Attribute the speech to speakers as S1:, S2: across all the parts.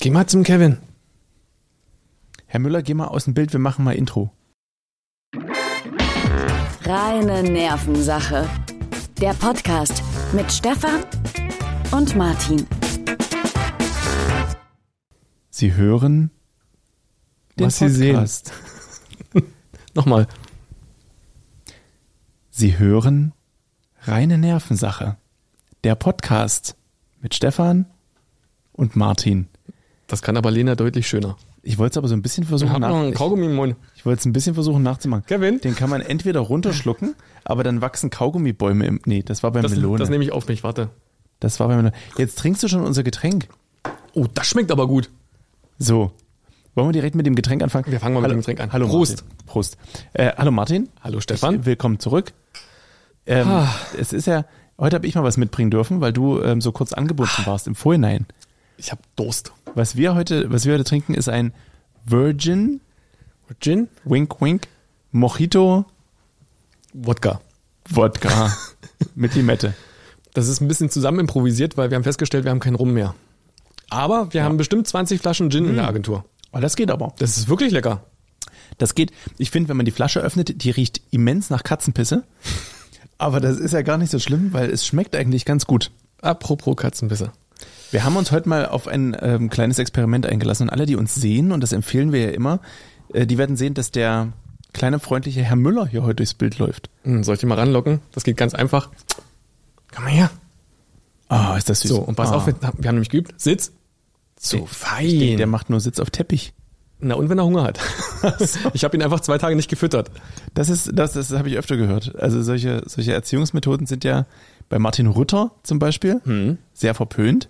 S1: Geh mal zum Kevin.
S2: Herr Müller, geh mal aus dem Bild, wir machen mal Intro.
S3: Reine Nervensache. Der Podcast mit Stefan und Martin.
S2: Sie hören,
S1: Den
S2: was Sie sehen.
S1: Podcast. Nochmal.
S2: Sie hören reine Nervensache. Der Podcast mit Stefan und Martin.
S1: Das kann aber Lena deutlich schöner.
S2: Ich wollte es aber so ein bisschen
S1: Ich
S2: versuchen
S1: hab noch
S2: nach,
S1: einen
S2: ich,
S1: Kaugummi im Mund.
S2: ich wollte es ein bisschen versuchen nachzumachen.
S1: Kevin?
S2: Den kann man entweder runterschlucken, aber dann wachsen Kaugummibäume im Nee, das war bei
S1: Das,
S2: Melone.
S1: das
S2: Das,
S1: nehme ich auf mich, warte.
S2: war bei Melone. Jetzt trinkst du schon unser Getränk.
S1: Oh, das schmeckt aber gut.
S2: So. Wollen wir direkt mit dem Getränk anfangen?
S1: Wir fangen mal mit
S2: hallo,
S1: dem Getränk an.
S2: Hallo
S1: Prost.
S2: Martin. Prost. Äh, hallo Martin.
S1: Hallo Stefan.
S2: Ich, äh, willkommen zurück. Ähm,
S1: Ah.
S2: Es ist ja, heute habe ich mal was mitbringen dürfen, weil du ähm, so kurz angebunden warst im Vorhinein.
S1: Ich habe Durst.
S2: Was wir heute, was wir heute trinken, ist ein Virgin
S1: Gin,
S2: Wink Wink Mojito
S1: Wodka.
S2: Wodka mit Limette.
S1: Das ist ein bisschen zusammen improvisiert, weil wir haben festgestellt, wir haben keinen Rum mehr. Aber wir haben bestimmt 20 Flaschen Gin in der Agentur.
S2: Oh, das geht aber.
S1: Das ist wirklich lecker.
S2: Das geht. Ich finde, wenn man die Flasche öffnet, die riecht immens nach Katzenpisse. Aber das ist ja gar nicht so schlimm, weil es schmeckt eigentlich ganz gut.
S1: Apropos Katzenbisse.
S2: Wir haben uns heute mal auf ein ähm, kleines Experiment eingelassen und alle, die uns sehen, und das empfehlen wir ja immer, äh, die werden sehen, dass der kleine freundliche Herr Müller hier heute durchs Bild läuft.
S1: Hm, soll ich die mal ranlocken? Das geht ganz einfach. Komm mal her.
S2: Ah, ist das süß.
S1: So, und pass
S2: ah,
S1: auf, wir wir haben nämlich geübt. Sitz. So
S2: Ich denk,
S1: fein.
S2: der macht nur Sitz auf Teppich.
S1: Na und wenn er Hunger hat. ich habe ihn einfach zwei Tage nicht gefüttert.
S2: Das ist, das, das habe ich öfter gehört. Also solche, solche Erziehungsmethoden sind ja bei Martin Rütter zum Beispiel
S1: Hm.
S2: sehr verpönt.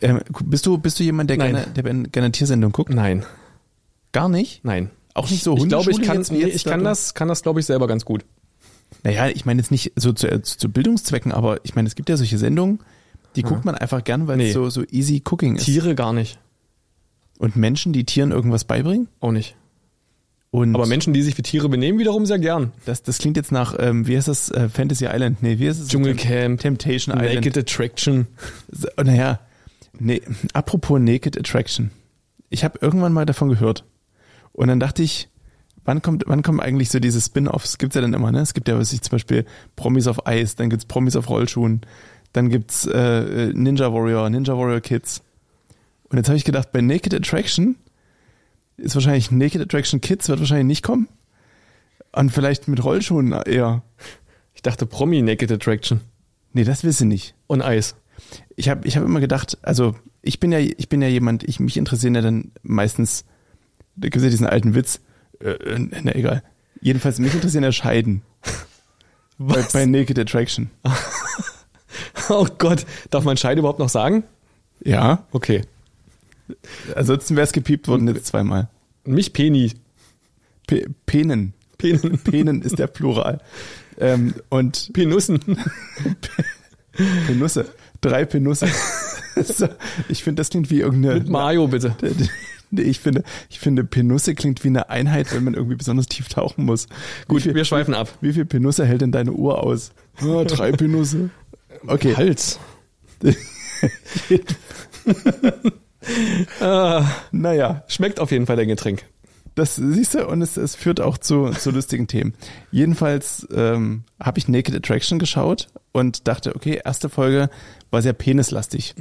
S2: Ähm, bist du, bist du jemand, der
S1: Nein.
S2: gerne, der gerne Tiersendung guckt?
S1: Nein,
S2: Gar nicht.
S1: nein.
S2: Auch nicht so
S1: Ich glaube, ich
S2: Hundeschule
S1: kann,
S2: jetzt wie
S1: nee,
S2: jetzt
S1: ich
S2: da
S1: kann
S2: drin?
S1: das, kann das glaube ich selber ganz gut.
S2: Naja, ich meine jetzt nicht so zu, äh, zu Bildungszwecken, aber ich meine, es gibt ja solche Sendungen, die guckt man einfach gern, weil
S1: Hm. Nee.
S2: es so, so easy cooking ist.
S1: Tiere gar nicht,
S2: Und Menschen, die Tieren irgendwas beibringen.
S1: auch nicht.
S2: Und
S1: Aber Menschen, die sich wie Tiere benehmen, wiederum sehr gern.
S2: das, das klingt jetzt nach, ähm, wie heißt das, äh, Fantasy Island? Nee, wie heißt es?
S1: Dschungelcamp, genau.
S2: Temptation
S1: Naked
S2: Island.
S1: Attraction.
S2: So, Naja, nee, apropos Naked Attraction. Ich habe irgendwann mal davon gehört. Und dann dachte ich, wann kommt, wann kommen eigentlich so diese Spin-Offs? Gibt's ja dann immer, ne? Es gibt ja, was ich zum Beispiel Promis auf Eis, dann gibt's Promis auf Rollschuhen, dann gibt's äh, Ninja Warrior, Ninja Warrior Kids. Und jetzt habe ich gedacht, bei Naked Attraction ist wahrscheinlich Naked Attraction Kids wird wahrscheinlich nicht kommen. Und vielleicht mit Rollschuhen eher.
S1: Ich dachte Promi Naked Attraction
S2: Nee, das wissen sie nicht.
S1: und Eis.
S2: ich habe ich hab immer gedacht, also ich bin ja, ich bin ja jemand, ich mich interessieren ja dann meistens, da gibt es ja diesen alten Witz, äh, äh, na egal. Jedenfalls mich interessieren ja Scheiden bei, bei Naked Attraction.
S1: Oh Gott, darf man Scheide überhaupt noch sagen?
S2: Ja,
S1: Okay.
S2: ansonsten wäre es gepiept worden jetzt zweimal.
S1: Mich Peni.
S2: Pe Penen.
S1: Penen.
S2: Penen ist der Plural. Ähm, und
S1: Penussen.
S2: Penusse. Drei Penusse. so, ich finde, das klingt wie irgendeine.
S1: Mit Mayo bitte.
S2: Nee, ich finde, ich finde, Penusse klingt wie eine Einheit, wenn man irgendwie besonders tief tauchen muss.
S1: Gut,
S2: Wie viel-
S1: wir schweifen ab.
S2: Wie viel Penusse hält denn deine Uhr aus? Ah, drei Penusse. Okay.
S1: Hals.
S2: Naja,
S1: Schmeckt auf jeden Fall dein Getränk.
S2: das siehst du, und es, es führt auch zu, zu lustigen Themen. Jedenfalls ähm, habe ich Naked Attraction geschaut und dachte, okay, erste Folge war sehr penislastig.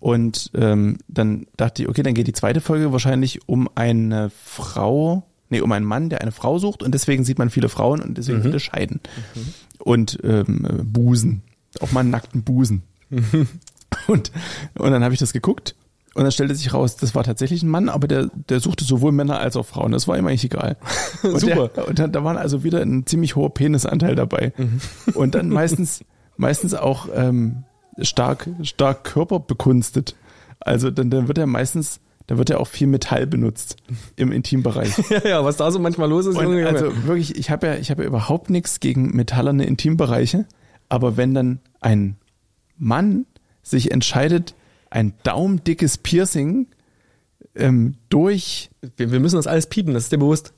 S2: Und ähm, dann dachte ich, okay, dann geht die zweite Folge wahrscheinlich um eine Frau, nee, um einen Mann, der eine Frau sucht und deswegen sieht man viele Frauen und deswegen viele Scheiden. Und ähm, äh, Busen. Auch mal einen nackten Busen. Und, und dann habe ich das geguckt und dann stellte sich raus, das war tatsächlich ein Mann, aber der, der suchte sowohl Männer als auch Frauen. Das war ihm eigentlich egal. Und
S1: Super.
S2: Der, und dann, da waren also wieder ein ziemlich hoher Penisanteil dabei. Und dann meistens, meistens auch ähm, stark, stark körperbekunstet. Also dann, dann wird er meistens, da wird ja auch viel Metall benutzt im Intimbereich.
S1: Ja, ja, was da so manchmal los ist,
S2: Und
S1: Junge, Junge.
S2: also wirklich, ich habe ja, ich habe ja überhaupt nichts gegen metallerne Intimbereiche, aber wenn dann ein Mann sich entscheidet, ein daumdickes Piercing ähm, durch
S1: wir, wir müssen das alles piepen, das ist dir bewusst.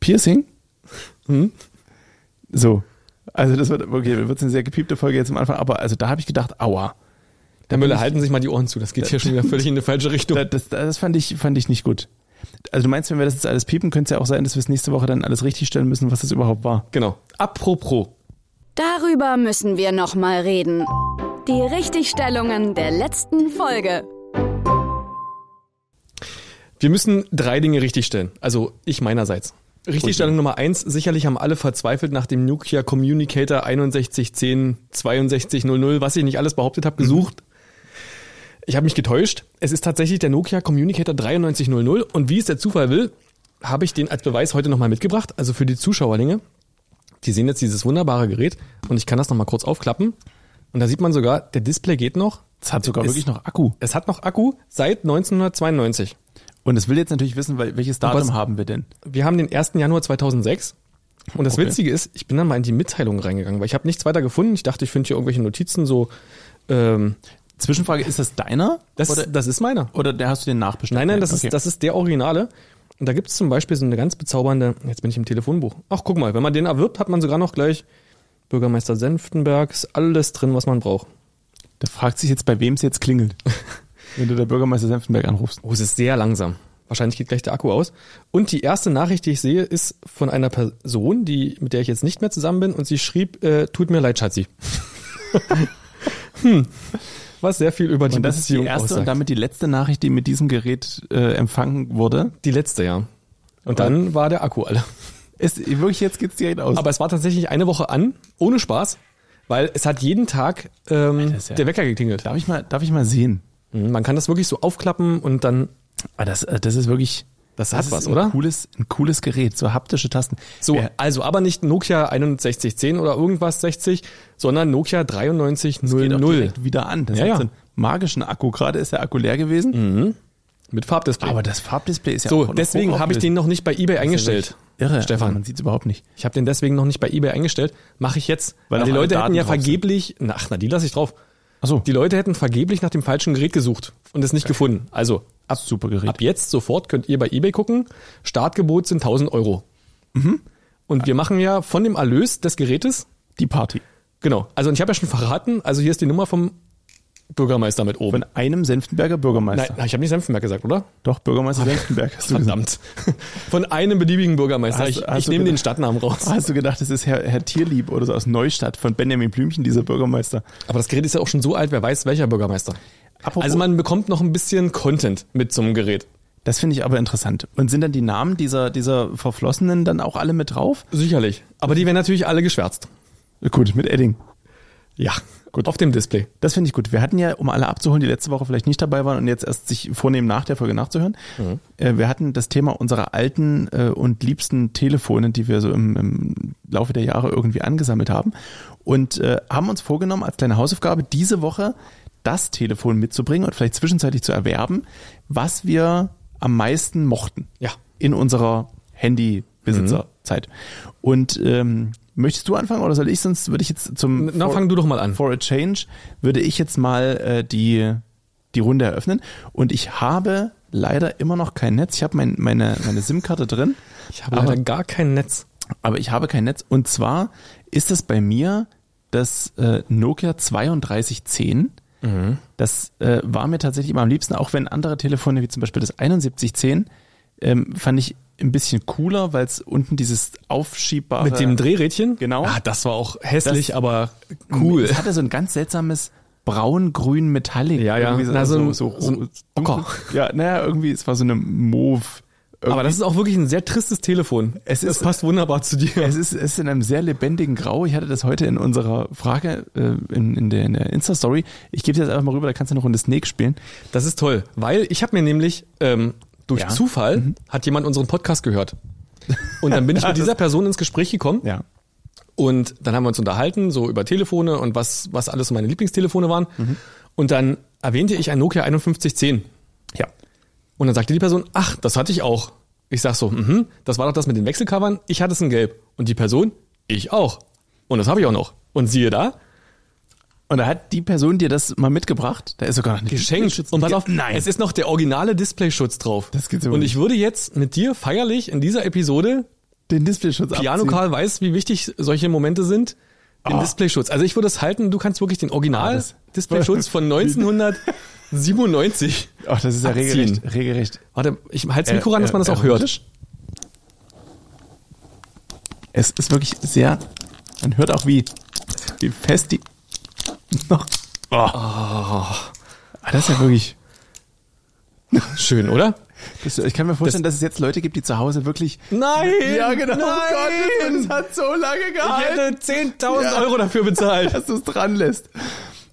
S2: Piercing,
S1: Hm?
S2: so, also das wird okay, wird eine sehr gepiepte Folge jetzt am Anfang, aber also da habe ich gedacht, aua,
S1: Herr Müller, halten Sie sich mal die Ohren zu. Das geht hier schon wieder völlig in die falsche Richtung.
S2: Da- Äh, Das, das fand, ich, fand ich nicht gut. Also du meinst, wenn wir das jetzt alles piepen, könnte es ja auch sein, dass wir es nächste Woche dann alles richtigstellen müssen, was das überhaupt war.
S1: Genau. Apropos.
S3: Darüber müssen wir nochmal reden. Die Richtigstellungen der letzten Folge.
S1: Wir müssen drei Dinge richtigstellen. Also ich meinerseits. Richtigstellung Nummer eins. Sicherlich haben alle verzweifelt nach dem Nokia Communicator 6110 6200, was ich nicht alles behauptet
S2: Mhm.
S1: habe, gesucht. Ich habe mich getäuscht. Es ist tatsächlich der Nokia Communicator 9300 und wie es der Zufall will, habe ich den als Beweis heute nochmal mitgebracht. Also für die Zuschauerlinge. Die sehen jetzt dieses wunderbare Gerät und ich kann das nochmal kurz aufklappen. Und da sieht man sogar, der Display geht noch.
S2: Es hat sogar
S1: Es-
S2: wirklich noch Akku.
S1: Es hat noch Akku seit 1992.
S2: Und es will jetzt natürlich wissen, weil, welches Datum
S1: was-
S2: haben wir denn?
S1: wir haben den 1. Januar 2006. Und das
S2: Okay.
S1: Witzige ist, ich bin dann mal in die Mitteilung reingegangen, weil ich habe nichts weiter gefunden. Ich dachte, ich finde hier irgendwelche Notizen so. Ähm,
S2: Zwischenfrage, ist das deiner?
S1: das,
S2: oder,
S1: das ist meiner.
S2: oder der hast du den nachbestellt?
S1: Nein, nein, das,
S2: Okay.
S1: ist, das ist der Originale. Und da gibt es zum Beispiel so eine ganz bezaubernde, jetzt bin ich im Telefonbuch. Ach, guck mal, wenn man den erwirbt, hat man sogar noch gleich Bürgermeister Senftenberg, ist alles drin, was man braucht.
S2: Da fragt sich jetzt, bei wem es jetzt klingelt. wenn du der Bürgermeister Senftenberg anrufst.
S1: Oh, es ist sehr langsam. Wahrscheinlich geht gleich der Akku aus. Und die erste Nachricht, die ich sehe, ist von einer Person, die, mit der ich jetzt nicht mehr zusammen bin, und sie schrieb, äh, tut mir leid, Schatzi. hm. Was sehr viel über die
S2: Und das ist die
S1: Beziehung
S2: erste und
S1: aussagt.
S2: damit die letzte Nachricht, die mit diesem Gerät äh, empfangen wurde.
S1: die letzte, ja. Und dann war der Akku alle.
S2: Ist, wirklich, jetzt geht's direkt aus.
S1: Aber es war tatsächlich eine Woche an, ohne Spaß, weil es hat jeden Tag ähm,
S2: ist ja-
S1: der Wecker geklingelt.
S2: darf ich mal, darf ich mal sehen?
S1: Mhm, Man kann das wirklich so aufklappen und dann,
S2: Ah, das, äh, das ist wirklich,
S1: Das
S2: das
S1: hat
S2: ist
S1: was,
S2: ein
S1: oder?
S2: Cooles, ein cooles Gerät, so haptische Tasten.
S1: so,
S2: Wer-
S1: also aber nicht Nokia 6110 oder irgendwas 60, sondern Nokia
S2: geht auch
S1: 9300.
S2: direkt wieder an. Das
S1: Ja,
S2: hat
S1: ja.
S2: so einen magischen Akku. Gerade ist der Akku leer gewesen,
S1: Mit Farbdisplay.
S2: aber das Farbdisplay ist ja
S1: so,
S2: auch noch
S1: deswegen habe ich
S2: hochauflösend.
S1: den noch nicht bei eBay
S2: Das ist ja
S1: eingestellt.
S2: wirklich Irre,
S1: Stefan.
S2: Man sieht's überhaupt nicht.
S1: Ich habe den deswegen noch nicht bei eBay eingestellt. Mache ich jetzt. Weil,
S2: Weil noch
S1: die
S2: alle
S1: Leute hätten
S2: Daten
S1: ja
S2: drauf sind.
S1: vergeblich, na, ach, na, die lasse ich drauf.
S2: Ach so.
S1: Die Leute hätten vergeblich nach dem falschen Gerät gesucht und es nicht gefunden. Also, ab,
S2: Super Gerät.
S1: ab jetzt sofort könnt ihr bei eBay gucken. Startgebot sind 1000 Euro.
S2: Mhm.
S1: Und wir machen ja von dem Erlös des Gerätes,
S2: Die Party.
S1: genau. Also, und ich habe ja schon verraten, also hier ist die Nummer vom Bürgermeister mit oben.
S2: Von einem Senftenberger
S1: Nein,
S2: Bürgermeister.
S1: nein, ich habe nicht Senftenberg gesagt, oder?
S2: Doch, Bürgermeister Senftenberg. Hast du gesagt.
S1: Verdammt. Von einem beliebigen Bürgermeister.
S2: Hast-
S1: ich
S2: hast
S1: ich
S2: du
S1: nehme den
S2: gedacht-
S1: Stadtnamen raus.
S2: Hast du gedacht, das ist Herr, Herr Tierlieb oder so aus Neustadt von Benjamin Blümchen, dieser Bürgermeister?
S1: Aber das Gerät ist ja auch schon so alt, wer weiß welcher Bürgermeister.
S2: Apropos-
S1: also man bekommt noch ein bisschen Content mit zum Gerät.
S2: Das finde ich aber interessant. Und sind dann die Namen dieser, dieser Verflossenen dann auch alle mit drauf?
S1: Sicherlich. Aber die werden natürlich alle geschwärzt.
S2: Gut, mit Edding.
S1: Ja, gut. Auf dem Display.
S2: Das finde ich gut. Wir hatten ja, um alle abzuholen, die letzte Woche vielleicht nicht dabei waren und jetzt erst sich vornehmen, nach der Folge nachzuhören.
S1: Mhm.
S2: Äh, wir hatten das Thema unserer alten äh, und liebsten Telefone, die wir so im, im Laufe der Jahre irgendwie angesammelt haben. Und äh, haben uns vorgenommen, als kleine Hausaufgabe, diese Woche das Telefon mitzubringen und vielleicht zwischenzeitlich zu erwerben, was wir am meisten mochten.
S1: Ja.
S2: In unserer Handy-Besitzerzeit.
S1: Mhm.
S2: Und ähm, möchtest du anfangen oder soll ich? Sonst würde ich jetzt zum.
S1: Na,
S2: Vor-
S1: fang du doch mal an.
S2: for a Change würde ich jetzt mal äh, die, die Runde eröffnen. Und ich habe leider immer noch kein Netz. Ich habe mein, meine, meine SIM-Karte drin,
S1: Ich habe leider gar kein Netz.
S2: aber ich habe kein Netz. Und zwar ist es bei mir das äh, Nokia 3210.
S1: Mhm.
S2: Das äh, war mir tatsächlich immer am liebsten, auch wenn andere Telefone, wie zum Beispiel das 7110, ähm, fand ich ein bisschen cooler, weil es unten dieses aufschiebbare...
S1: Mit dem Drehrädchen?
S2: Genau.
S1: Ah, das war auch hässlich,
S2: Das-
S1: aber cool.
S2: Es hatte so ein ganz seltsames braun-grün Metallic.
S1: Ja, ja.
S2: Irgendwie also
S1: Na, so ein- so ein
S2: dunkel.
S1: Ocker.
S2: Ja, naja, irgendwie, es war so eine Mauve.
S1: Aber das ist auch wirklich ein sehr tristes Telefon.
S2: Es
S1: das
S2: ist-
S1: passt wunderbar zu dir.
S2: es ist, es ist in einem sehr lebendigen Grau. Ich hatte das heute in unserer Frage, äh, in, in der, in der Insta-Story. Ich gebe dir jetzt einfach mal rüber, da kannst du eine Runde Snake spielen.
S1: Das ist toll, weil ich habe mir nämlich ähm, durch
S2: Ja. Mhm.
S1: Zufall hat jemand unseren Podcast gehört. Und dann bin ich mit dieser Person ins Gespräch gekommen.
S2: Ja.
S1: Und dann haben wir uns unterhalten, so über Telefone und was, was alles so meine Lieblingstelefone waren.
S2: Mhm.
S1: Und dann erwähnte ich ein Nokia 5110.
S2: Ja.
S1: Und dann sagte die Person, ach, das hatte ich auch. Ich sag so, mhm, das war doch das mit den Wechselcovern, ich hatte es in gelb. Und die Person, ich auch. Und das habe ich auch noch. Und siehe da,
S2: Und da hat die Person dir das mal mitgebracht. Da ist sogar noch eine
S1: geschenkt.
S2: Schutz-
S1: Und pass auf,
S2: Nein.
S1: es ist noch der originale Displayschutz drauf.
S2: Das gibt's aber
S1: Und
S2: nicht.
S1: ich würde jetzt mit dir feierlich in dieser Episode,
S2: den Displayschutz
S1: Piano
S2: abziehen. Ah.
S1: Karl weiß, wie wichtig solche Momente sind, Den Displayschutz. Also ich würde es halten, du kannst wirklich den
S2: das-
S1: Original-Displayschutz von 1997.
S2: Ach, das ist ja
S1: Abziehen.
S2: regelrecht, regelrecht
S1: Warte, ich halte das
S2: Äh,
S1: Mikro ran, dass man das auch hört.
S2: erotisch. Es ist wirklich sehr. Man hört auch, wie, wie fest die. Noch. Oh. Ah, Das ist ja wirklich.
S1: Schön, oder?
S2: Das, ich kann mir vorstellen, dass es jetzt Leute gibt, die zu Hause wirklich.
S1: Nein! genau.
S2: Nein. Oh Gott,
S1: Nein!
S2: das hat so lange
S1: ich
S2: gehalten,
S1: hätte 10.000
S2: Ja.
S1: Euro dafür bezahlt.
S2: dass du es dran lässt.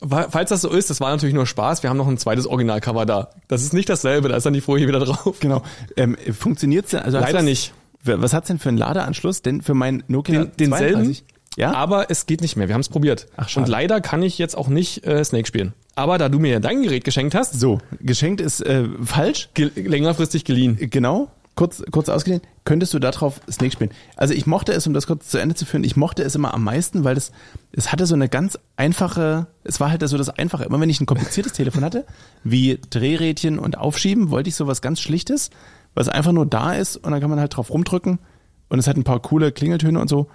S1: Weil- Falls das so ist, das war natürlich nur Spaß. Wir haben noch ein zweites Originalcover da. Das ist nicht dasselbe, da ist dann die Folie wieder drauf.
S2: Genau. Ähm, Funktioniert's denn? Also hast
S1: Leider
S2: du's-
S1: nicht.
S2: Wa- Was hat's denn für einen Ladeanschluss? Denn für meinen Nokia
S1: Den- denselben?
S2: 32? Ja?
S1: Aber es geht nicht mehr. Wir haben es probiert.
S2: Ach, schade.
S1: Und leider kann ich jetzt auch nicht äh, Snake spielen. Aber da du mir ja dein Gerät geschenkt hast,
S2: so, geschenkt ist äh, falsch.
S1: gel längerfristig geliehen.
S2: Genau. Kurz, kurz ausgeliehen. Könntest du darauf Snake spielen? Also ich mochte es, um das kurz zu Ende zu führen, ich mochte es immer am meisten, weil es, es hatte so eine ganz einfache, es war halt so das Einfache. Immer wenn ich ein kompliziertes Telefon hatte, wie Drehrädchen und Aufschieben, wollte ich sowas ganz Schlichtes, was einfach nur da ist und dann kann man halt drauf rumdrücken und es hat ein paar coole Klingeltöne und so.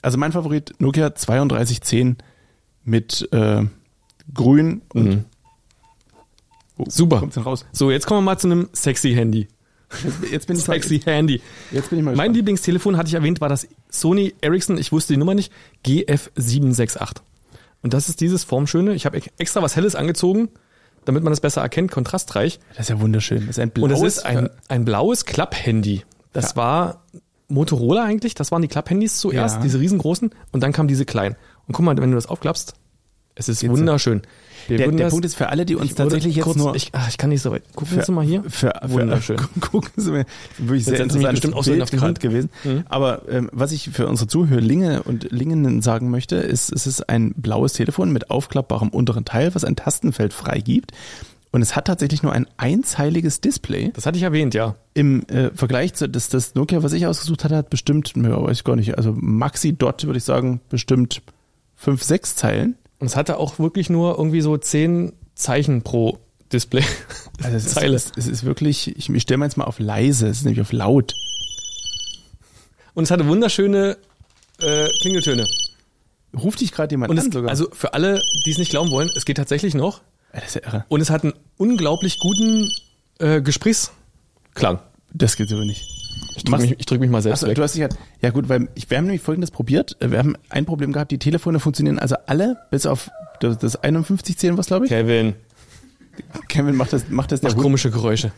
S2: Also mein Favorit, Nokia 3210 mit äh, grün und Oh,
S1: Mhm. Super.
S2: Kommt's denn raus?
S1: So, jetzt kommen wir mal zu einem sexy Handy.
S2: Jetzt, jetzt bin ich mal-
S1: Sexy Handy.
S2: Jetzt bin ich mal gespannt.
S1: Mein Lieblingstelefon, hatte ich erwähnt, war das Sony Ericsson, ich wusste die Nummer nicht, GF768. Und das ist dieses formschöne, ich habe ex- extra was Helles angezogen, damit man das besser erkennt, kontrastreich.
S2: Das ist ja wunderschön. Das ist ein blaues. äh,
S1: Und es ist ein, ein blaues Klapp-Handy. Das
S2: Ja.
S1: war Motorola eigentlich, das waren die Klapp-Handys zuerst,
S2: Ja.
S1: diese riesengroßen, und dann kamen diese kleinen. Und guck mal, wenn du das aufklappst, es ist wunderschön. Wir
S2: der
S1: würden
S2: der
S1: das-
S2: Punkt ist für alle, die uns
S1: ich würde
S2: tatsächlich jetzt
S1: kurz,
S2: nur
S1: Ich, ah, ich kann nicht so weit. Gucken
S2: für,
S1: Sie mal hier.
S2: Für, für,
S1: Wunderschön.
S2: gucken Sie mir, wirklich sehr
S1: setzen Sie mich
S2: interessantes
S1: bestimmt auch so
S2: Bild
S1: auf den
S2: gerade
S1: Hund.
S2: gewesen. Aber ähm, was ich für unsere Zuhörlinge und Linginnen sagen möchte, ist, es ist ein blaues Telefon mit aufklappbarem unteren Teil, was ein Tastenfeld freigibt. Und es hat tatsächlich nur ein einzeiliges Display.
S1: Das hatte ich erwähnt, ja.
S2: Im äh, Vergleich zu das, das Nokia, was ich ausgesucht hatte, hat bestimmt, ja, weiß ich gar nicht, also Maxi Dot würde ich sagen, bestimmt fünf, sechs Zeilen.
S1: Und es hatte auch wirklich nur irgendwie so zehn Zeichen pro Display.
S2: Also es,
S1: Zeile.
S2: Ist, es ist wirklich, ich, ich stelle mir jetzt mal auf leise, es ist nämlich auf laut.
S1: Und es hatte wunderschöne äh, Klingeltöne.
S2: Ruft dich gerade jemand
S1: Und
S2: an
S1: es,
S2: sogar?
S1: also für alle, die es nicht glauben wollen, es geht tatsächlich noch.
S2: Ey, das ist ja irre.
S1: Und es hat einen unglaublich guten äh, Gesprächsklang.
S2: Das geht aber nicht.
S1: Ich drücke mich, ich drück mich mal selbst
S2: Achso,
S1: weg.
S2: du hast dich halt, ja gut, weil ich, wir haben nämlich folgendes probiert. Wir haben ein Problem gehabt, die Telefone funktionieren also alle, bis auf das, das 5110 was, glaube ich.
S1: Kevin,
S2: Kevin macht das, macht das der
S1: mach
S2: Hund.
S1: komische Geräusche.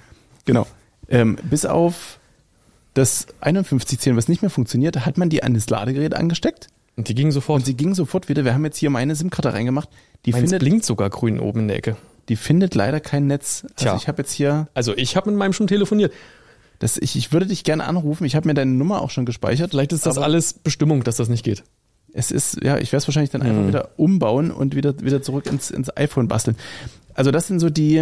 S2: Genau. Ähm, bis auf das 5110, was nicht mehr funktioniert, hat man die an das Ladegerät angesteckt
S1: Und die gingen
S2: und
S1: sofort.
S2: sie ging sofort wieder. Wir haben jetzt hier meine SIM-Karte reingemacht. Die
S1: Meins
S2: findet,
S1: blinkt sogar grün oben in der Ecke.
S2: die findet leider kein Netz. Also
S1: Tja.
S2: ich habe jetzt hier,
S1: Also ich habe mit meinem schon telefoniert.
S2: das, ich, ich würde dich gerne anrufen. Ich habe mir deine Nummer auch schon gespeichert.
S1: Vielleicht ist das
S2: Aber
S1: alles Bestimmung, dass das nicht geht.
S2: Es ist, ja, ich werde es wahrscheinlich dann
S1: Mhm.
S2: einfach wieder umbauen und wieder, wieder zurück ins, ins iPhone basteln. Also das sind so die,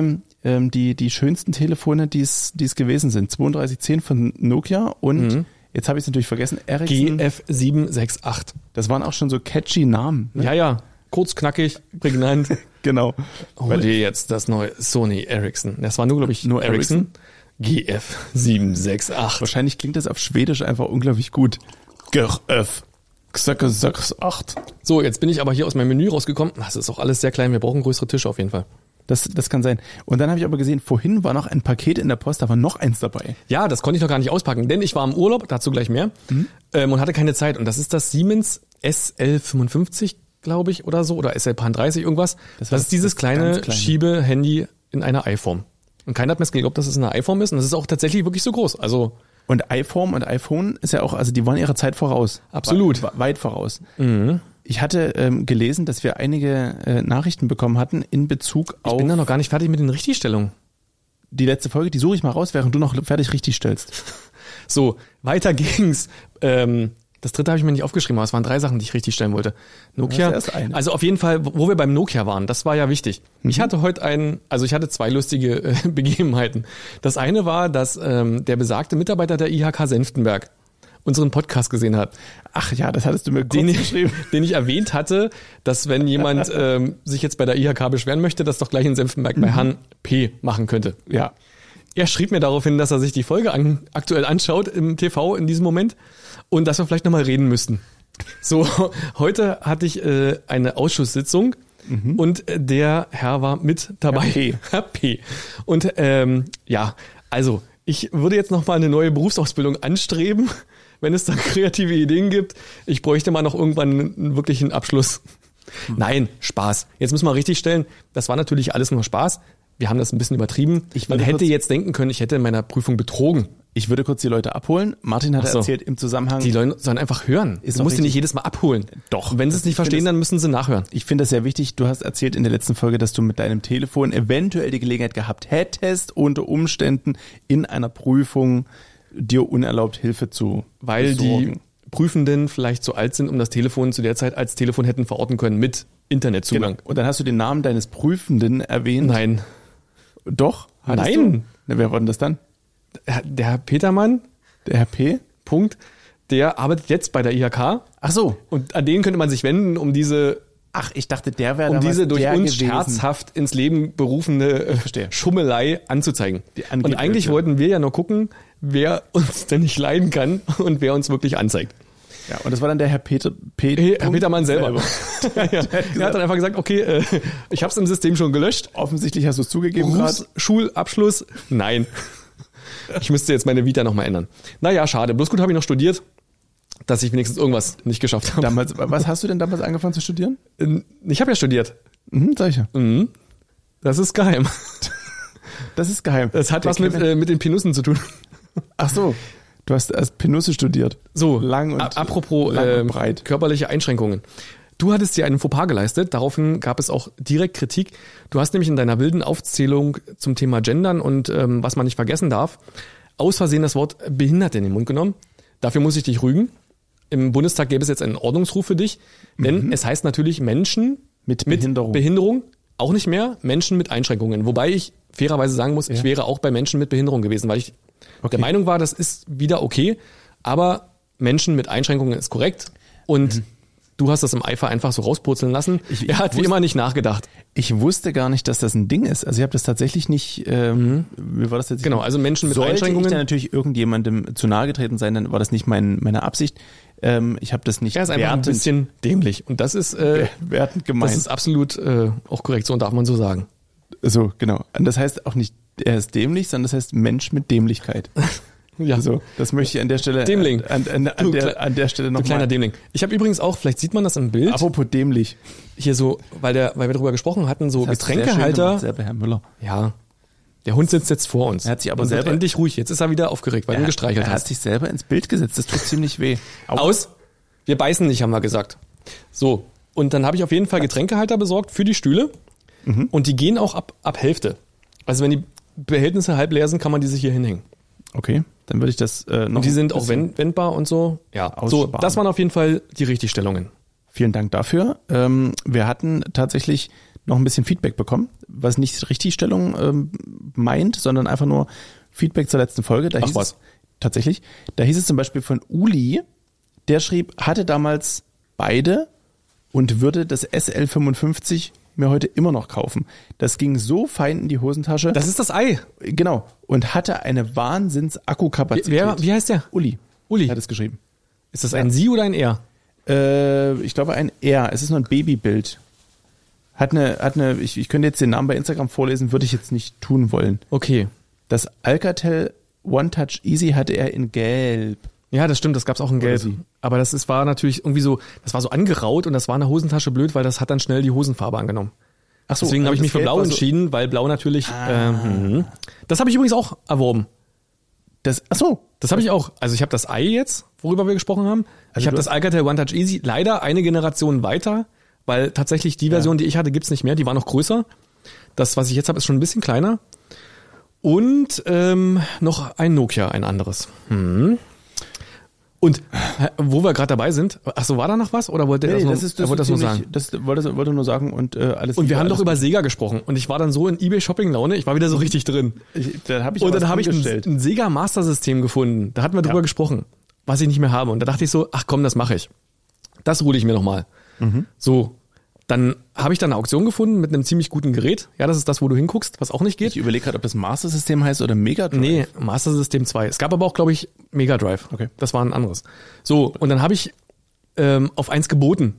S2: ähm, die, die schönsten Telefone, die es, die es gewesen sind. 3210 von Nokia und
S1: Mhm.
S2: jetzt habe ich es natürlich vergessen, Ericsson.
S1: äh, GF768.
S2: Das waren auch schon so catchy Namen. ne?
S1: Ja, ja. Kurz, knackig, prägnant.
S2: Genau.
S1: Hol dir jetzt das neue Sony Ericsson. Das war nur, glaube ich,
S2: Nur
S1: GF768.
S2: Wahrscheinlich klingt das auf Schwedisch einfach unglaublich gut. Geröf. Xöcke sechs acht.
S1: So, jetzt bin ich aber hier aus meinem Menü rausgekommen. Das ist auch alles sehr klein. Wir brauchen größere Tische auf jeden Fall.
S2: Das, das kann sein. Und dann habe ich aber gesehen, vorhin war noch ein Paket in der Post, da war noch eins dabei.
S1: Ja, das konnte ich noch gar nicht auspacken, denn ich war im Urlaub, dazu gleich mehr,
S2: Mhm.
S1: ähm, und hatte keine Zeit. Und das ist das Siemens SL55, glaube ich, oder so, oder SL Pan 30, irgendwas.
S2: Das
S1: Das,
S2: war das-
S1: ist dieses
S2: das
S1: kleine,
S2: ganz kleine.
S1: Schiebehandy in einer iPhone. Und keiner hat mir das geglaubt, dass es in einer iPhone ist. Und das ist auch tatsächlich wirklich so groß. Also
S2: Und iPhone und iPhone ist ja auch, also die waren ihrer Zeit voraus.
S1: Absolut. Mhm.
S2: We we- weit voraus. Ich hatte ähm, gelesen, dass wir einige äh, Nachrichten bekommen hatten in Bezug
S1: ich
S2: auf
S1: bin da noch gar nicht fertig mit den Richtigstellungen.
S2: die letzte Folge. Die suche ich mal raus, während du noch fertig richtig stellst.
S1: So, weiter ging's. Ähm, das dritte habe ich mir nicht aufgeschrieben, aber es waren drei Sachen, die ich richtig stellen wollte. Nokia.
S2: Das ist erst eine. Mhm.
S1: Also auf jeden Fall, wo wir beim Nokia waren, das war ja wichtig. Ich hatte heute einen, also ich hatte zwei lustige äh, Begebenheiten. Das eine war, dass ähm, der besagte Mitarbeiter der IHK Senftenberg unseren Podcast gesehen hat,
S2: Ach ja, das hattest du mir kurz
S1: den ich,
S2: geschrieben.
S1: den ich erwähnt hatte, dass wenn jemand ähm, sich jetzt bei der IHK beschweren möchte, das doch gleich in Senftenberg
S2: Mhm.
S1: bei Herrn P. machen könnte.
S2: Ja.
S1: Er schrieb mir daraufhin, dass er sich die Folge an, aktuell anschaut im TV in diesem Moment und dass wir vielleicht nochmal reden müssten. So, heute hatte ich äh, eine Ausschusssitzung und äh, der Herr war mit dabei.
S2: Mhm. Herr P.
S1: Herr P. Und ähm, ja, also ich würde jetzt nochmal eine neue Berufsausbildung anstreben, wenn es da kreative Ideen gibt. Ich bräuchte mal noch irgendwann einen wirklichen Abschluss.
S2: Hm.
S1: Nein, Spaß. Jetzt müssen wir richtig stellen, das war natürlich alles nur Spaß. Wir haben das ein bisschen übertrieben.
S2: Ich
S1: Man
S2: würde
S1: hätte
S2: kurz-
S1: jetzt denken können, ich hätte in meiner Prüfung betrogen.
S2: Ich würde kurz die Leute abholen. Martin hat
S1: Ach so.
S2: erzählt im Zusammenhang.
S1: Die Leute sollen einfach hören.
S2: Ist
S1: du
S2: doch
S1: musst sie
S2: richtig.
S1: nicht jedes Mal abholen.
S2: Doch.
S1: Und wenn sie es nicht
S2: Ich finde
S1: verstehen,
S2: es-
S1: dann müssen sie nachhören.
S2: ich finde das sehr wichtig. Du hast erzählt in der letzten Folge, dass du mit deinem Telefon eventuell die Gelegenheit gehabt hättest, unter Umständen in einer Prüfung dir unerlaubt Hilfe zu
S1: Weil
S2: besorgen.
S1: die Prüfenden vielleicht zu alt sind, um das Telefon zu der Zeit als Telefon hätten verorten können mit
S2: Genau.
S1: Internetzugang.
S2: Und dann hast du den Namen deines Prüfenden erwähnt.
S1: Nein.
S2: Doch? hattest
S1: Nein.
S2: Du? Na, wer war denn das dann?
S1: Der Herr Petermann,
S2: Der Herr P?
S1: Punkt, der arbeitet jetzt bei der IHK
S2: Ach so.
S1: und an den könnte man sich wenden, um diese,
S2: Ach, ich dachte, der wäre
S1: um
S2: damals
S1: diese durch
S2: der
S1: uns
S2: gewesen.
S1: scherzhaft ins Leben berufene äh,
S2: verstehe.
S1: Schummelei anzuzeigen.
S2: Die
S1: Und
S2: Angebildete.
S1: eigentlich wollten wir ja nur gucken, wer uns denn nicht leiden kann und wer uns wirklich anzeigt.
S2: Ja, und das war dann der Herr Peter, Pe-
S1: Hey, Herr Petermann selber.
S2: Selber.
S1: ja, ja. Er hat dann einfach gesagt, okay, äh, ich habe es im System schon gelöscht.
S2: Offensichtlich hast du es zugegeben gerade.
S1: Berufs Schulabschluss? Nein. Ich müsste jetzt meine Vita nochmal ändern. Naja, schade. Bloß gut habe ich noch studiert, dass ich wenigstens irgendwas nicht geschafft habe.
S2: Damals, was hast du denn damals angefangen zu studieren?
S1: Ich habe ja studiert.
S2: Mhm, sag ich ja.
S1: Das ist geheim.
S2: Das ist geheim.
S1: Das hat
S2: Der
S1: was mit,
S2: Kevin-
S1: äh, mit den Penussen zu tun.
S2: Ach so. Du hast erst Penusse studiert.
S1: So,
S2: Lang und
S1: a- apropos
S2: lang
S1: ähm,
S2: und breit.
S1: körperliche Einschränkungen. Du hattest dir einen Fauxpas geleistet, daraufhin gab es auch direkt Kritik. Du hast nämlich in deiner wilden Aufzählung zum Thema Gendern und ähm, was man nicht vergessen darf, aus Versehen das Wort Behinderte in den Mund genommen. Dafür muss ich dich rügen. Im Bundestag gäbe es jetzt einen Ordnungsruf für dich, denn es heißt natürlich Menschen
S2: Mhm. Mit Behinderung.
S1: Behinderung auch nicht mehr, Menschen mit Einschränkungen. Wobei ich fairerweise sagen muss, ich wäre auch bei Menschen mit Behinderung gewesen, weil ich der
S2: Okay.
S1: Meinung war, das ist wieder okay, aber Menschen mit Einschränkungen ist korrekt und du hast das im Eifer einfach so rauspurzeln lassen.
S2: Mhm. Ich- ich
S1: er hat wie
S2: wusste-
S1: immer nicht nachgedacht.
S2: Ich wusste gar nicht, dass das ein Ding ist. Also ich habe das tatsächlich nicht. Ähm, Wie war das jetzt?
S1: Genau, also Menschen mit
S2: Sollte
S1: Einschränkungen-
S2: ich da natürlich irgendjemandem zu nahe getreten sein, dann war das nicht mein, meine Absicht. Ähm, ich habe das nicht
S1: Er ist einfach ein bisschen dämlich und das ist, äh,
S2: wertend
S1: das
S2: gemeint.
S1: ist absolut äh, auch korrekt, so darf man so sagen.
S2: so, genau. Und das heißt auch nicht, er ist dämlich, sondern das heißt Mensch mit Dämlichkeit.
S1: Ja,
S2: Also, das möchte ich an der Stelle
S1: Dämling.
S2: an, an,
S1: Du
S2: an, der,
S1: klei-
S2: an der Stelle
S1: du kleiner
S2: nochmal.
S1: Dämling. Ich habe übrigens auch, vielleicht sieht man das im Bild,
S2: Apropos dämlich.
S1: hier so, weil, der, weil wir darüber gesprochen hatten, so
S2: Das hast du sehr schön
S1: Getränkehalter.
S2: gemacht, Selber Herr Müller.
S1: Ja. Der Hund sitzt jetzt vor uns.
S2: Er hat sich aber
S1: Und wird
S2: selber-
S1: endlich ruhig. Jetzt ist er wieder aufgeregt, weil du ihn gestreichelt
S2: er
S1: hast.
S2: hat sich selber ins Bild gesetzt. Das tut ziemlich weh. Au.
S1: Aus. Wir beißen nicht, haben wir gesagt. So. Und dann habe ich auf jeden Fall Getränkehalter besorgt für die Stühle. Und die gehen auch ab, ab Hälfte. Also wenn die Behältnisse halb leer sind, kann man die sich hier hinhängen.
S2: Okay, dann würde ich das äh, noch.
S1: Und die sind
S2: ein
S1: auch wend, wendbar und so. Ja. So,
S2: Aussparen.
S1: das waren auf jeden Fall die Richtigstellungen.
S2: Vielen Dank dafür. Ähm, wir hatten tatsächlich noch ein bisschen Feedback bekommen, was nicht Richtigstellung ähm, meint, sondern einfach nur Feedback zur letzten Folge. Da
S1: Ach
S2: hieß
S1: was.
S2: Es, tatsächlich. Da hieß es zum Beispiel von Uli, der schrieb, hatte damals beide und würde das SL55 mir heute immer noch kaufen. Das ging so fein in die Hosentasche.
S1: Das ist das Ei.
S2: genau. Und hatte eine Wahnsinns-Akkukapazität.
S1: Wer, wie heißt der?
S2: Uli.
S1: Uli.
S2: Hat es geschrieben.
S1: Ist das ein Sie oder ein Er?
S2: Äh, ich glaube ein R. Es ist nur ein Babybild. Hat eine, hat eine, ich, ich könnte jetzt den Namen bei Instagram vorlesen, würde ich jetzt nicht tun wollen.
S1: Okay.
S2: Das Alcatel One Touch Easy hatte er in Gelb.
S1: Ja, das stimmt, das gab's auch in Gelb.
S2: sie.
S1: Aber das ist, war natürlich irgendwie so, das war so angeraut und das war in der Hosentasche blöd, weil das hat dann schnell die Hosenfarbe angenommen.
S2: Ach so,
S1: Deswegen habe ich
S2: also
S1: mich
S2: das
S1: für
S2: Gelb
S1: Blau
S2: war so- Ah.
S1: entschieden, weil Blau natürlich. ähm, mhm. das habe ich übrigens auch erworben.
S2: Das, ach so,
S1: Das habe ich auch. Also ich habe das Ei jetzt, worüber wir gesprochen haben. ich
S2: Also du
S1: habe das Alcatel One Touch Easy leider eine Generation weiter, weil tatsächlich die Version, die ich hatte, gibt's nicht mehr. Die war noch größer. Das, was ich jetzt habe, ist schon ein bisschen kleiner. Und ähm, noch ein Nokia, ein anderes. Hm. Und äh, wo wir gerade dabei sind, ach so, war da noch was oder wollte er
S2: nee,
S1: das, nur,
S2: das ist
S1: er
S2: das,
S1: wollte das nur sagen?
S2: Das wollte, wollte nur sagen und äh, alles.
S1: Und wir
S2: Liebe,
S1: haben doch
S2: alles-
S1: über Sega gesprochen und ich war dann so in eBay Shopping Laune, ich war wieder so richtig drin.
S2: Ich, dann habe ich
S1: Und
S2: aber
S1: dann
S2: was
S1: habe ich ein,
S2: umgestellt.
S1: ein Sega Master System gefunden. Da hatten wir drüber
S2: Ja.
S1: gesprochen, was ich nicht mehr habe. Und da dachte ich so, ach komm, das mache ich. Das hole ich mir nochmal.
S2: Mhm.
S1: So, dann habe ich da eine Auktion gefunden mit einem ziemlich guten Gerät. Ja, das ist das, wo du hinguckst, was auch nicht geht.
S2: Ich überlege gerade, ob das Master System heißt oder Mega Drive.
S1: Nee, Master System 2. Es gab aber auch, glaube ich, Mega Drive.
S2: Okay.
S1: Das war ein anderes. So, und dann habe ich ähm, auf eins geboten.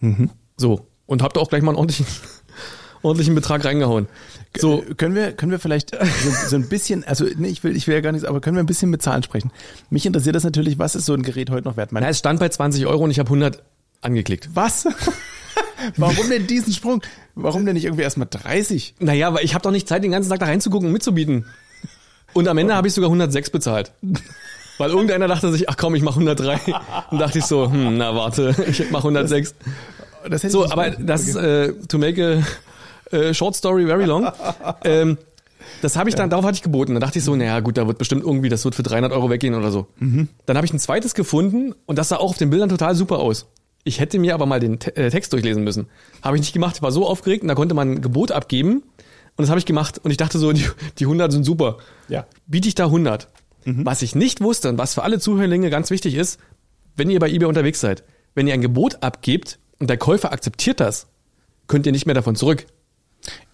S2: Mhm.
S1: So. Und hab da auch gleich mal einen ordentlichen, ordentlichen Betrag reingehauen. So,
S2: Äh, können wir, können wir vielleicht so, so ein bisschen, also nee, ich will, ich will ja gar nichts, aber können wir ein bisschen mit Zahlen sprechen? Mich interessiert das natürlich, was ist so ein Gerät heute noch wert? Mein,
S1: na, es stand bei 20 Euro und ich habe 100 angeklickt.
S2: was? Warum denn diesen Sprung? Warum denn nicht irgendwie erstmal 30?
S1: Naja, weil ich habe doch nicht Zeit, den ganzen Tag da reinzugucken und mitzubieten. Und am Ende habe ich sogar 106 bezahlt. Weil irgendeiner dachte sich, ach komm, ich mache 103. Und dachte ich so, hm, na warte, ich mache 106.
S2: Das hätte ich
S1: So,
S2: nicht
S1: aber
S2: gedacht.
S1: das, äh, to make a äh, short story very long, ähm, das habe ich dann, darauf hatte ich geboten. Dann dachte ich so, naja gut, da wird bestimmt irgendwie, das wird für 300 Euro weggehen oder so. Dann habe ich ein zweites gefunden und das sah auch auf den Bildern total super aus. Ich hätte mir aber mal den Te äh, Text durchlesen müssen. Habe ich nicht gemacht, war so aufgeregt und da konnte man ein Gebot abgeben. Und das habe ich gemacht und ich dachte so, die, die 100 sind super.
S2: Ja.
S1: Biete ich da 100. Was ich nicht wusste und was für alle Zuhörlinge ganz wichtig ist, wenn ihr bei eBay unterwegs seid, wenn ihr ein Gebot abgebt und der Käufer akzeptiert das, könnt ihr nicht mehr davon zurück.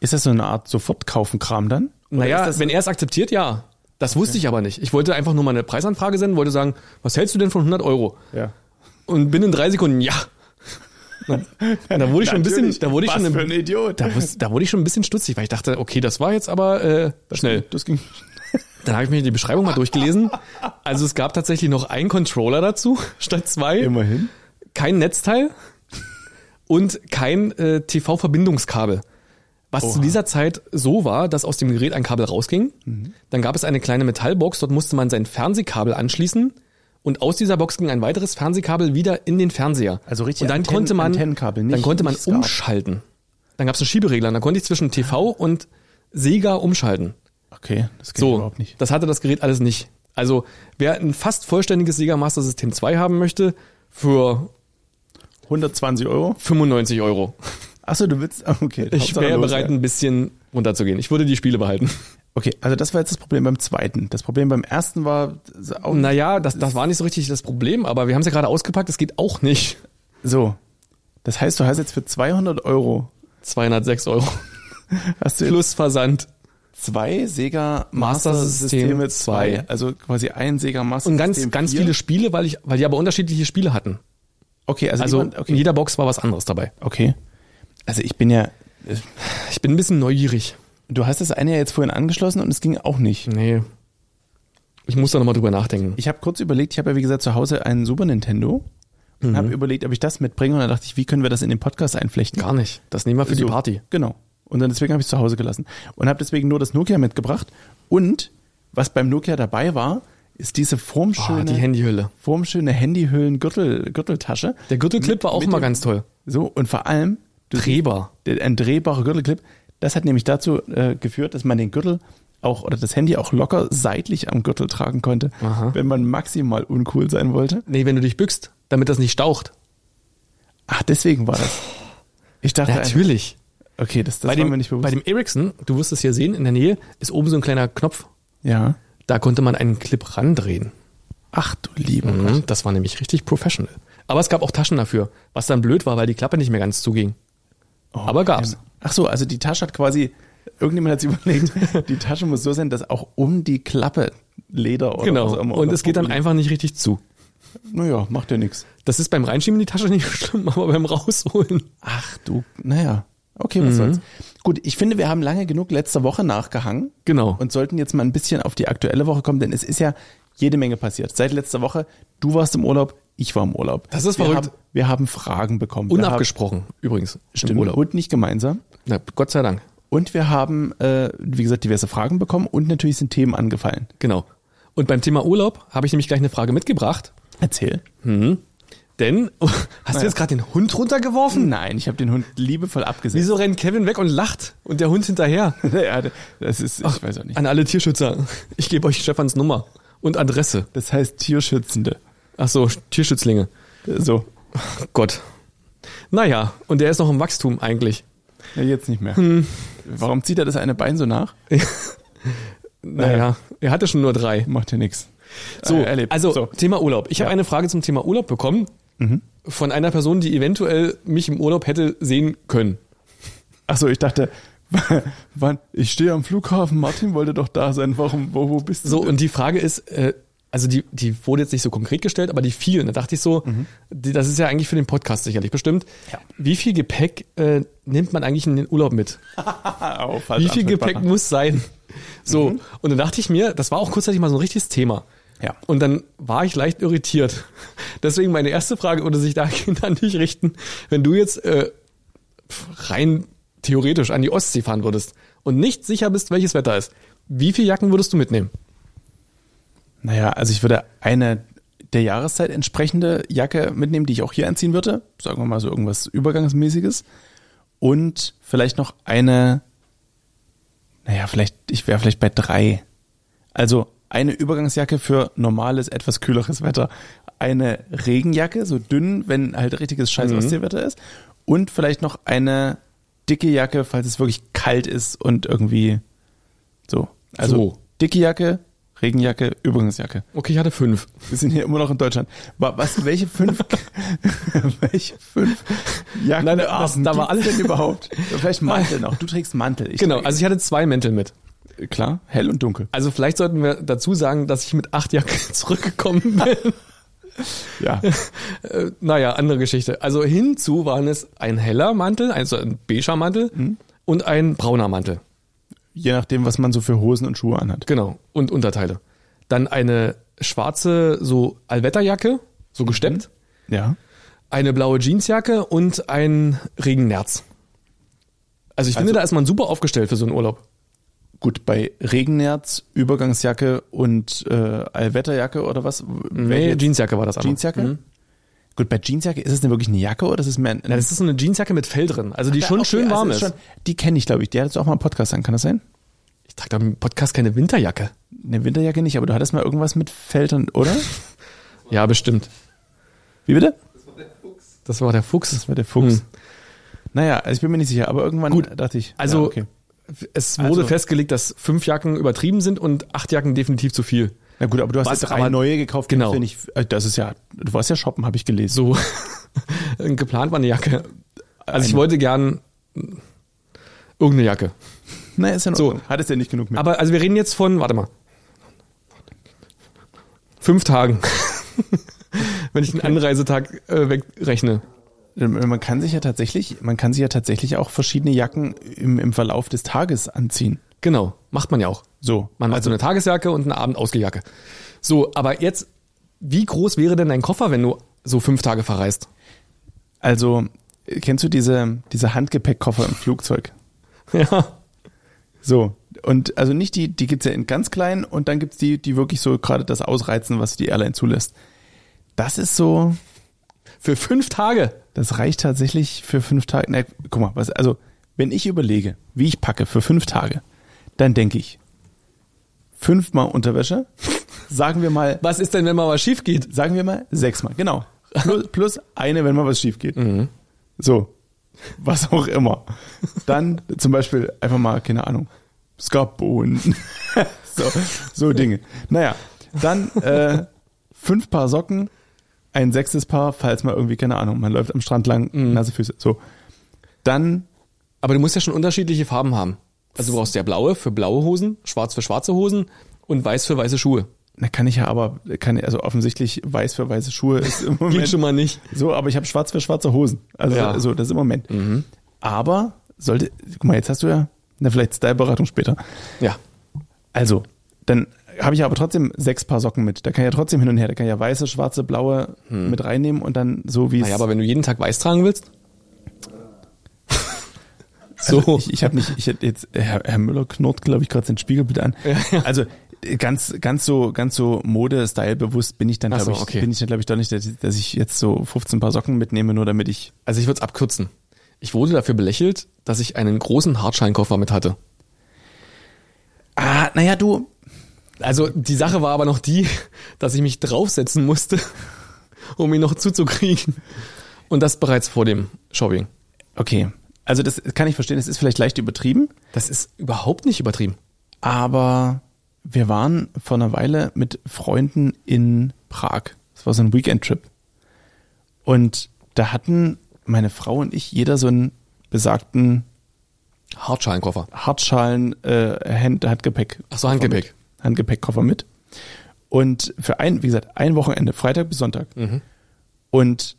S2: Ist das so eine Art Sofortkaufen-Kram dann? Oder
S1: naja,
S2: ist das,
S1: wenn er es akzeptiert, ja. Das wusste ich aber nicht. Ich wollte einfach nur mal eine Preisanfrage senden, wollte sagen, was hältst du denn von 100 Euro?
S2: ja.
S1: Und bin in drei Sekunden, ja. Und da wurde ich schon ein bisschen,
S2: Natürlich.
S1: da wurde ich
S2: was
S1: schon,
S2: für
S1: ein,
S2: ein Idiot.
S1: da, wus- da wurde ich schon ein bisschen stutzig, weil ich dachte, okay, das war jetzt aber äh, schnell.
S2: Das ging.
S1: Dann habe ich mir die Beschreibung mal durchgelesen. Also es gab tatsächlich noch einen Controller dazu statt zwei.
S2: Immerhin.
S1: kein Netzteil und kein äh, TV-Verbindungskabel. Was zu dieser Zeit so war, dass aus dem Gerät ein Kabel rausging.
S2: Mhm.
S1: Dann gab es eine kleine Metallbox, dort musste man sein Fernsehkabel anschließen. Und aus dieser Box ging ein weiteres Fernsehkabel wieder in den Fernseher.
S2: Also richtig
S1: und dann
S2: Antennen-
S1: konnte man,
S2: Antennenkabel, nicht-
S1: dann konnte man
S2: nicht Skat.
S1: umschalten. Dann gab es einen Schieberegler, und dann konnte ich zwischen TV
S2: Ah.
S1: und Sega umschalten.
S2: Okay, das geht
S1: So,
S2: überhaupt nicht.
S1: das hatte das Gerät alles nicht. Also, wer ein fast vollständiges Sega Master System 2 haben möchte, für
S2: 120 Euro?
S1: 95 Euro.
S2: Achso, du willst. ah, Okay.
S1: Ich
S2: Hauptsache
S1: wäre
S2: los,
S1: bereit,
S2: ja.
S1: ein bisschen runterzugehen. Ich würde die Spiele behalten.
S2: Okay, also das war jetzt das Problem beim zweiten. Das Problem beim ersten war äh, auch
S1: Naja, das, das war nicht so richtig das Problem, aber wir haben es ja gerade ausgepackt, es geht auch nicht.
S2: so. Das heißt, du hast jetzt für 200 Euro
S1: 206 Euro
S2: hast du jetzt
S1: plus Versand.
S2: zwei Sega
S1: Master
S2: Master Systeme
S1: System
S2: 2.
S1: zwei.
S2: Also quasi ein Sega Master
S1: Und ganz,
S2: System
S1: ganz
S2: 4.
S1: viele Spiele, weil, ich, weil die aber unterschiedliche Spiele hatten.
S2: Okay, also,
S1: Also
S2: die waren-
S1: in
S2: okay.
S1: jeder Box war was anderes dabei.
S2: okay. Also ich bin ja. äh,
S1: Ich bin ein bisschen neugierig.
S2: Du hast das eine ja jetzt vorhin angeschlossen und es ging auch nicht.
S1: Nee. Ich muss da nochmal drüber nachdenken.
S2: Ich habe kurz überlegt, ich habe ja wie gesagt zu Hause einen Super Nintendo und habe
S1: Mhm.
S2: überlegt, ob ich das mitbringe und dann dachte ich, wie können wir das in den Podcast einflechten?
S1: Gar nicht. Das nehmen wir für die
S2: So,
S1: Party.
S2: Genau. Und dann deswegen habe ich es zu Hause gelassen und habe deswegen nur das Nokia mitgebracht und was beim Nokia dabei war, ist diese formschöne
S1: Ah, die Handyhülle.
S2: formschöne Handyhüllen Gürtel Gürteltasche.
S1: Der Gürtelclip
S2: Mit-
S1: war auch
S2: mit
S1: immer
S2: dem-
S1: ganz toll.
S2: so und vor allem du
S1: Drehbar.
S2: siehst, der, ein drehbarer Gürtelclip, das hat nämlich dazu äh, geführt, dass man den Gürtel auch oder das Handy auch locker seitlich am Gürtel tragen konnte,
S1: Aha.
S2: wenn man maximal uncool sein wollte.
S1: Nee, wenn du dich bückst, damit das nicht staucht.
S2: Ach, Ah, deswegen war das. Ich dachte,
S1: Natürlich.
S2: okay, das, das
S1: bei
S2: war
S1: dem,
S2: mir nicht bewusst.
S1: bei dem Ericsson, du wirst es hier sehen, in der Nähe ist oben so ein kleiner Knopf.
S2: ja.
S1: Da konnte man einen Clip randrehen.
S2: Ach du lieber Gott.
S1: Mhm. Das war nämlich richtig professional. Aber es gab auch Taschen dafür, was dann blöd war, weil die Klappe nicht mehr ganz zuging. Aber gab's.
S2: Oh, Ach so, also die Tasche hat quasi, irgendjemand hat sich überlegt, die Tasche muss so sein, dass auch um die Klappe Leder oder was
S1: Genau.
S2: auch immer.
S1: Und
S2: oder
S1: es geht dann
S2: Puppe
S1: einfach nicht richtig zu.
S2: liegt. Naja, macht ja nichts.
S1: Das ist beim Reinschieben in die Tasche nicht schlimm, aber beim Rausholen.
S2: Ach du, naja. Okay, was soll's. Gut, ich finde, wir haben lange genug letzte Woche nachgehangen.
S1: Genau.
S2: Und sollten jetzt mal ein bisschen auf die aktuelle Woche kommen, denn es ist ja jede Menge passiert. Seit letzter Woche, du warst im Urlaub, ich war im Urlaub.
S1: Das ist
S2: wir
S1: verrückt.
S2: Haben, wir haben Fragen bekommen. Wir haben-
S1: Unabgesprochen, übrigens.
S2: Stimmt, und nicht gemeinsam.
S1: Na, Gott sei Dank.
S2: Und wir haben, äh, wie gesagt, diverse Fragen bekommen und natürlich sind Themen angefallen.
S1: Genau. Und beim Thema Urlaub habe ich nämlich gleich eine Frage mitgebracht.
S2: Erzähl.
S1: Denn, hast du jetzt gerade den Hund runtergeworfen?
S2: Nein, ich habe den Hund liebevoll abgesetzt.
S1: Wieso rennt Kevin weg und lacht und der Hund hinterher?
S2: Er hatte- Das ist, ich weiß auch nicht.
S1: An alle Tierschützer, ich gebe euch Stefans Nummer und Adresse.
S2: Das heißt Tierschützende.
S1: Ach so, Tierschützlinge.
S2: So,
S1: Gott. Naja, und der ist noch im Wachstum eigentlich.
S2: ja, jetzt nicht mehr.
S1: Hm.
S2: Warum zieht er das eine Bein so nach?
S1: Naja, er hatte schon nur drei.
S2: Macht ja nichts.
S1: So,
S2: Äh, erlebt.
S1: also
S2: So. Mhm.
S1: Thema Urlaub. Ich habe eine Frage zum Thema Urlaub bekommen von einer Person, die eventuell mich im Urlaub hätte sehen können.
S2: Achso, ich dachte, wann, ich stehe am Flughafen, Martin wollte doch da sein, warum, wo, wo bist du?
S1: So,
S2: denn?
S1: und die Frage ist, äh, also die, die wurde jetzt nicht so konkret gestellt, aber die vielen, da dachte ich so, die, das ist ja eigentlich für den Podcast sicherlich bestimmt.
S2: Mhm. Ja.
S1: Wie viel Gepäck äh, nimmt man eigentlich in den Urlaub mit?
S2: Oh,
S1: Wie viel Gepäck muss sein? So, und dann dachte ich mir, das war auch kurzzeitig mal so ein richtiges Thema.
S2: Ja.
S1: Und dann war ich leicht irritiert. Deswegen meine erste Frage würde sich dahingehend an dich richten, wenn du jetzt äh, pf, rein theoretisch an die Ostsee fahren würdest und nicht sicher bist, welches Wetter ist, wie viele Jacken würdest du mitnehmen?
S2: Naja, also ich würde eine der Jahreszeit entsprechende Jacke mitnehmen, die ich auch hier anziehen würde. Sagen wir mal so irgendwas Übergangsmäßiges. Und vielleicht noch eine, naja, vielleicht, ich wäre vielleicht bei drei. Also eine Übergangsjacke für normales, etwas kühleres Wetter. Eine Regenjacke, so dünn, wenn halt richtiges scheiß Ostseewetter ist. Und vielleicht noch eine dicke Jacke, falls es wirklich kalt ist und irgendwie so. Also
S1: So.
S2: dicke Jacke, Regenjacke, Übergangsjacke.
S1: Okay, ich hatte fünf.
S2: Wir sind hier immer noch in Deutschland. Wa- Was, welche fünf, welche fünf Jacken
S1: Nein, das- da war
S2: gibt's
S1: alles-
S2: denn überhaupt? Vielleicht Mantel noch. Du trägst Mantel. Ich
S1: Genau, also ich hatte zwei Mäntel mit.
S2: trage- klar, hell und dunkel.
S1: Also vielleicht sollten wir dazu sagen, dass ich mit acht Jacken zurückgekommen bin.
S2: Ja,
S1: Äh, naja, andere Geschichte. Also hinzu waren es ein heller Mantel, also ein beiger Mantel
S2: Mhm.
S1: und ein brauner Mantel.
S2: je nachdem, was man so für Hosen und Schuhe anhat.
S1: Genau. Und Unterteile. Dann eine schwarze, so Allwetterjacke, so gesteppt.
S2: Mhm. Ja.
S1: Eine blaue Jeansjacke und ein Regennerz. Also ich finde,
S2: Also-
S1: da ist man super aufgestellt für so einen Urlaub.
S2: Gut, bei Regennerz, Übergangsjacke und äh, Allwetterjacke oder was?
S1: Nee,
S2: Welche-
S1: Jeansjacke war das Mhm. andere.
S2: Jeansjacke? Gut, bei Jeansjacke ist es denn wirklich eine Jacke oder ist es mehr ein,
S1: Ja, das ist so eine Jeansjacke mit Fell drin, also die schon
S2: Okay,
S1: schön
S2: also
S1: warm
S2: es
S1: ist.
S2: schon- die kenne ich, glaube ich. Die hat jetzt auch mal einen Podcast an, kann das sein?
S1: Ich trage da im Podcast keine Winterjacke.
S2: Eine Winterjacke nicht, aber du hattest mal irgendwas mit Feltern, oder?
S1: Ja, bestimmt.
S2: Wie bitte?
S1: Das war der Fuchs.
S2: Das war der Fuchs.
S1: Hm.
S2: Naja, also ich bin mir nicht sicher, aber irgendwann
S1: Gut,
S2: dachte ich.
S1: Also
S2: ja, okay.
S1: es wurde
S2: Also-
S1: festgelegt, dass fünf Jacken übertrieben sind und acht Jacken definitiv zu viel.
S2: Na gut, aber du hast
S1: was
S2: jetzt drei
S1: aber-
S2: neue gekauft.
S1: Genau.
S2: die ich nicht, äh, das ist ja, du warst ja shoppen, habe ich gelesen.
S1: So geplant war eine Jacke. Also ich
S2: Eine.
S1: wollte gern irgendeine Jacke.
S2: Na, ist ja in
S1: So.
S2: Ordnung. Hattest ja nicht genug mit.
S1: Aber also wir reden jetzt von, warte mal, fünf Tagen. Wenn ich den Anreisetag äh, wegrechne.
S2: Äh, man kann sich ja tatsächlich, man kann sich ja tatsächlich auch verschiedene Jacken im, im Verlauf des Tages anziehen.
S1: Genau, macht man ja auch.
S2: So.
S1: Man macht so eine Tagesjacke und eine Abendausgejacke. So, aber jetzt, wie groß wäre denn dein Koffer, wenn du so fünf Tage verreist?
S2: Also, äh, kennst du diese, diese Handgepäckkoffer im Flugzeug?
S1: Ja.
S2: So. Und also nicht die, die gibt's ja in ganz klein und dann gibt's die, die wirklich so gerade das ausreizen, was die Airline zulässt. Das ist so,
S1: Für fünf Tage.
S2: Das reicht tatsächlich für fünf Tage. Na, guck mal, was, also, wenn ich überlege, wie ich packe für fünf Tage, dann denke ich, fünfmal Unterwäsche, sagen wir mal,
S1: Was ist denn, wenn mal was schief geht?
S2: sagen wir mal sechsmal, genau. Plus, plus eine, wenn mal was schief geht. So. Was auch immer. Dann zum Beispiel einfach mal, keine Ahnung, Skapbohnen. so, so Dinge. Naja, dann äh, fünf Paar Socken, ein sechstes Paar, falls mal irgendwie, keine Ahnung, man läuft am Strand lang, nasse Füße. So. Dann
S1: Aber du musst ja schon unterschiedliche Farben haben. Also du brauchst ja blaue für blaue Hosen, schwarz für schwarze Hosen und weiß für weiße Schuhe.
S2: Na, kann ich ja aber, kann, also offensichtlich weiß für weiße Schuhe ist im Moment.
S1: schon mal nicht.
S2: So, aber ich habe schwarz für schwarze Hosen. Also
S1: Ja. Mhm.
S2: so, das ist im Moment. Aber sollte, guck mal, jetzt hast du ja, na vielleicht Styleberatung später.
S1: Ja.
S2: Also, dann habe ich ja aber trotzdem sechs Paar Socken mit. Da kann ich ja trotzdem hin und her. Da kann ich ja weiße, schwarze, blaue mit reinnehmen und dann so wie es.
S1: Naja, Hm. aber wenn du jeden Tag weiß tragen willst. so.
S2: Also ich ich habe nicht, ich hätte jetzt, äh, Herr, Herr Müller knurrt, glaube ich, gerade sein Spiegelbild an. Also äh, ganz, ganz so, ganz so Mode-Style bewusst bin ich dann,
S1: Ach
S2: glaube
S1: so,
S2: ich,
S1: okay.
S2: bin ich dann, glaube ich, doch nicht, dass, dass ich jetzt so 15 Paar Socken mitnehme, nur damit ich.
S1: also ich würde es abkürzen. Ich wurde dafür belächelt, dass ich einen großen Hartscheinkoffer mit hatte.
S2: Ah, naja, du.
S1: Also die Sache war aber noch die, dass ich mich draufsetzen musste, um ihn noch zuzukriegen. Und das bereits vor dem Shopping.
S2: Okay. Also das kann ich verstehen, es ist vielleicht leicht übertrieben,
S1: Das ist überhaupt nicht übertrieben.
S2: aber wir waren vor einer Weile mit Freunden in Prag. Es war so ein Weekend-Trip. Und da hatten meine Frau und ich jeder so einen besagten
S1: Hartschalenkoffer.
S2: Hartschalen, äh, Hand, Handgepäck.
S1: Ach so, Handgepäck.
S2: Handgepäckkoffer mit. Und für ein, wie gesagt, ein Wochenende, Freitag bis Sonntag.
S1: Mhm.
S2: Und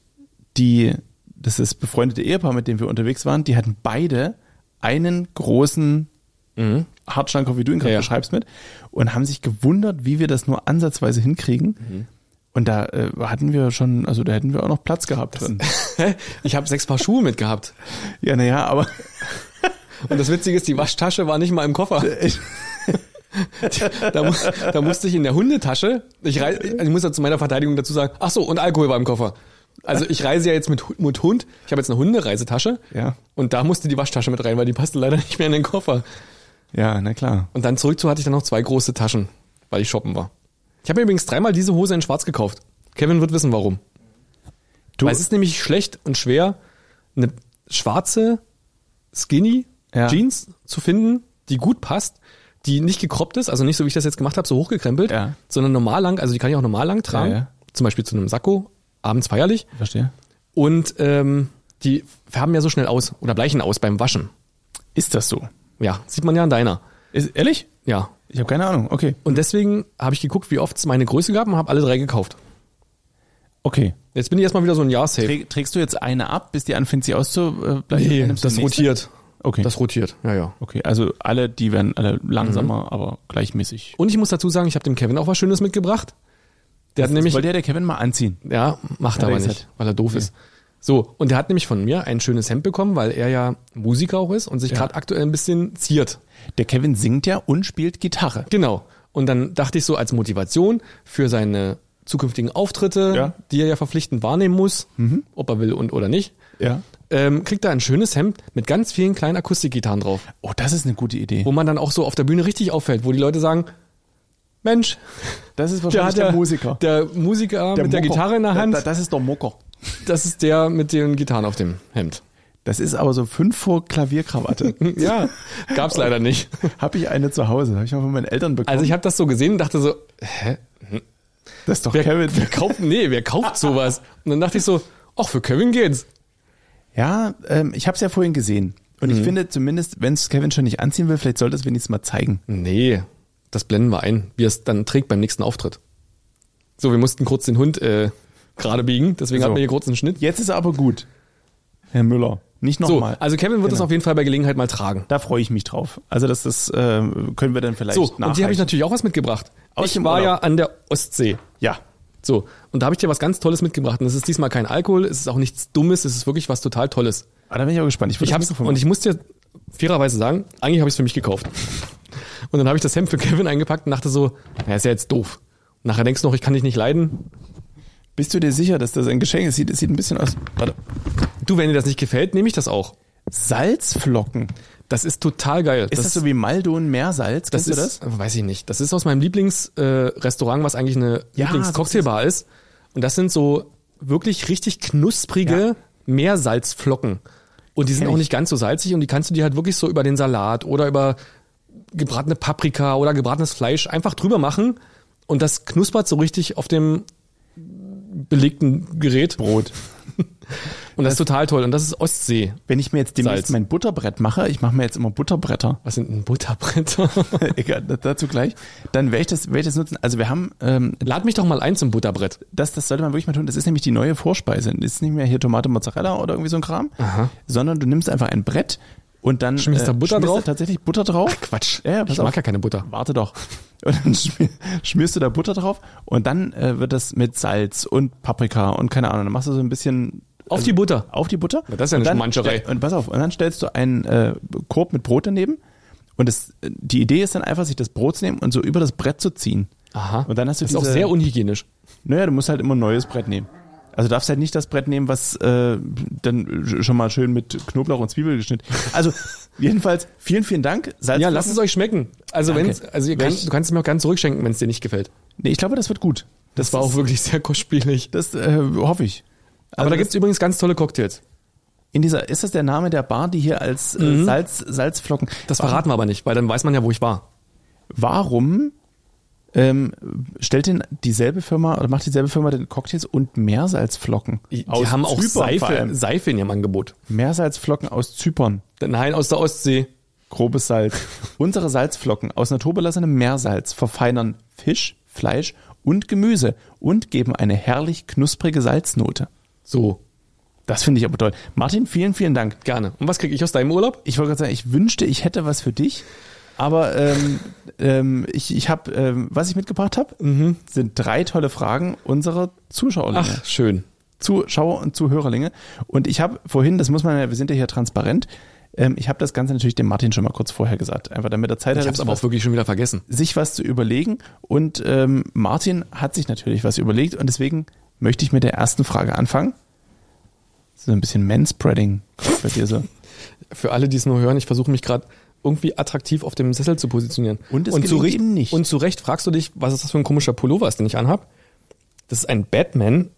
S2: die, das ist befreundete Ehepaar, mit dem wir unterwegs waren, die hatten beide einen großen Hartschlanker, wie du ihn
S1: Mhm.
S2: gerade
S1: Ja.
S2: beschreibst, mit und haben sich gewundert, wie wir das nur ansatzweise hinkriegen.
S1: Mhm.
S2: Und da äh, hatten wir schon, also da hätten wir auch noch Platz gehabt drin.
S1: Ich habe sechs Paar Schuhe mitgehabt.
S2: Ja, naja, aber
S1: Und das Witzige ist, die Waschtasche war nicht mal im Koffer. Da, mu- da musste ich in der Hundetasche, ich, rei- ich muss ja zu meiner Verteidigung dazu sagen, ach so, und Alkohol war im Koffer. Also ich reise ja jetzt mit, Hu- mit Hund, ich habe jetzt eine Hundereisetasche
S2: Ja.
S1: und da musste die Waschtasche mit rein, weil die passte leider nicht mehr in den Koffer.
S2: ja, na klar.
S1: Und dann zurück zu hatte ich dann noch zwei große Taschen, weil ich shoppen war. Ich habe mir übrigens dreimal diese Hose in schwarz gekauft. Kevin wird wissen, warum.
S2: Du,
S1: Weil es ist nämlich schlecht und schwer, eine schwarze Skinny
S2: Ja.
S1: Jeans zu finden, die gut passt, die nicht gekroppt ist, also nicht so wie ich das jetzt gemacht habe, so hochgekrempelt,
S2: Ja.
S1: sondern normal lang, also die kann ich auch normal lang tragen,
S2: Ja, ja.
S1: zum Beispiel zu einem Sakko, abends feierlich.
S2: verstehe.
S1: Und ähm, die färben ja so schnell aus oder bleichen aus beim Waschen.
S2: Ist das so?
S1: Ja, sieht man ja an deiner.
S2: Ist, ehrlich?
S1: Ja.
S2: Ich habe keine Ahnung. Okay.
S1: Und deswegen habe ich geguckt, wie oft es meine Größe gab und habe alle drei gekauft.
S2: Okay.
S1: Jetzt bin ich erstmal wieder so ein Jahr-Safe.
S2: Trä- Trägst du jetzt eine ab, bis die anfängt, sie auszubleichen?
S1: Nee,
S2: Dann nimmst du
S1: das
S2: die nächste?
S1: rotiert.
S2: Okay.
S1: Das rotiert, ja, ja.
S2: okay, also alle, die werden alle
S1: Mhm.
S2: langsamer, aber gleichmäßig.
S1: Und ich muss dazu sagen, ich habe dem Kevin auch was Schönes mitgebracht. Der hat nämlich,
S2: Wollte ja der Kevin mal anziehen.
S1: ja, macht er
S2: er
S1: aber
S2: jetzt
S1: nicht,
S2: hat-
S1: weil er doof ist. halt- So, und der hat nämlich von mir ein schönes Hemd bekommen, weil er ja Musiker auch ist und sich gerade aktuell ein bisschen ziert.
S2: Der Kevin singt ja und spielt Gitarre.
S1: Genau. Und dann dachte ich so als Motivation für seine zukünftigen Auftritte,
S2: Ja.
S1: die er ja Mhm. verpflichtend wahrnehmen muss, ob er will und oder nicht,
S2: Ja.
S1: ähm, kriegt er ein schönes Hemd mit ganz vielen kleinen Akustikgitarren drauf,
S2: Oh, das ist eine gute Idee.
S1: wo man dann auch so auf der Bühne richtig auffällt, wo die Leute sagen, Mensch,
S2: Das ist
S1: der
S2: wahrscheinlich
S1: hat
S2: der,
S1: ja,
S2: Musiker.
S1: Der Musiker mit der
S2: Mocker.
S1: Gitarre in der Hand.
S2: Da- Das ist der Mocker.
S1: Das ist der mit den Gitarren auf dem Hemd.
S2: Das ist aber so fünf vor Klavierkrawatte.
S1: Ja, gab's leider nicht.
S2: habe ich eine zu Hause. Habe ich mal von meinen Eltern bekommen.
S1: Also ich habe das so gesehen und dachte so, hä,
S2: das ist doch
S1: wer,
S2: Kevin.
S1: wer kauft, nee, wer kauft sowas? Und dann dachte ich so, ach, für Kevin geht's.
S2: Ja, ähm, ich habe es ja vorhin gesehen. Und
S1: Mhm.
S2: ich finde zumindest, wenn es Kevin schon nicht anziehen will, vielleicht sollte es wenigstens mal zeigen.
S1: Nee, das blenden wir ein, wie er es dann trägt beim nächsten Auftritt. So, wir mussten kurz den Hund äh, gerade biegen, deswegen
S2: So.
S1: hatten wir hier kurz einen Schnitt.
S2: Jetzt ist er aber gut. Herr Müller. Nicht
S1: so,
S2: nochmal.
S1: also Kevin wird es
S2: Genau.
S1: auf jeden Fall bei Gelegenheit mal tragen.
S2: da freue ich mich drauf. Also das ist, ähm, können wir dann vielleicht
S1: So, und hier habe ich
S2: nachreichen.
S1: natürlich auch was mitgebracht.
S2: Aus
S1: ich
S2: dem
S1: war ja
S2: Urlaub.
S1: an der Ostsee.
S2: Ja.
S1: So, und da habe ich dir was ganz Tolles mitgebracht. Und es ist diesmal kein Alkohol, es ist auch nichts Dummes, es ist wirklich was total Tolles.
S2: Ah, da bin ich auch gespannt. Ich, will
S1: Ich
S2: das
S1: hab's,
S2: Mikrofon
S1: und ich muss dir fairerweise sagen, eigentlich habe ich es für mich gekauft. Und dann habe ich das Hemd für Kevin eingepackt und dachte so, na ist ja jetzt doof. Und nachher denkst du noch, ich kann dich nicht leiden.
S2: machen. Bist du dir sicher, dass das ein Geschenk ist? Sieht, es sieht ein bisschen aus. Warte.
S1: Du, wenn dir das nicht gefällt, nehme ich das auch.
S2: Salzflocken.
S1: Das ist total geil.
S2: Ist das, so wie Maldon Meersalz?
S1: das
S2: Kennst du
S1: ist, äh, Weiß ich nicht. Das ist aus meinem Lieblingsrestaurant, äh, Restaurant, was eigentlich eine
S2: Ja,
S1: Lieblingscocktailbar ist. Und das sind so wirklich richtig knusprige
S2: Ja.
S1: Meersalzflocken. Und die sind
S2: Kenn
S1: auch
S2: ich.
S1: nicht ganz so salzig und die kannst du dir halt wirklich so über den Salat oder über gebratene Paprika oder gebratenes Fleisch einfach drüber machen und das knuspert so richtig auf dem belegten Gerät
S2: Brot.
S1: und das ist total toll und das ist Ostsee.
S2: Wenn ich mir jetzt demnächst
S1: Salz.
S2: mein Butterbrett mache, ich mache mir jetzt immer Butterbretter.
S1: Was sind denn Butterbretter?
S2: Egal, da- dazu gleich. Dann werde ich das, werde ich das nutzen. Also wir haben, ähm,
S1: Lad mich doch mal ein zum Butterbrett.
S2: das, das sollte man wirklich mal tun. Das ist nämlich die neue Vorspeise. Das ist nicht mehr hier Tomate, Mozzarella oder irgendwie so ein Kram, sondern du nimmst einfach ein Brett und dann
S1: Schmierst da Butter
S2: schmierst
S1: drauf?
S2: Da tatsächlich Butter drauf.
S1: Quatsch.
S2: Ja, ja,
S1: ich
S2: pass
S1: mag
S2: auf.
S1: ja keine Butter.
S2: Warte doch. Und dann schmier, schmierst du da Butter drauf und dann äh, wird das mit Salz und Paprika und keine Ahnung. Dann machst du so ein bisschen also
S1: Auf die Butter.
S2: auf die Butter.
S1: das ist ja
S2: Und
S1: eine
S2: dann-
S1: Schmancherei.
S2: Und pass auf, und dann stellst du einen äh, Korb mit Brot daneben. Und das, die Idee ist dann einfach, sich das Brot zu nehmen und so über das Brett zu ziehen.
S1: Aha.
S2: Und dann hast du
S1: das ist auch
S2: diese-
S1: sehr unhygienisch.
S2: Naja, du musst halt immer ein neues Brett nehmen. Also darfst halt nicht das Brett nehmen, was äh, dann schon mal schön mit Knoblauch und Zwiebel geschnitten. Also jedenfalls vielen, vielen Dank. Salz
S1: Ja, lasst es euch schmecken. Also
S2: Danke.
S1: wenn also ihr kann,
S2: Welch-
S1: du kannst es mir auch ganz zurückschenken, wenn es dir nicht gefällt.
S2: Nee, ich glaube, das wird gut.
S1: Das, war auch
S2: ist-
S1: wirklich sehr kostspielig.
S2: Das äh, hoffe ich. Also,
S1: Aber da gibt's übrigens ganz tolle Cocktails.
S2: in dieser ist das der Name der Bar, die hier als äh,
S1: Mhm.
S2: Salz Salzflocken.
S1: Das verraten wir aber nicht, weil dann weiß man ja, wo ich war.
S2: Warum ähm, stellt denn dieselbe Firma oder macht dieselbe Firma denn Cocktails und Meersalzflocken?
S1: Die, die
S2: Aus
S1: haben auch
S2: Zypern vor
S1: Seife,
S2: allem.
S1: Seife in ihrem Angebot.
S2: Meersalzflocken aus Zypern.
S1: Nein, aus der Ostsee.
S2: grobes Salz. Unsere Salzflocken aus naturbelassenen Meersalz verfeinern Fisch, Fleisch und Gemüse und geben eine herrlich knusprige Salznote.
S1: So,
S2: Das finde ich aber toll. Martin, vielen, vielen Dank.
S1: gerne. Und was kriege ich aus deinem Urlaub?
S2: Ich wollte gerade sagen, ich wünschte, ich hätte was für dich, aber ähm, ähm, ich, ich habe, ähm, was ich mitgebracht habe, sind drei tolle Fragen unserer Zuschauerlinge.
S1: Mhm. Ach, schön.
S2: Zuschauer und Zuhörerlinge. Und ich habe vorhin, das muss man ja, wir sind ja hier transparent, ähm, ich habe das Ganze natürlich dem Martin schon mal kurz vorher gesagt, einfach damit er Zeit
S1: Ich
S2: hat,
S1: habe es aber
S2: was,
S1: auch wirklich schon wieder vergessen.
S2: sich was zu überlegen. Und ähm, Martin hat sich natürlich was überlegt und deswegen möchte ich mit der ersten Frage anfangen. So ein bisschen Manspreading kommt bei dir so.
S1: Für alle, die es nur hören, ich versuche mich gerade irgendwie attraktiv auf dem Sessel zu positionieren.
S2: Und es
S1: zu
S2: gelingt
S1: Recht,
S2: ihm nicht.
S1: Und zu Recht fragst du dich, was ist das für ein komischer Pullover, ist, den ich anhab? Das ist ein Batman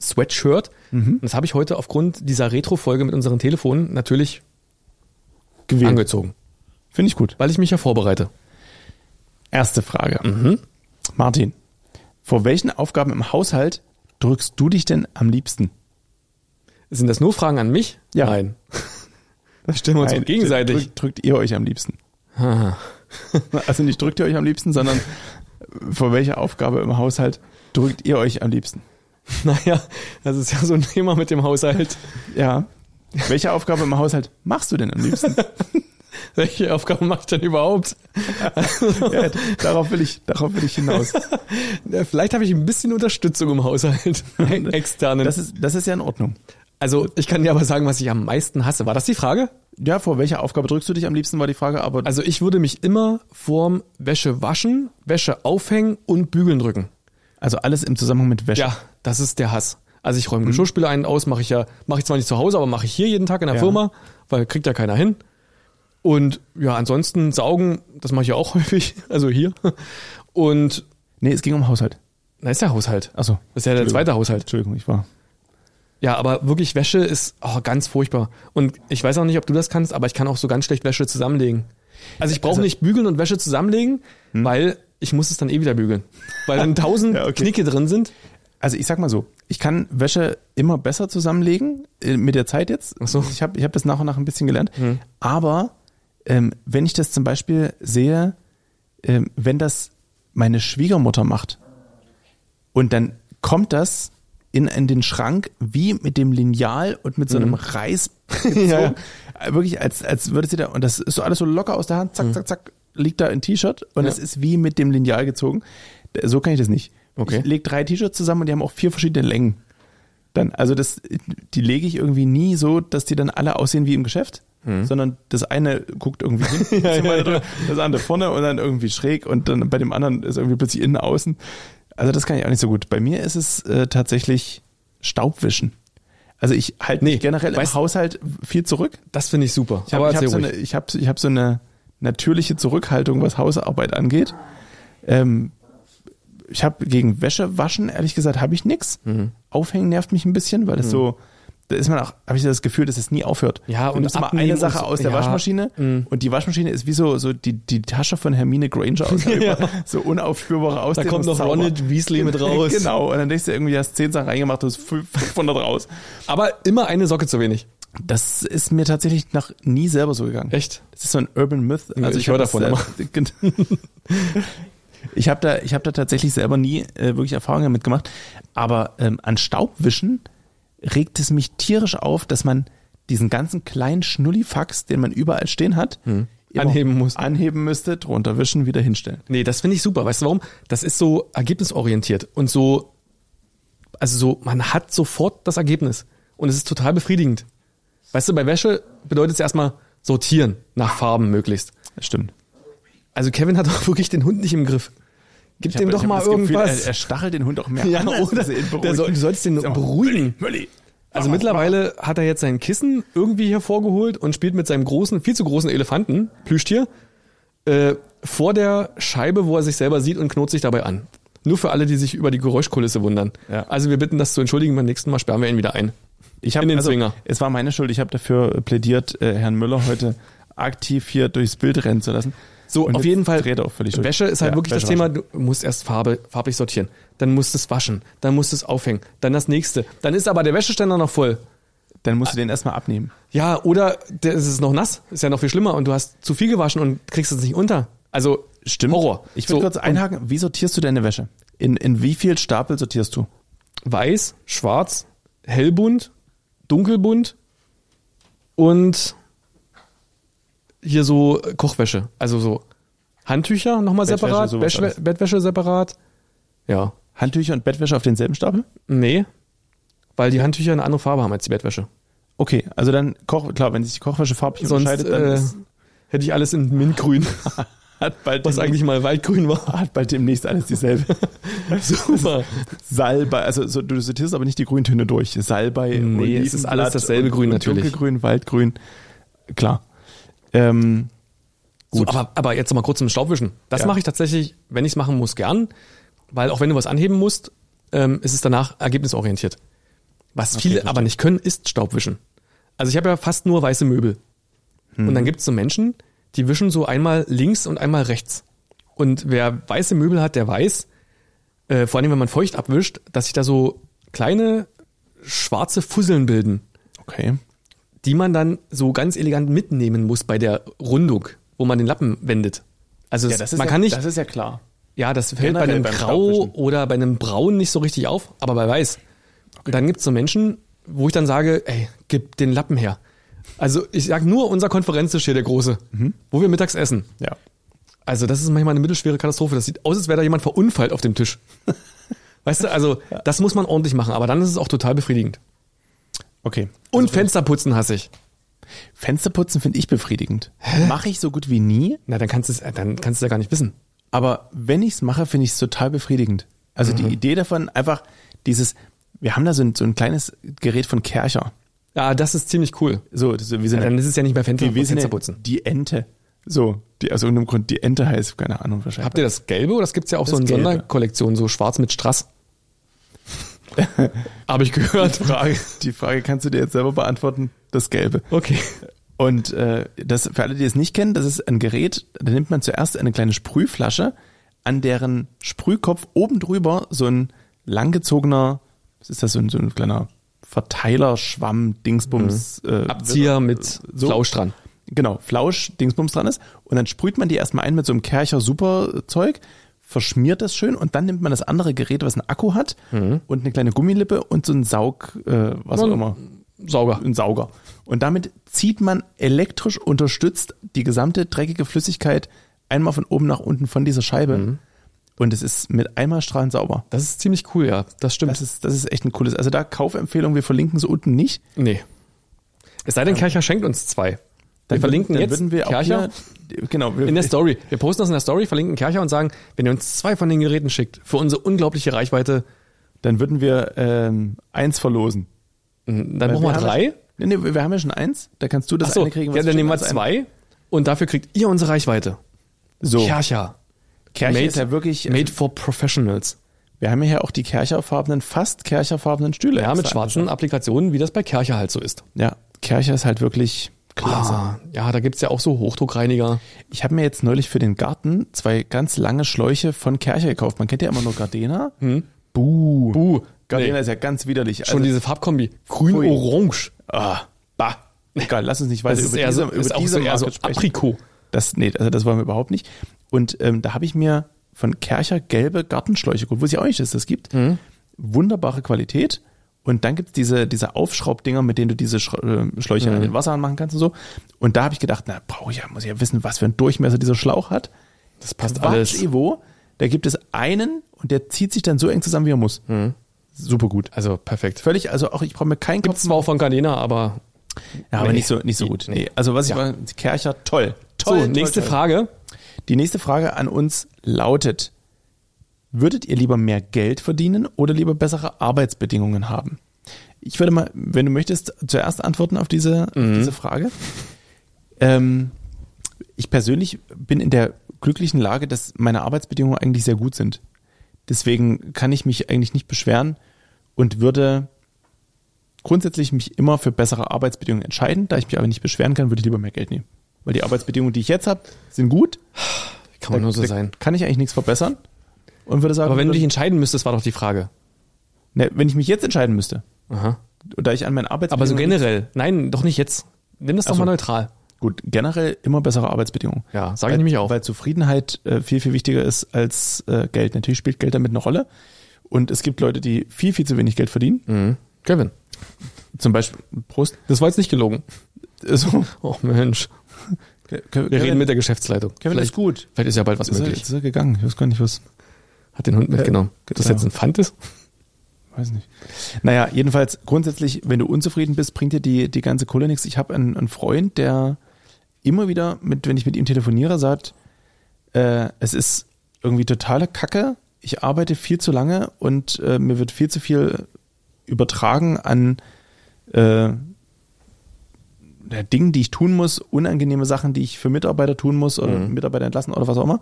S1: Sweatshirt.
S2: Mhm.
S1: Und das habe ich heute aufgrund dieser Retro-Folge mit unseren Telefonen natürlich
S2: Gewählt.
S1: angezogen,
S2: Finde ich gut.
S1: weil ich mich ja vorbereite.
S2: Erste Frage.
S1: Mhm.
S2: Martin, vor welchen Aufgaben im Haushalt drückst du dich denn am liebsten?
S1: Sind das nur Fragen an mich?
S2: Ja.
S1: Nein. Das stellen wir uns
S2: Nein,
S1: gut gegenseitig.
S2: Drückt, drückt ihr euch am liebsten?
S1: Ah.
S2: Also nicht drückt ihr euch am liebsten, sondern vor welcher Aufgabe im Haushalt drückt ihr euch am liebsten?
S1: Naja, das ist ja so ein Thema mit dem Haushalt.
S2: Ja. Welche Aufgabe im Haushalt machst du denn am liebsten?
S1: Welche Aufgaben mache ich denn überhaupt?
S2: Ja, darauf, will ich, darauf will ich hinaus.
S1: Ja, Vielleicht habe ich ein bisschen Unterstützung im Haushalt. Externen.
S2: Das ist, das ist ja in Ordnung.
S1: also ich kann dir aber sagen, was ich am meisten hasse. War das die Frage?
S2: Ja, vor welcher Aufgabe drückst du dich am liebsten, war die Frage, aber
S1: Also ich würde mich immer vorm Wäsche waschen, Wäsche aufhängen und bügeln drücken.
S2: also alles im Zusammenhang mit Wäsche.
S1: Ja, das ist der Hass. Also ich räume
S2: Mhm.
S1: Geschirrspüler ein und aus, mache ich ja, mache ich zwar nicht zu Hause, aber mache ich hier jeden Tag in der
S2: Ja.
S1: Firma, weil kriegt ja keiner hin. Und ja, ansonsten saugen, das mache ich ja auch häufig, also hier. Und
S2: Nee, es ging um Haushalt.
S1: na ist der Haushalt.
S2: Achso.
S1: Das ist ja der zweite Haushalt.
S2: Entschuldigung, ich war.
S1: Ja, aber wirklich Wäsche ist oh, ganz furchtbar. Und ich weiß auch nicht, ob du das kannst, aber ich kann auch so ganz schlecht Wäsche zusammenlegen. Also ich brauche
S2: Also- Hm?
S1: nicht bügeln und Wäsche zusammenlegen, weil ich muss es dann eh wieder bügeln. Weil dann tausend
S2: Ja, okay.
S1: Knicke drin sind.
S2: Also ich sag mal so, ich kann Wäsche immer besser zusammenlegen äh, mit der Zeit jetzt.
S1: Ach so. Hm.
S2: Ich habe ich hab das nach und nach ein bisschen gelernt. Aber ähm, wenn ich das zum Beispiel sehe, ähm, wenn das meine Schwiegermutter macht und dann kommt das in, in den Schrank wie mit dem Lineal und mit so einem Reiß.
S1: Hm. Ja.
S2: Äh, Wirklich, als, als würde sie da, und das ist so alles so locker aus der Hand, zack, zack, zack, liegt da ein T-Shirt
S1: Hm.
S2: und
S1: Ja.
S2: das ist wie mit dem Lineal gezogen. D- So kann ich das nicht.
S1: Okay.
S2: Ich lege drei T-Shirts zusammen und die haben auch vier verschiedene Längen. Dann, also das, die lege ich irgendwie nie so, dass die dann alle aussehen wie im Geschäft, sondern das eine guckt irgendwie hin,
S1: Mhm. Ja,
S2: bisschen
S1: ja,
S2: weiter drüber, das andere vorne und dann irgendwie schräg und dann bei dem anderen ist irgendwie plötzlich innen außen. Also das kann ich auch nicht so gut. Bei mir ist es äh, tatsächlich Staubwischen. Also ich halte
S1: Nee,
S2: mich generell im
S1: weißt-
S2: Haushalt viel zurück.
S1: Das finde ich super.
S2: Ich habe ich hab
S1: erzähl
S2: so, eine-
S1: ruhig.
S2: ich hab, ich hab so eine natürliche Zurückhaltung, was Hausarbeit angeht. Ähm, ich habe gegen Wäsche waschen, ehrlich gesagt, habe ich nichts.
S1: Mhm.
S2: Aufhängen nervt mich ein bisschen, weil das so, da ist man auch, habe ich das Gefühl, dass es nie aufhört.
S1: Ja,
S2: Du
S1: und
S2: nimmst mal
S1: abnehmen
S2: eine
S1: und
S2: Sache
S1: so-
S2: aus
S1: ja.
S2: der
S1: Mhm.
S2: Waschmaschine und die Waschmaschine ist wie so, so die, die Tasche von Hermine Granger aus
S1: Ja.
S2: so unaufspürbare aus
S1: Da kommt noch Ronald Weasley mit raus.
S2: Genau, und dann denkst du irgendwie, hast zehn Sachen reingemacht, du hast fünf- 500 raus.
S1: Aber immer eine Socke zu wenig.
S2: Das ist mir tatsächlich noch nie selber so gegangen.
S1: Echt?
S2: Das ist so ein Urban Myth. Also
S1: ich höre
S2: hab das
S1: davon
S2: selber- ich habe da, ich habe da tatsächlich selber nie äh, wirklich Erfahrungen damit gemacht. Aber ähm, an Staubwischen regt es mich tierisch auf, dass man diesen ganzen kleinen Schnullifax, den man überall stehen hat, immer
S1: Hm. Anheben muss.
S2: Anheben müsste, drunter wischen, wieder hinstellen.
S1: Nee, das finde ich super. Weißt du warum? Das ist so ergebnisorientiert und so, also so, man hat sofort das Ergebnis. Und es ist total befriedigend. Weißt du, bei Wäsche bedeutet es erstmal sortieren nach Farben möglichst.
S2: Das stimmt.
S1: Also Kevin hat doch wirklich den Hund nicht im Griff. Gib
S2: Ich
S1: dem
S2: hab-
S1: doch
S2: ich hab
S1: mal
S2: das Gefühl,
S1: irgendwas.
S2: er, er stachelt den Hund auch mehr
S1: ja,
S2: an, als
S1: oder?
S2: dass er ihn
S1: Der
S2: beruhigt.
S1: soll, du sollst den
S2: Sag mal,
S1: beruhigen.
S2: Mölli,
S1: Also
S2: mach mal,
S1: mittlerweile hat er jetzt sein Kissen irgendwie hervorgeholt und spielt mit seinem großen, viel zu großen Elefanten, Plüschtier, äh, vor der Scheibe, wo er sich selber sieht und knurrt sich dabei an. Nur für alle, die sich über die Geräuschkulisse wundern.
S2: Ja.
S1: Also wir bitten das zu entschuldigen, beim nächsten Mal sperren wir ihn wieder ein.
S2: Ich hab,
S1: In den
S2: also,
S1: Zwinger.
S2: Es war meine Schuld. Ich habe dafür plädiert, äh, Herrn Müller heute aktiv hier durchs Bild rennen zu lassen.
S1: So,
S2: Und
S1: auf
S2: jetzt
S1: jeden Fall,
S2: dreht er auch völlig durch.
S1: Wäsche ist halt
S2: Ja,
S1: wirklich das
S2: Wäsche
S1: Thema, du musst erst Farbe, farblich sortieren, dann musst du es waschen, dann musst du es aufhängen, dann das nächste. Dann ist aber der Wäscheständer noch voll.
S2: Dann musst du den erstmal abnehmen.
S1: Ja, oder der- es ist noch nass, ist ja noch viel schlimmer und du hast zu viel gewaschen und kriegst es nicht unter. Also
S2: Stimmt.
S1: Horror.
S2: Ich will
S1: So,
S2: kurz einhaken. Wie sortierst du deine Wäsche? In, in wie viel Stapel sortierst du?
S1: Weiß, schwarz, hellbunt, dunkelbunt und hier so äh, Kochwäsche. Also so Handtücher nochmal
S2: Bettwäsche,
S1: separat,
S2: sowas
S1: Wäsche,
S2: alles.
S1: Bettwäsche separat. Ja,
S2: Handtücher und Bettwäsche auf denselben Stapel?
S1: nee, weil die Handtücher eine andere Farbe haben als die Bettwäsche.
S2: Okay, also dann Koch, klar, wenn sich die Kochwäsche farblich
S1: Sonst
S2: unterscheidet, dann
S1: äh,
S2: ist,
S1: hätte ich alles in Mintgrün,
S2: hat bald
S1: was eigentlich mal Waldgrün war.
S2: hat bald demnächst alles dieselbe.
S1: Super.
S2: Salbei, also so, du sortierst aber nicht die Grüntöne durch. Salbei,
S1: Nee,
S2: Olivenblatt
S1: es ist alles dasselbe Grün natürlich.
S2: Dunkelgrün, Waldgrün, klar. Ähm,
S1: So, aber, aber jetzt noch mal kurz zum Staubwischen. Das
S2: Ja.
S1: mache ich tatsächlich, wenn ich es machen muss, gern, weil auch wenn du was anheben musst, ähm, ist es danach ergebnisorientiert. Was viele aber nicht können, ist Staubwischen. Also ich habe ja fast nur weiße Möbel. Und dann gibt es so Menschen, die wischen so einmal links und einmal rechts. Und wer weiße Möbel hat, der weiß, äh, vor allem wenn man feucht abwischt, dass sich da so kleine schwarze Fusseln bilden
S2: okay.
S1: die man dann so ganz elegant mitnehmen muss bei der Rundung, wo man den Lappen wendet. Also es- man kann nicht,
S2: ist ja klar.
S1: ja, das fällt bei
S2: generell
S1: einem
S2: beim
S1: Grau
S2: Staubwischen.
S1: oder bei einem Braun nicht so richtig auf, aber bei Weiß. Und dann gibt's so Menschen, wo ich dann sage, ey, gib den Lappen her. Also ich sag nur unser Konferenztisch hier, der große,
S2: Mhm.
S1: wo wir mittags essen.
S2: Ja.
S1: Also das ist manchmal eine mittelschwere Katastrophe. Das sieht aus, als wäre da jemand verunfallt auf dem Tisch. Weißt du, also das muss man ordentlich machen, aber dann ist es auch total befriedigend.
S2: Okay. Also
S1: Und Fensterputzen hasse ich.
S2: Fensterputzen finde ich befriedigend. Mache ich so gut wie nie,
S1: Na, dann kannst du es äh, dann kannst du ja gar nicht wissen.
S2: aber wenn ich es mache, finde ich es total befriedigend. Also
S1: Mhm.
S2: die Idee davon, einfach dieses, wir haben da so ein, so ein kleines Gerät von Kercher.
S1: Ja, das ist ziemlich cool.
S2: So, so wie so eine,
S1: Dann ist es ja nicht mehr Fenster,
S2: wie, wie so
S1: Fenster
S2: eine
S1: putzen.
S2: die Ente. So, die aus irgendeinem Grund die Ente heißt, keine Ahnung wahrscheinlich.
S1: Habt ihr das Gelbe oder das gibt's ja auch so in
S2: Gelbe.
S1: Sonderkollektionen, so schwarz mit Strass? Habe ich gehört. Frage.
S2: Die Frage kannst du dir jetzt selber beantworten, das Gelbe.
S1: Okay.
S2: Und äh, das für alle, die es nicht kennen, das ist ein Gerät, da nimmt man zuerst eine kleine Sprühflasche, an deren Sprühkopf oben drüber so ein langgezogener, was ist das, so ein, so ein kleiner Verteiler, Schwamm, Dingsbums. Äh,
S1: Mhm. Abzieher mit
S2: so.
S1: Flausch dran.
S2: Genau, Flausch, Dingsbums dran ist. Und dann sprüht man die erstmal ein mit so einem Kercher super Zeug, verschmiert das schön und dann nimmt man das andere Gerät, was einen Akku hat und eine kleine Gummilippe und so einen Saug, äh, was auch
S1: Mhm. Und-
S2: immer,
S1: Sauger.
S2: einen Sauger. Und damit zieht man elektrisch unterstützt die gesamte dreckige Flüssigkeit einmal von oben nach unten von dieser Scheibe.
S1: Mhm.
S2: Und es ist mit einmal strahlend sauber.
S1: Das ist ziemlich cool, ja. Das stimmt.
S2: Das ist, das ist echt ein cooles. Also da Kaufempfehlung, wir verlinken sie unten nicht.
S1: nee. Es sei denn, Kercher schenkt uns zwei. wir verlinken
S2: dann
S1: jetzt
S2: würden wir auch
S1: Kercher
S2: hier, genau, wir,
S1: in der Story. Wir posten das in der Story, verlinken Kercher und sagen, wenn ihr uns zwei von den Geräten schickt, für unsere unglaubliche Reichweite,
S2: dann würden wir ähm, eins verlosen.
S1: dann brauchen wir
S2: haben
S1: drei.
S2: Ja, nee, nee, wir haben ja schon eins. Da kannst du das
S1: Achso,
S2: eine kriegen.
S1: ja,
S2: was
S1: dann
S2: du
S1: nehmen wir
S2: schon hast.
S1: zwei und dafür kriegt ihr unsere Reichweite.
S2: So,
S1: Kercher.
S2: Kercher
S1: Made-
S2: ist ja wirklich. äh, also
S1: Made for Professionals.
S2: wir haben ja hier auch die Kercherfarbenen, fast Kercherfarbenen Stühle.
S1: Ja, mit
S2: Das ist
S1: schwarzen Applikationen, wie das bei Kercher halt so ist.
S2: Ja, Kercher ist halt wirklich klasse.
S1: Ah, ja, da gibt's ja auch so Hochdruckreiniger.
S2: Ich habe mir jetzt neulich für den Garten zwei ganz lange Schläuche von Kercher gekauft. Man kennt ja immer nur Gardena. Buh.
S1: Hm? Buh.
S2: Gardena
S1: Nee.
S2: ist ja ganz widerlich. Also,
S1: Schon Uh, diese Farbkombi. Grün-Orange.
S2: ah, bah. Egal, lass uns nicht weiter
S1: Das ist eher so, ist auch so eher so
S2: Marke
S1: Aprikot.
S2: Das, nee, also das wollen wir überhaupt nicht. Und ähm, da habe ich mir von Kercher gelbe Gartenschläuche geholt, wusste ich auch nicht, dass es das gibt.
S1: Hm.
S2: Wunderbare Qualität. Und dann gibt's diese, diese Aufschraubdinger, mit denen du diese Schra- äh,
S1: Hm.
S2: Schläuche an den Wasser anmachen kannst und so. Und da habe ich gedacht, na, brauche ich ja, muss ich ja wissen, was für einen Durchmesser dieser Schlauch hat.
S1: Das passt
S2: Quatsch,
S1: alles.
S2: Ivo, da gibt es einen und der zieht sich dann so eng zusammen, wie er muss. Super gut.
S1: Also perfekt.
S2: Völlig, also auch ich brauche mir keinen
S1: Gibt's
S2: Kopf.
S1: zwar auch von Gardena, aber.
S2: Ja, aber
S1: Nee.
S2: nicht so, nicht so gut. Nee. Also was ich war, Kercher, toll.
S1: So,
S2: Toll, toll,
S1: nächste
S2: toll.
S1: Frage.
S2: Die nächste Frage an uns lautet, würdet ihr lieber mehr Geld verdienen oder lieber bessere Arbeitsbedingungen haben? Ich würde mal, wenn du möchtest, zuerst antworten auf diese, auf diese Frage. Ähm, ich persönlich bin in der glücklichen Lage, dass meine Arbeitsbedingungen eigentlich sehr gut sind. Deswegen kann ich mich eigentlich nicht beschweren und würde grundsätzlich mich immer für bessere Arbeitsbedingungen entscheiden. Da ich mich aber nicht beschweren kann, würde ich lieber mehr Geld nehmen. Weil die Arbeitsbedingungen, die ich jetzt habe, sind gut.
S1: Kann man nur so
S2: Da
S1: sein.
S2: Kann ich eigentlich nichts verbessern? Und würde sagen,
S1: Aber wenn du dich
S2: würde-
S1: entscheiden müsstest, war doch die Frage.
S2: ne, wenn ich mich jetzt entscheiden müsste,
S1: Aha.
S2: da ich an meinen Arbeitsbedingungen.
S1: Aber so generell. Nein, doch nicht jetzt. Nimm das doch
S2: Ach so.
S1: mal neutral.
S2: Gut, generell immer bessere Arbeitsbedingungen.
S1: Ja, sag ich
S2: Weil-
S1: nämlich auch.
S2: Weil Zufriedenheit äh, viel, viel wichtiger ist als äh, Geld. Natürlich spielt Geld damit eine Rolle. Und es gibt Leute, die viel, viel zu wenig Geld verdienen.
S1: Mhm. Kevin,
S2: Zum Beispiel, Prost.
S1: das war jetzt nicht gelogen.
S2: So,
S1: Oh Mensch,
S2: Ke- Ke-
S1: wir
S2: Kevin-
S1: reden mit der Geschäftsleitung.
S2: Kevin ist
S1: vielleicht,
S2: gut.
S1: vielleicht ist ja bald was
S2: Ist er,
S1: möglich.
S2: ist er gegangen? Ich weiß gar nicht, was.
S1: Hat den Hund mitgenommen.
S2: Ja,
S1: Ob das
S2: genau.
S1: jetzt ein Pfand ist?
S2: Weiß nicht. Naja, jedenfalls grundsätzlich, wenn du unzufrieden bist, bringt dir die, die ganze Kohle nichts. Ich habe einen, einen Freund, der immer wieder, mit, wenn ich mit ihm telefoniere, sagt, äh, es ist irgendwie totale Kacke, ich arbeite viel zu lange und äh, mir wird viel zu viel übertragen an äh, der Dingen, die ich tun muss, unangenehme Sachen, die ich für Mitarbeiter tun muss oder Mitarbeiter entlassen oder was auch immer.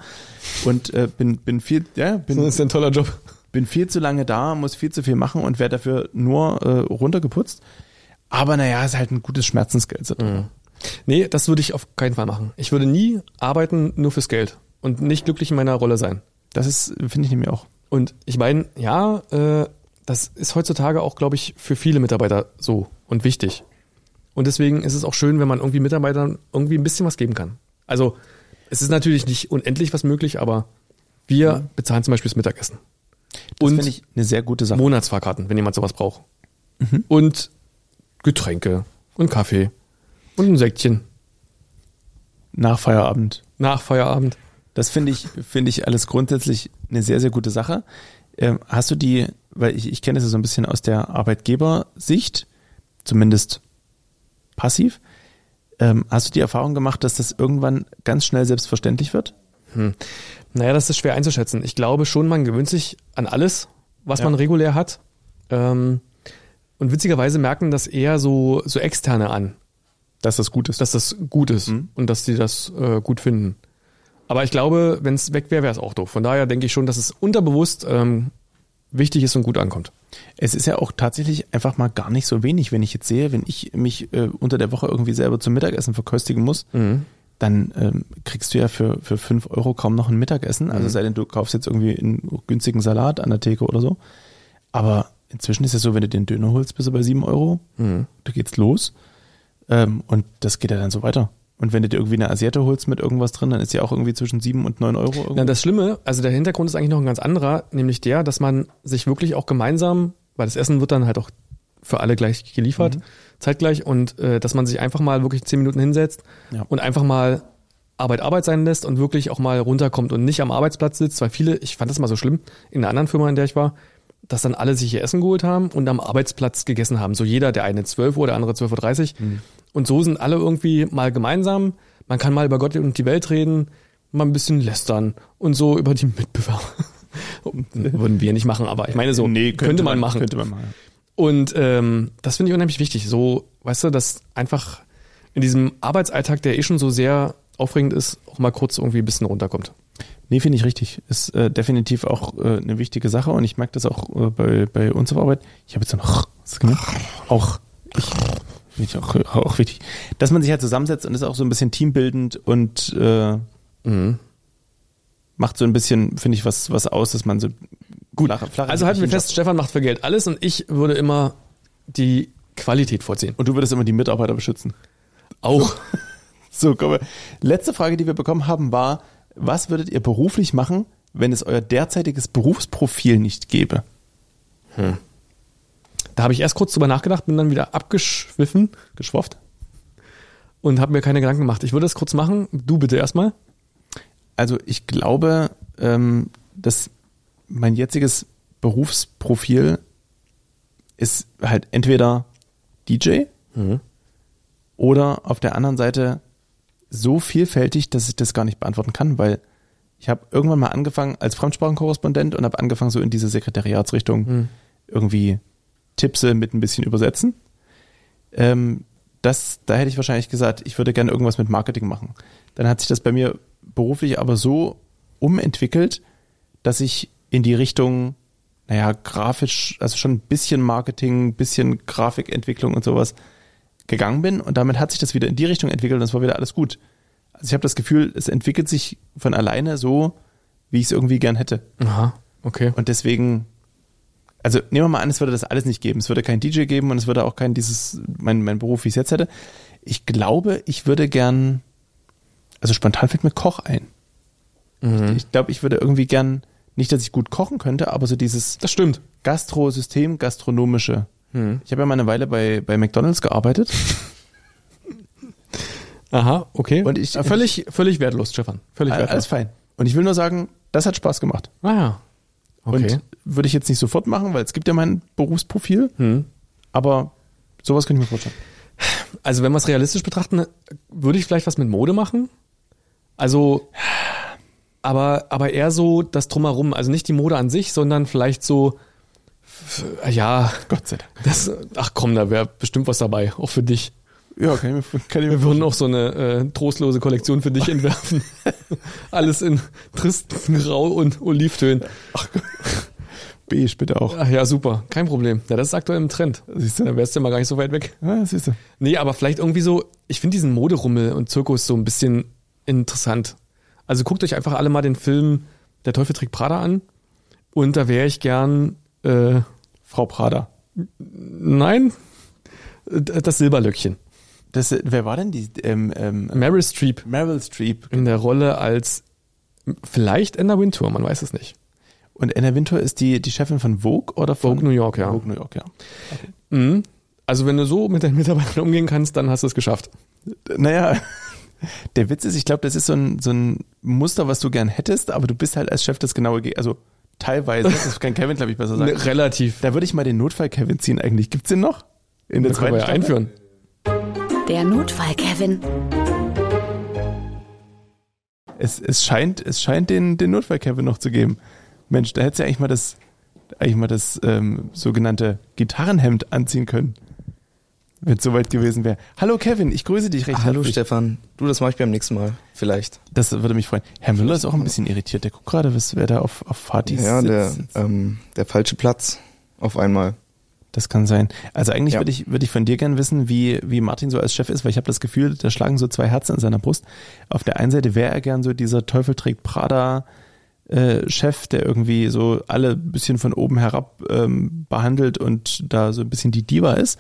S2: Und äh, bin, bin viel, ja, bin,
S1: Das ist ein toller Job.
S2: bin viel zu lange da, muss viel zu viel machen und werde dafür nur äh, runtergeputzt. Aber naja, ist halt ein gutes Schmerzensgeld. so drin.
S1: Nee, das würde ich auf keinen Fall machen. Ich würde nie arbeiten nur fürs Geld und nicht glücklich in meiner Rolle sein.
S2: Das ist, finde ich nämlich auch.
S1: Und ich meine, ja, äh, das ist heutzutage auch, glaube ich, für viele Mitarbeiter so und wichtig. Und deswegen ist es auch schön, wenn man irgendwie Mitarbeitern irgendwie ein bisschen was geben kann. Also es ist natürlich nicht unendlich was möglich, aber wir bezahlen zum Beispiel das Mittagessen.
S2: Das
S1: und
S2: finde ich eine sehr gute Sache.
S1: Monatsfahrkarten, wenn jemand sowas braucht. Und Getränke und Kaffee und ein Säckchen
S2: Nach Feierabend.
S1: nach Feierabend.
S2: Das finde ich, finde ich alles grundsätzlich eine sehr, sehr gute Sache. Ähm, hast du die, weil ich, ich kenne das ja so ein bisschen aus der Arbeitgebersicht, zumindest passiv. Ähm, hast du die Erfahrung gemacht, dass das irgendwann ganz schnell selbstverständlich wird?
S1: Naja, das ist schwer einzuschätzen. Ich glaube schon, man gewöhnt sich an alles, was
S2: Ja.
S1: man regulär hat. Ähm, und witzigerweise merken das eher so, so Externe an,
S2: Dass das gut ist.
S1: dass das gut ist und dass die das äh, gut finden. Aber ich glaube, wenn es weg wäre, wäre es auch doof. Von daher denke ich schon, dass es unterbewusst ähm, wichtig ist und gut ankommt.
S2: Es ist ja auch tatsächlich einfach mal gar nicht so wenig, wenn ich jetzt sehe, wenn ich mich äh, unter der Woche irgendwie selber zum Mittagessen verköstigen muss,
S1: Mhm.
S2: dann ähm, kriegst du ja für, für fünf Euro kaum noch ein Mittagessen.
S1: Mhm.
S2: Also sei denn, du kaufst jetzt irgendwie einen günstigen Salat an der Theke oder so. Aber inzwischen ist es so, wenn du den Döner holst, bist du bei sieben Euro,
S1: Mhm.
S2: da geht's los. Ähm, und das geht ja dann so weiter. Und wenn du dir irgendwie eine Asiette holst mit irgendwas drin, dann ist ja auch irgendwie zwischen sieben und neun Euro. irgendwo.
S1: Na, das Schlimme, also der Hintergrund ist eigentlich noch ein ganz anderer, nämlich der, dass man sich wirklich auch gemeinsam, weil das Essen wird dann halt auch für alle gleich geliefert, zeitgleich, und äh, dass man sich einfach mal wirklich zehn Minuten hinsetzt
S2: Ja.
S1: und einfach mal Arbeit Arbeit sein lässt und wirklich auch mal runterkommt und nicht am Arbeitsplatz sitzt, weil viele, ich fand das mal so schlimm, in einer anderen Firma, in der ich war, dass dann alle sich ihr Essen geholt haben und am Arbeitsplatz gegessen haben. So jeder, der eine 12 Uhr, der andere 12.30 Uhr. Und so sind alle irgendwie mal gemeinsam. Man kann mal über Gott und die Welt reden, mal ein bisschen lästern und so über die Mitbewerber. Würden wir nicht machen, aber ich meine so,
S2: Nee,
S1: könnte, man machen.
S2: Könnte man machen.
S1: Und ähm, das finde ich unheimlich wichtig. So, weißt du, dass einfach in diesem Arbeitsalltag, der eh schon so sehr aufregend ist, auch mal kurz irgendwie ein bisschen runterkommt.
S2: Nee, finde ich richtig. Ist äh, definitiv auch äh, eine wichtige Sache und ich merke das auch äh, bei, bei uns auf Arbeit. Ich habe jetzt so noch auch ich, finde ich auch, auch wichtig, dass man sich halt zusammensetzt und ist auch so ein bisschen teambildend und äh,
S1: Mhm.
S2: macht so ein bisschen, finde ich, was was aus, dass man so gut. Flache, flache
S1: Also halten wir
S2: Hierarchien
S1: fest, Stefan macht für Geld alles und ich würde immer die Qualität vorziehen.
S2: schafft. Und du würdest immer die Mitarbeiter beschützen.
S1: Auch.
S2: So, komm mal. Letzte Frage, die wir bekommen haben, war: Was würdet ihr beruflich machen, wenn es euer derzeitiges Berufsprofil nicht gäbe?
S1: Da habe ich erst kurz drüber nachgedacht, bin dann wieder abgeschwiffen
S2: Geschwofft?
S1: und habe mir keine Gedanken gemacht. Ich würde das kurz machen. Du bitte erstmal.
S2: Also ich glaube, ähm, dass mein jetziges Berufsprofil ist halt entweder DJ Mhm. oder auf der anderen Seite so vielfältig, dass ich das gar nicht beantworten kann, weil ich habe irgendwann mal angefangen als Fremdsprachenkorrespondent und habe angefangen so in diese Sekretariatsrichtung irgendwie Tipse mit ein bisschen übersetzen. Ähm, das, da hätte ich wahrscheinlich gesagt, ich würde gerne irgendwas mit Marketing machen. Dann hat sich das bei mir beruflich aber so umentwickelt, dass ich in die Richtung, naja, grafisch, also schon ein bisschen Marketing, ein bisschen Grafikentwicklung und sowas gegangen bin. Und damit hat sich das wieder in die Richtung entwickelt und es war wieder alles gut. Also ich habe das Gefühl, es entwickelt sich von alleine so, wie ich es irgendwie gern hätte.
S1: Aha, okay.
S2: Und deswegen also nehmen wir mal an, es würde das alles nicht geben. Es würde kein DJ geben und es würde auch kein dieses, mein, mein Beruf, wie ich es jetzt hätte. Ich glaube, ich würde gern, also spontan fällt mir Koch ein. Ich, ich glaube, ich würde irgendwie gern, nicht, dass ich gut kochen könnte, aber so dieses
S1: Das stimmt.
S2: Gastrosystem, gastronomische. Ich habe ja mal eine Weile bei, bei McDonalds gearbeitet.
S1: Aha, okay.
S2: Und ich-
S1: Äh, völlig, völlig wertlos, Stefan. Völlig
S2: Al- Alles
S1: wertlos.
S2: fein. Und ich will nur sagen, das hat Spaß gemacht.
S1: Ah ja. Okay.
S2: Und würde ich jetzt nicht sofort machen, weil es gibt ja mein Berufsprofil. Aber sowas könnte ich mir vorstellen.
S1: also wenn wir es realistisch betrachten, würde ich vielleicht was mit Mode machen. Also, aber, aber eher so das Drumherum. Also nicht die Mode an sich, sondern vielleicht so, f- ja,
S2: Gott sei Dank.
S1: das, ach komm, da wäre bestimmt was dabei, auch für dich.
S2: Ja, kann ich mir, kann ich mir
S1: Wir würden auch so eine äh, trostlose Kollektion für dich entwerfen. Alles in tristen Grau und Olivtönen.
S2: Beige bitte auch.
S1: Ach ja, super, kein Problem. Ja, das ist aktuell im Trend.
S2: Siehst
S1: Da
S2: du?
S1: wärst du ja mal gar nicht so weit weg.
S2: Ja, siehst du.
S1: Nee, aber vielleicht irgendwie so, ich finde diesen Moderummel und Zirkus so ein bisschen interessant. Also guckt euch einfach alle mal den Film Der Teufel trägt Prada an. Und da wäre ich gern, äh,
S2: Frau Prada.
S1: nein, d- das Silberlöckchen.
S2: Das, äh, wer war denn die? Ähm, ähm,
S1: Meryl Streep
S2: Meryl Streep.
S1: in der Rolle als vielleicht Anna Wintour, man weiß es nicht.
S2: Und Anna Wintour ist die, die Chefin von Vogue oder von
S1: Vogue New York, ja.
S2: Vogue New York, ja.
S1: Mhm. Also wenn du so mit deinen Mitarbeitern umgehen kannst, dann hast du es geschafft.
S2: Naja, der Witz ist, ich glaube, das ist so ein, so ein Muster, was du gern hättest, aber du bist halt als Chef das genaue Ge Also teilweise, das kann Kevin, glaube ich, besser sagen.
S1: Ne, relativ.
S2: Da würde ich mal den Notfall Kevin ziehen eigentlich. Gibt's den noch? In der
S1: Das können
S2: zweiten
S1: wir ja
S2: Staffel?
S1: einführen.
S3: Der Notfall Kevin.
S2: Es, es scheint, es scheint den, den Notfall Kevin noch zu geben. Mensch, da hättest du ja eigentlich mal das, eigentlich mal das ähm, sogenannte Gitarrenhemd anziehen können. Wenn es soweit gewesen wäre. Hallo Kevin, ich grüße dich recht
S4: Hallo
S2: herzlich.
S4: Stefan. Du, das mache ich beim nächsten Mal. Vielleicht.
S2: Das würde mich freuen. Herr Müller ist auch ein bisschen irritiert. Der guckt gerade, was wer da auf, auf Partys
S4: ja, der,
S2: sitzt.
S4: ähm, der falsche Platz auf einmal.
S2: Das kann sein. Also eigentlich
S4: Ja.
S2: würde ich, würde ich von dir gern wissen, wie, wie Martin so als Chef ist, weil ich habe das Gefühl, da schlagen so zwei Herzen in seiner Brust. Auf der einen Seite wäre er gern so dieser Teufel trägt Prada äh, Chef, der irgendwie so alle ein bisschen von oben herab ähm, behandelt und da so ein bisschen die Diva ist.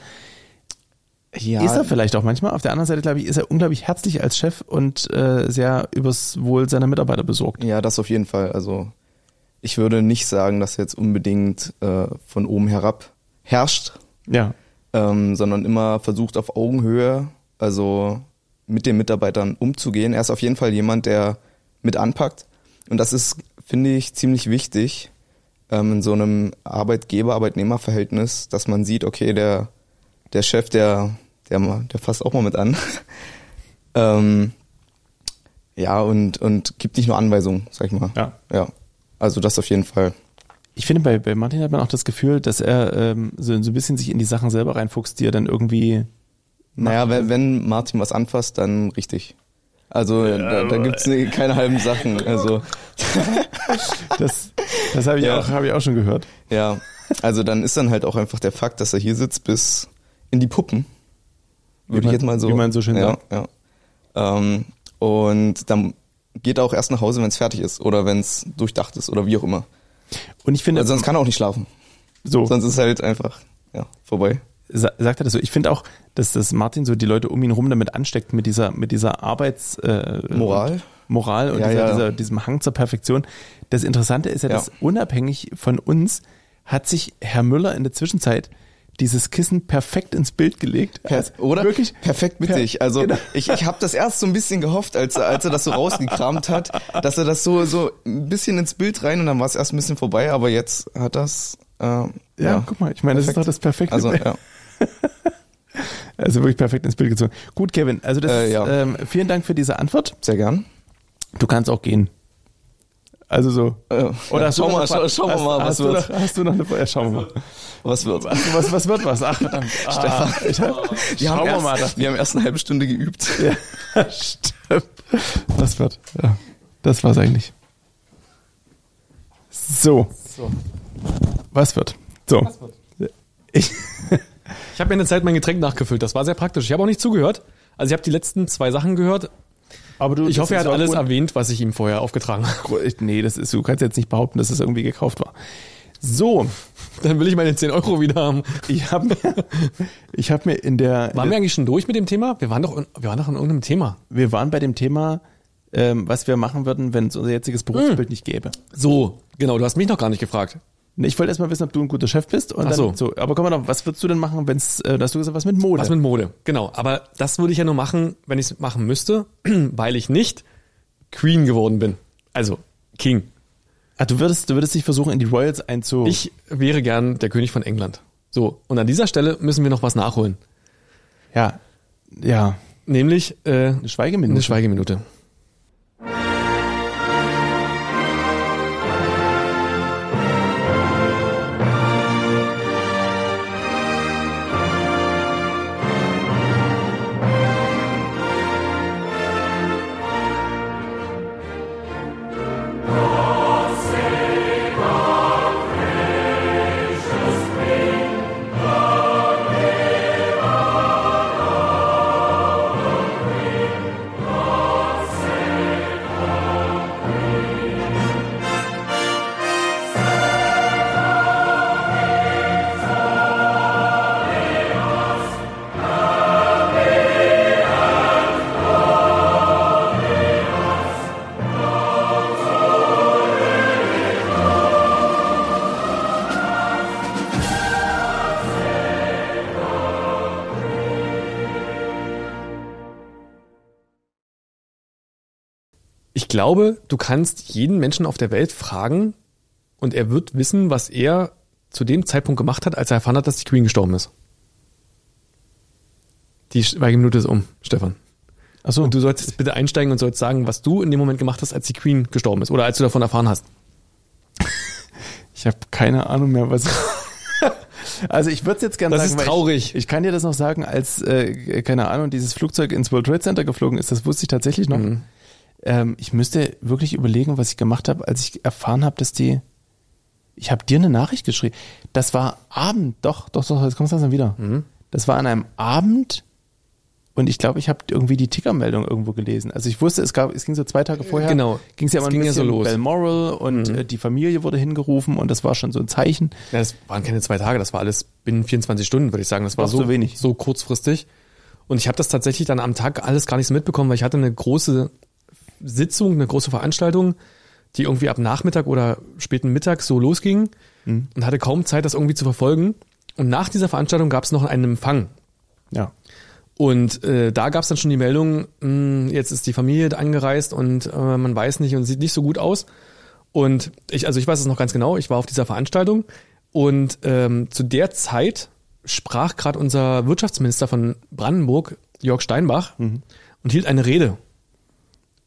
S4: Ja,
S2: Ist er vielleicht auch manchmal. Auf der anderen Seite, glaube ich, ist er unglaublich herzlich als Chef und äh, sehr übers Wohl seiner Mitarbeiter besorgt.
S4: ja, das auf jeden Fall. Also ich würde nicht sagen, dass er jetzt unbedingt äh, von oben herab herrscht,
S2: Ja.
S4: ähm, sondern immer versucht auf Augenhöhe, also mit den Mitarbeitern umzugehen. Er ist auf jeden Fall jemand, der mit anpackt. Und das ist, finde ich, ziemlich wichtig ähm, in so einem Arbeitgeber-Arbeitnehmer-Verhältnis, dass man sieht, okay, der, der Chef, der, der, ma- der fasst auch mal mit an. ähm, ja, und, und gibt nicht nur Anweisungen, sag ich mal.
S2: Ja.
S4: ja. Also das auf jeden Fall.
S2: Ich finde, bei, bei Martin hat man auch das Gefühl, dass er ähm, so, so ein bisschen sich in die Sachen selber reinfuchst, die er dann irgendwie
S4: Naja, wenn, wenn Martin was anfasst, dann richtig. Also da, da gibt's ne- keine halben Sachen. Also
S2: Das, das habe ich,
S4: Ja.
S2: auch- habe ich auch schon gehört.
S4: ja, also dann ist dann halt auch einfach der Fakt, dass er hier sitzt bis in die Puppen. Würde
S2: man-
S4: ich jetzt mal so.
S2: wie man so schön
S4: ja,
S2: sagt.
S4: Ja. Ähm, und dann geht er auch erst nach Hause, wenn's fertig ist oder wenn's durchdacht ist oder wie auch immer.
S2: Und ich finde,
S4: Weil sonst kann er auch nicht schlafen.
S2: so,
S4: Sonst ist halt einfach ja vorbei.
S2: sa- sagt er das so. Ich finde auch, dass das Martin so die Leute um ihn rum damit ansteckt, mit dieser, mit dieser Arbeits, äh,
S4: Moral?
S2: und- Moral und
S4: Ja,
S2: dieser,
S4: ja.
S2: Dieser, diesem Hang zur Perfektion. Das Interessante ist ja,
S4: Ja.
S2: dass unabhängig von uns hat sich Herr Müller in der Zwischenzeit dieses Kissen perfekt ins Bild gelegt.
S4: Per
S2: Also
S4: oder?
S2: Wirklich?
S4: Perfekt mittig. Also
S2: genau.
S4: ich, ich habe das erst so ein bisschen gehofft, als, er- als er das so rausgekramt hat, dass er das so, so ein bisschen ins Bild rein und dann war es erst ein bisschen vorbei, aber jetzt hat das. ähm,
S2: Ja, guck mal, ich meine, das ist doch das perfekte
S4: Also,
S2: Bild.
S4: ja.
S2: Also wirklich perfekt ins Bild gezogen. Gut, Kevin. Also das
S4: Äh,
S2: ist,
S4: ja.
S2: ähm, vielen Dank für diese Antwort.
S4: Sehr gern.
S2: Du kannst auch gehen. Also so.
S4: Äh,
S2: Oder
S4: ja,
S2: hast du
S4: schauen wir
S2: noch
S4: mal,
S2: eine Fra-
S4: schau, schauen wir
S2: hast-
S4: mal, was
S2: hast du
S4: wird.
S2: Noch, hast du noch eine Frage? Ja, schauen wir mal.
S4: Was wird.
S2: Also, Was, was wird was? Ach, verdammt. Ah, ich hab,
S4: Wir haben,
S2: schauen wir
S4: erst,
S2: mal. Das,
S4: wir haben erst eine halbe Stunde geübt.
S2: ja, stimmt. Das wird. Ja, das war's eigentlich. So. Was wird? So. Ich,
S1: Ich habe mir in der Zeit mein Getränk nachgefüllt. Das war sehr praktisch. Ich habe auch nicht zugehört. Also ich habe die letzten zwei Sachen gehört.
S2: aber du,
S1: Ich hoffe, er hat alles
S2: ab.
S1: erwähnt, was ich ihm vorher aufgetragen habe.
S2: Nee, das ist, du kannst jetzt nicht behaupten, dass es irgendwie gekauft war. So,
S1: Dann will ich meine 10 Euro wieder haben.
S2: ich habe mir, ich hab mir in der, in
S1: Waren
S2: der
S1: wir eigentlich schon durch mit dem Thema? Wir waren doch, in- wir waren doch in irgendeinem Thema.
S2: wir waren bei dem Thema, ähm, was wir machen würden, wenn es unser jetziges
S1: Hm.
S2: Berufsbild nicht gäbe.
S1: So, genau, du hast mich noch gar nicht gefragt.
S2: Nee, Ich wollte erst mal wissen, ob du ein guter Chef bist. Und
S1: Ach
S2: dann,
S1: so.
S2: Aber komm mal noch, was würdest du denn machen, wenn es, äh, da hast du gesagt, was mit Mode?
S1: Was mit Mode? Genau, aber das würde ich ja nur machen, wenn ich es machen müsste, weil ich nicht Queen geworden bin. Also King.
S2: ah, du würdest, du würdest dich versuchen, in die Royals einzu...
S1: Ich wäre gern der König von England. So, und an dieser Stelle müssen wir noch was nachholen.
S2: ja, ja,
S1: Nämlich äh,
S2: eine Schweigeminute.
S1: eine Schweigeminute. Ich glaube, du kannst jeden Menschen auf der Welt fragen und er wird wissen, was er zu dem Zeitpunkt gemacht hat, als er erfahren hat, dass die Queen gestorben ist. Die Schweigeminute ist um, Stefan.
S2: Achso,
S1: Und du sollst jetzt bitte einsteigen und sollst sagen, was du in dem Moment gemacht hast, als die Queen gestorben ist oder als du davon erfahren hast.
S2: Ich habe keine Ahnung mehr, was. also ich würde es jetzt gerne
S1: Das
S2: sagen.
S1: ist
S2: weil
S1: traurig.
S2: Ich, ich kann dir das noch sagen, als äh, keine Ahnung dieses Flugzeug ins World Trade Center geflogen ist. Das wusste ich tatsächlich noch.
S1: Mhm.
S2: Ähm, ich müsste wirklich überlegen, was ich gemacht habe, als ich erfahren habe, dass die. Ich habe dir eine Nachricht geschrieben. Das war Abend. Doch, doch, doch. Jetzt kommst du langsam wieder.
S1: Mhm.
S2: Das war an einem Abend. Und ich glaube, ich habe irgendwie die Tickermeldung irgendwo gelesen. Also ich wusste, es gab, es ging so zwei Tage vorher,
S1: Genau.
S2: ging es ja
S1: Es
S2: immer ein
S1: ging ja so
S2: bisschen
S1: los. Mhm.
S2: Balmoral und äh, die Familie wurde hingerufen und das war schon so ein Zeichen.
S1: Ja, das waren keine zwei Tage, das war alles binnen 24 Stunden, würde ich sagen. Das war
S2: Doch,
S1: so,
S2: so wenig.
S1: so kurzfristig. Und ich habe das tatsächlich dann am Tag alles gar nicht so mitbekommen, weil ich hatte eine große Sitzung, eine große Veranstaltung, die irgendwie ab Nachmittag oder späten Mittag so losging und hatte kaum Zeit, das irgendwie zu verfolgen. Und nach dieser Veranstaltung gab es noch einen Empfang.
S2: Ja.
S1: Und äh, da gab es dann schon die Meldung, mh, jetzt ist die Familie angereist und äh, man weiß nicht und sieht nicht so gut aus. Und ich, also ich weiß es noch ganz genau, ich war auf dieser Veranstaltung und ähm, zu der Zeit sprach gerade unser Wirtschaftsminister von Brandenburg, Jörg Steinbach, und hielt eine Rede.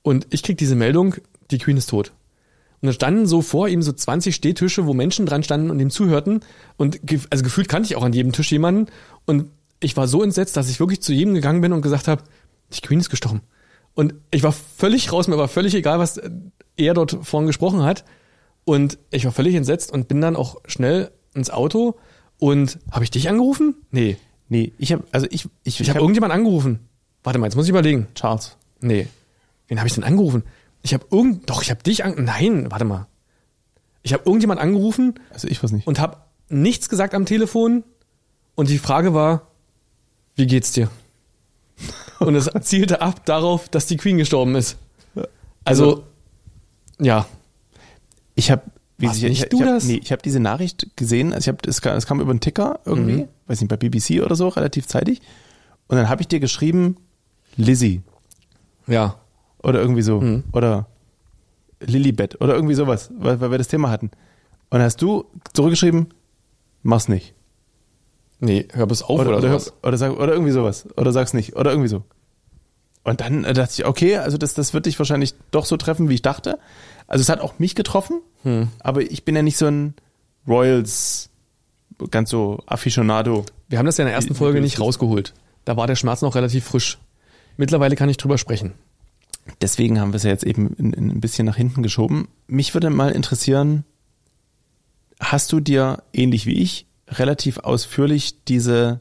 S1: Und ich krieg diese Meldung, die Queen ist tot. Und da standen so vor ihm so 20 Stehtische, wo Menschen dran standen und ihm zuhörten. Und ge also gefühlt kannte ich auch an jedem Tisch jemanden. Und ich war so entsetzt, dass ich wirklich zu jedem gegangen bin und gesagt habe, die Queen ist gestorben. Und ich war völlig raus, mir war völlig egal, was äh, er dort vorhin gesprochen hat. Und ich war völlig entsetzt und bin dann auch schnell ins Auto. Und habe ich dich angerufen? Nee.
S2: Nee, ich habe, also ich, ich,
S1: Ich habe irgendjemand angerufen. Warte mal, jetzt muss ich überlegen.
S2: Charles.
S1: Nee. Wen habe ich denn angerufen? Ich habe irgend doch, ich habe dich an Nein, warte mal. Ich habe irgendjemand angerufen
S2: Also ich weiß nicht.
S1: und habe nichts gesagt am Telefon und die Frage war, wie geht's dir? Und es zielte ab darauf, dass die Queen gestorben ist. Also ja,
S2: ich habe, wie
S1: Warst
S2: sich- ich,
S1: nicht
S2: ich
S1: du
S2: hab,
S1: das?
S2: Nee, ich habe diese Nachricht gesehen. Also ich habe, es kam, es kam über einen Ticker
S1: Mhm.
S2: irgendwie, weiß nicht bei BBC oder so, relativ zeitig. Und dann habe ich dir geschrieben, Lizzie
S1: ja.
S2: oder irgendwie so
S1: Mhm.
S2: oder Lilibet oder irgendwie sowas, weil, weil wir das Thema hatten. Und hast du zurückgeschrieben, mach's nicht.
S1: Nee, hör bis auf oder,
S2: oder, oder,
S1: sowas.
S2: oder, sag, oder irgendwie sowas. Oder sag's nicht. Oder irgendwie so. Und dann äh, dachte ich, okay, also das, das wird dich wahrscheinlich doch so treffen, wie ich dachte. Also es hat auch mich getroffen,
S1: Hm.
S2: aber ich bin ja nicht so ein Royals, ganz so Aficionado.
S1: Wir haben das ja in der ersten
S2: Wie- wie
S1: Folge
S2: ist
S1: nicht
S2: das?
S1: rausgeholt. Da war der Schmerz noch relativ frisch. Mittlerweile kann ich drüber sprechen.
S2: Deswegen haben wir es ja jetzt eben in, in ein bisschen nach hinten geschoben. Mich würde mal interessieren, hast du dir, ähnlich wie ich, relativ ausführlich diese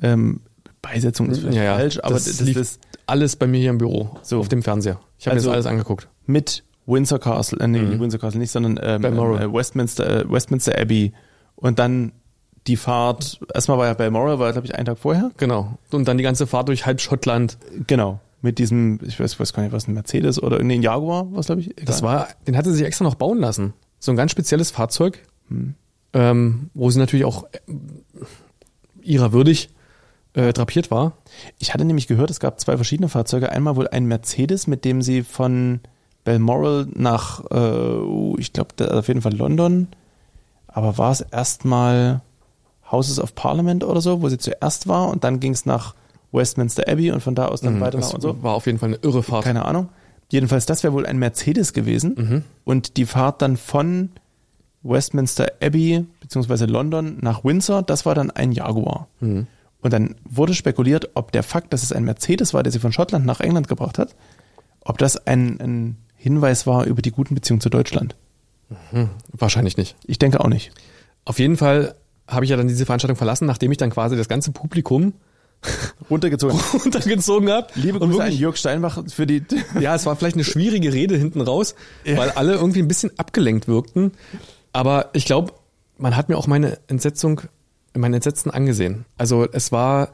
S2: ähm, Beisetzung ist vielleicht
S1: Ja, ja.
S2: falsch, aber
S1: das, lief alles bei mir hier im Büro, so
S2: So.
S1: auf dem Fernseher. Ich habe mir
S2: Also-
S1: das alles angeguckt.
S2: mit Windsor Castle, äh, nee, Windsor Castle nicht, sondern ähm,
S1: Mhm. Balmoral.
S2: ähm, äh, Westminster, äh, Westminster Abbey und dann die Fahrt, erstmal war ja Balmoral, war glaube ich einen Tag vorher,
S1: Genau. Und dann die ganze Fahrt durch halb Schottland.
S2: genau, mit diesem, ich weiß, weiß gar nicht, was ein Mercedes oder nee, ein Jaguar, was glaube ich, egal.
S1: Das war, den hatte sie sich extra noch bauen lassen. So ein ganz spezielles Fahrzeug, ähm, wo sie natürlich auch äh, ihrer würdig äh, drapiert war.
S2: Ich hatte nämlich gehört, es gab zwei verschiedene Fahrzeuge. Einmal wohl ein Mercedes, mit dem sie von Balmoral nach, äh, oh, ich glaube, auf jeden Fall London, aber war es erstmal Houses of Parliament oder so, wo sie zuerst war und dann ging es nach Westminster Abbey und von da aus dann weiter nach
S1: Mhm, Das
S2: und so.
S1: war auf jeden Fall eine irre Fahrt.
S2: Keine Ahnung. Jedenfalls, das wäre wohl ein Mercedes gewesen und die Fahrt dann von Westminster Abbey beziehungsweise London nach Windsor, das war dann ein Jaguar. Und dann wurde spekuliert, ob der Fakt, dass es ein Mercedes war, der sie von Schottland nach England gebracht hat, ob das ein, ein Hinweis war über die guten Beziehungen zu Deutschland.
S1: Wahrscheinlich nicht.
S2: Ich denke auch nicht.
S1: Auf jeden Fall habe ich ja dann diese Veranstaltung verlassen, nachdem ich dann quasi das ganze Publikum
S2: Runtergezogen.
S1: runtergezogen habe.
S2: Liebe
S1: und
S2: Grüße an
S1: wirklich-
S2: Jörg Steinbach für die.
S1: Ja, es war vielleicht eine schwierige Rede hinten raus, weil alle irgendwie ein bisschen abgelenkt wirkten. Aber ich glaube, man hat mir auch meine Entsetzung, mein Entsetzen angesehen. Also es war,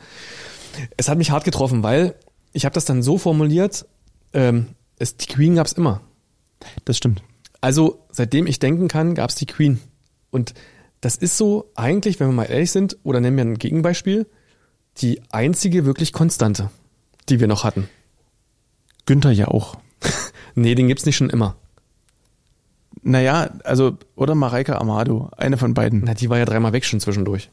S1: es hat mich hart getroffen, weil ich habe das dann so formuliert, ähm, es, die Queen gab's immer.
S2: Das stimmt.
S1: Also seitdem ich denken kann, gab's die Queen. Und das ist so eigentlich, wenn wir mal ehrlich sind, oder nehmen wir ein Gegenbeispiel, die einzige wirklich Konstante, die wir noch hatten.
S2: Günther ja auch.
S1: Nee, den gibt's nicht schon immer.
S2: Naja, also, oder Mareike Amado, eine von beiden.
S1: Na, die war ja dreimal weg schon zwischendurch.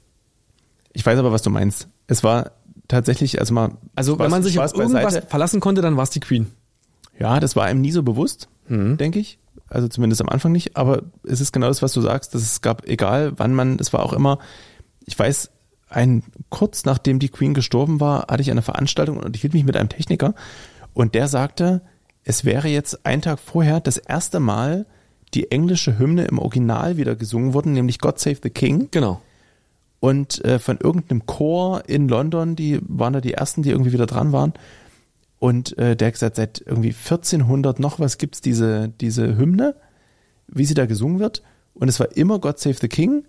S2: Ich weiß aber, was du meinst. Es war tatsächlich, also mal.
S1: Also wenn
S2: Spaß-
S1: man sich auf
S2: Spaß
S1: irgendwas verlassen konnte, dann war es die Queen.
S2: Ja, das war einem nie so bewusst,
S1: Mhm.
S2: denke ich. Also zumindest am Anfang nicht. Aber es ist genau das, was du sagst. Dass es gab, egal wann man, es war auch immer. Ich weiß, ein kurz nachdem die Queen gestorben war, hatte ich eine Veranstaltung und ich hielt mich mit einem Techniker und der sagte, es wäre jetzt einen Tag vorher das erste Mal die englische Hymne im Original wieder gesungen worden, nämlich God Save the King.
S1: Genau.
S2: und äh, von irgendeinem Chor in London, die waren da die ersten, die irgendwie wieder dran waren. Und äh, der hat gesagt, seit irgendwie 1400 noch was gibt's diese, diese Hymne, wie sie da gesungen wird. Und es war immer God Save the King,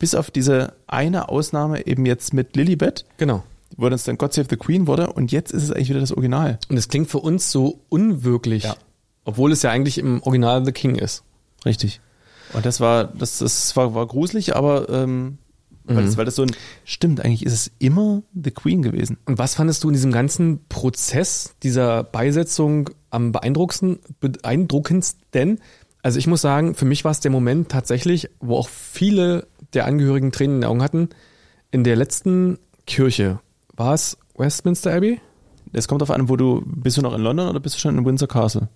S2: bis auf diese eine Ausnahme eben jetzt mit Lilibet,
S1: Genau.
S2: wo das dann God Save the Queen wurde. Und jetzt ist es eigentlich wieder das Original.
S1: Und es klingt für uns so unwirklich,
S2: Ja.
S1: obwohl es ja eigentlich im Original The King ist.
S2: Richtig. Und das war, das, das war, war gruselig, aber ähm, weil, das, weil das so ein. Stimmt, eigentlich ist es immer The Queen gewesen.
S1: Und was fandest du in diesem ganzen Prozess dieser Beisetzung am beeindruckendsten, beeindruckendsten? Also ich muss sagen, für mich war es der Moment tatsächlich, wo auch viele der Angehörigen Tränen in den Augen hatten. In der letzten Kirche war es Westminster Abbey?
S2: Es kommt darauf an, wo du, bist du noch in London oder bist du schon in Windsor Castle?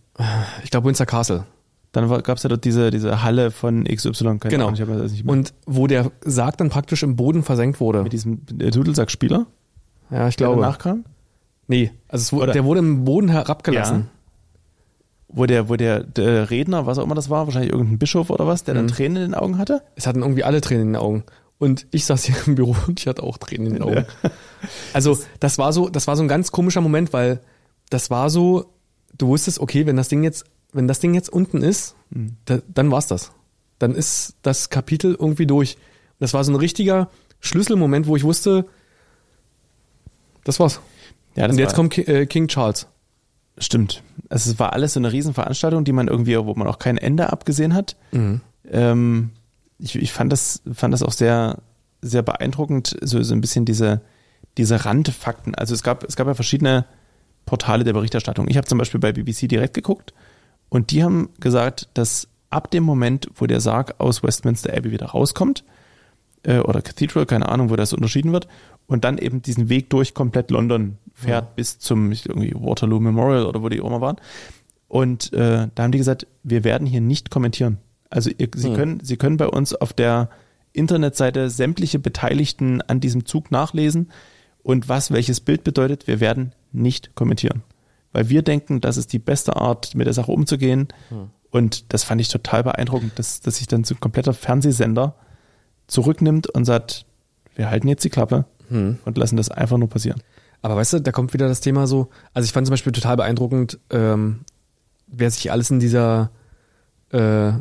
S1: Ich glaube Windsor Castle.
S2: Dann gab es ja dort diese, diese Halle von XY, keine
S1: Genau.
S2: Ahnung, ich habe das nicht mehr.
S1: Und wo der Sarg dann praktisch im Boden versenkt wurde.
S2: mit diesem äh, Dudelsack-Spieler,
S1: Ja, ich
S2: der
S1: glaube.
S2: danach kam,
S1: Nee, also es, wurde-
S2: Oder-
S1: der wurde im Boden herabgelassen.
S2: wo der, wo der, der Redner, was auch immer das war, wahrscheinlich irgendein Bischof oder was,
S1: Mhm.
S2: der dann Tränen in den Augen hatte.
S1: Es hatten irgendwie alle Tränen in den Augen. Und ich saß hier im Büro und ich hatte auch Tränen in den Augen. Also das war so, das war so ein ganz komischer Moment, weil das war so, du wusstest, okay, wenn das Ding jetzt, wenn das Ding jetzt unten ist,
S2: Mhm.
S1: da, dann war's das. Dann ist das Kapitel irgendwie durch. Und das war so ein richtiger Schlüsselmoment, wo ich wusste, das war's.
S2: Ja,
S1: und jetzt
S2: war,
S1: kommt Ki- äh, King Charles.
S2: Stimmt. Also es war alles so eine Riesenveranstaltung, die man irgendwie, wo man auch kein Ende abgesehen hat. Ähm, ich ich fand, das, fand das auch sehr, sehr beeindruckend, so, so ein bisschen diese, diese Randfakten. Also es gab, es gab ja verschiedene Portale der Berichterstattung. Ich habe zum Beispiel bei BBC direkt geguckt und die haben gesagt, dass ab dem Moment, wo der Sarg aus Westminster Abbey wieder rauskommt, äh, oder Cathedral, keine Ahnung, wo das unterschieden wird, und dann eben diesen Weg durch komplett London fährt bis zum ich- irgendwie Waterloo Memorial oder wo die Oma waren. Und äh, da haben die gesagt, wir werden hier nicht kommentieren. Also ihr, sie, können, sie können bei uns auf der Internetseite sämtliche Beteiligten an diesem Zug nachlesen und was welches Bild bedeutet, wir werden nicht kommentieren. Weil wir denken, das ist die beste Art, mit der Sache umzugehen. Und das fand ich total beeindruckend, dass, dass sich dann so ein kompletter Fernsehsender zurücknimmt und sagt, wir halten jetzt die Klappe
S1: Hm.
S2: und lassen das einfach nur passieren.
S1: Aber weißt du, da kommt wieder das Thema so. Also ich fand zum Beispiel total beeindruckend, ähm, wer sich alles in dieser äh,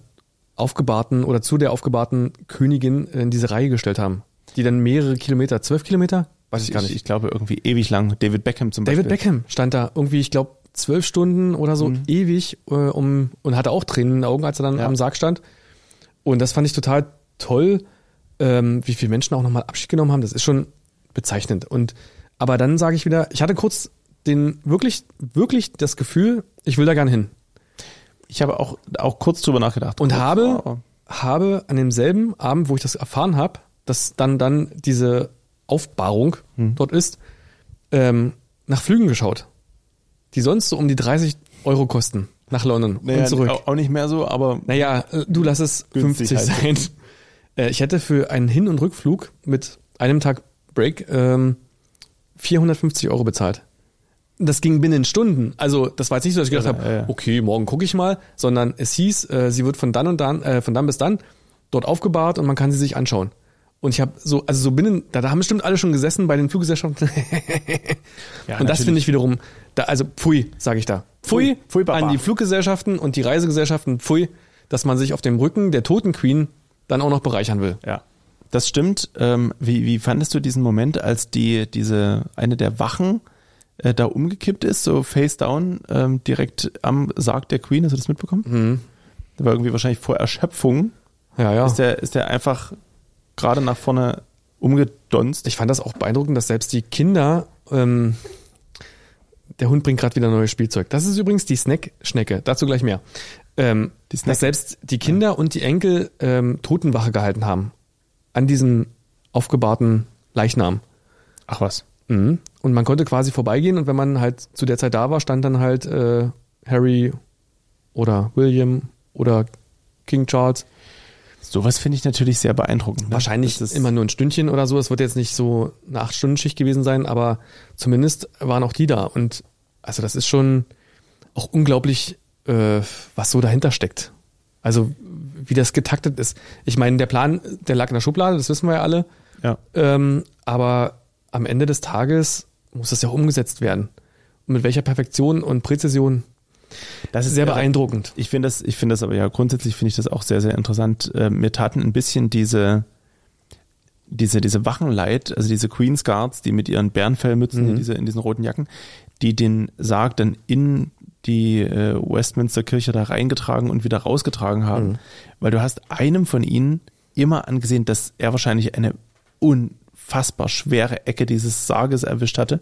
S1: aufgebahrten oder zu der aufgebahrten Königin in diese Reihe gestellt haben. Die dann mehrere Kilometer, zwölf Kilometer? Weiß ich gar nicht.
S2: Ich, glaube, irgendwie ewig lang. David Beckham zum
S1: David
S2: Beispiel. Mhm.
S1: Beckham stand da irgendwie, ich glaube, zwölf Stunden oder so ewig äh, um, und hatte auch Tränen in den Augen, als er dann
S2: Ja.
S1: am Sarg stand. Und das fand ich total toll, ähm, wie viele Menschen auch nochmal Abschied genommen haben. Das ist schon bezeichnend. Und aber dann sage ich wieder, ich hatte kurz den wirklich, wirklich das Gefühl, ich will da gern hin.
S2: Ich habe auch, auch kurz drüber nachgedacht. Oh,
S1: Und
S2: Kurz,
S1: habe,
S2: wow.
S1: habe an demselben Abend, wo ich das erfahren habe, dass dann, dann diese Aufbahrung
S2: Hm.
S1: dort ist, ähm, nach Flügen geschaut. Die sonst so um die 30 Euro kosten. Nach London
S2: naja,
S1: und zurück.
S2: Auch auch nicht mehr so, aber
S1: Naja, äh, du lass es
S2: Günstig halt.
S1: 50 sein. Äh, ich hätte für einen Hin- und Rückflug mit einem Tag Break ähm, 450 Euro bezahlt. Das ging binnen Stunden. Also das war jetzt nicht so, dass ich gedacht
S2: Ja,
S1: habe,
S2: ja, ja.
S1: okay, morgen gucke ich mal, sondern es hieß, äh, sie wird von dann und dann, äh, von dann bis dann dort aufgebahrt und man kann sie sich anschauen. Und ich habe so, also so binnen, da, da haben bestimmt alle schon gesessen bei den Fluggesellschaften.
S2: ja,
S1: und das
S2: natürlich.
S1: finde ich wiederum, da, also pfui, sage ich da. Pfui,
S2: Pfui, pfui, Baba.
S1: an die Fluggesellschaften und die Reisegesellschaften, pfui, dass man sich auf dem Rücken der toten Queen dann auch noch bereichern will.
S2: Ja. Das stimmt. Ähm, wie, wie fandest du diesen Moment, als die, diese, eine der Wachen äh, da umgekippt ist, so face down, ähm, direkt am Sarg der Queen? Hast du das mitbekommen? Mhm.
S1: Hm.
S2: Da war irgendwie wahrscheinlich vor Erschöpfung.
S1: Ja, ja.
S2: Ist der, ist der einfach gerade nach vorne umgedonst?
S1: ich fand das auch beeindruckend, dass selbst die Kinder, ähm, der Hund bringt gerade wieder neues Spielzeug. Das ist übrigens die Snack-Schnecke, dazu gleich mehr. Ähm,
S2: Die Snack-
S1: dass selbst die Kinder und die Enkel ähm, Totenwache gehalten haben an diesem aufgebahrten Leichnam.
S2: Ach was.
S1: Mhm. Und man konnte quasi vorbeigehen und wenn man halt zu der Zeit da war, stand dann halt äh, Harry oder William oder King Charles.
S2: Sowas finde ich natürlich sehr beeindruckend. Ne?
S1: Wahrscheinlich
S2: Das ist
S1: immer nur ein Stündchen oder so. Es wird jetzt nicht so eine Acht-Stunden-Schicht gewesen sein, aber zumindest waren auch die da. Und also das ist schon auch unglaublich, äh, was so dahinter steckt. Also wie das getaktet ist. Ich meine, der Plan, der lag in der Schublade, das wissen wir ja alle.
S2: Ja.
S1: Ähm, aber am Ende des Tages muss das ja auch umgesetzt werden. Und mit welcher Perfektion und Präzision.
S2: Das
S1: Sehr
S2: irre.
S1: beeindruckend.
S2: Ich finde das, ich finde das aber ja grundsätzlich finde ich das auch sehr, sehr interessant. Äh, mir taten ein bisschen diese, diese, diese Wachenleid, also diese Queen's Guards, die mit ihren Bärenfellmützen in, diese, in diesen roten Jacken, die den Sarg dann in die äh, Westminster Kirche da reingetragen und wieder rausgetragen haben. Weil du hast einem von ihnen immer angesehen, dass er wahrscheinlich eine unfassbar schwere Ecke dieses Sarges erwischt hatte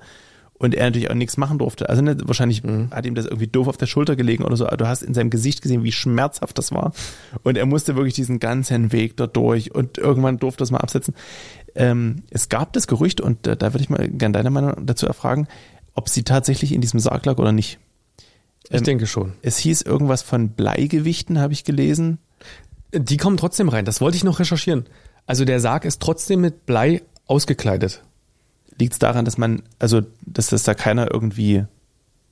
S2: und er natürlich auch nichts machen durfte. Also ne, wahrscheinlich hat ihm das irgendwie doof auf der Schulter gelegen oder so, aber du hast in seinem Gesicht gesehen, wie schmerzhaft das war. Und er musste wirklich diesen ganzen Weg dort durch und irgendwann durfte das mal absetzen. Ähm, es gab das Gerücht, und äh, da würde ich mal gerne deine Meinung dazu erfragen, ob sie tatsächlich in diesem Sarg lag oder nicht.
S1: Ich
S2: Ähm,
S1: denke schon.
S2: Es hieß irgendwas von Bleigewichten, habe ich gelesen.
S1: Die kommen trotzdem rein. Das wollte ich noch recherchieren. Also der Sarg ist trotzdem mit Blei ausgekleidet.
S2: Liegt es daran, dass man, also dass das da keiner irgendwie,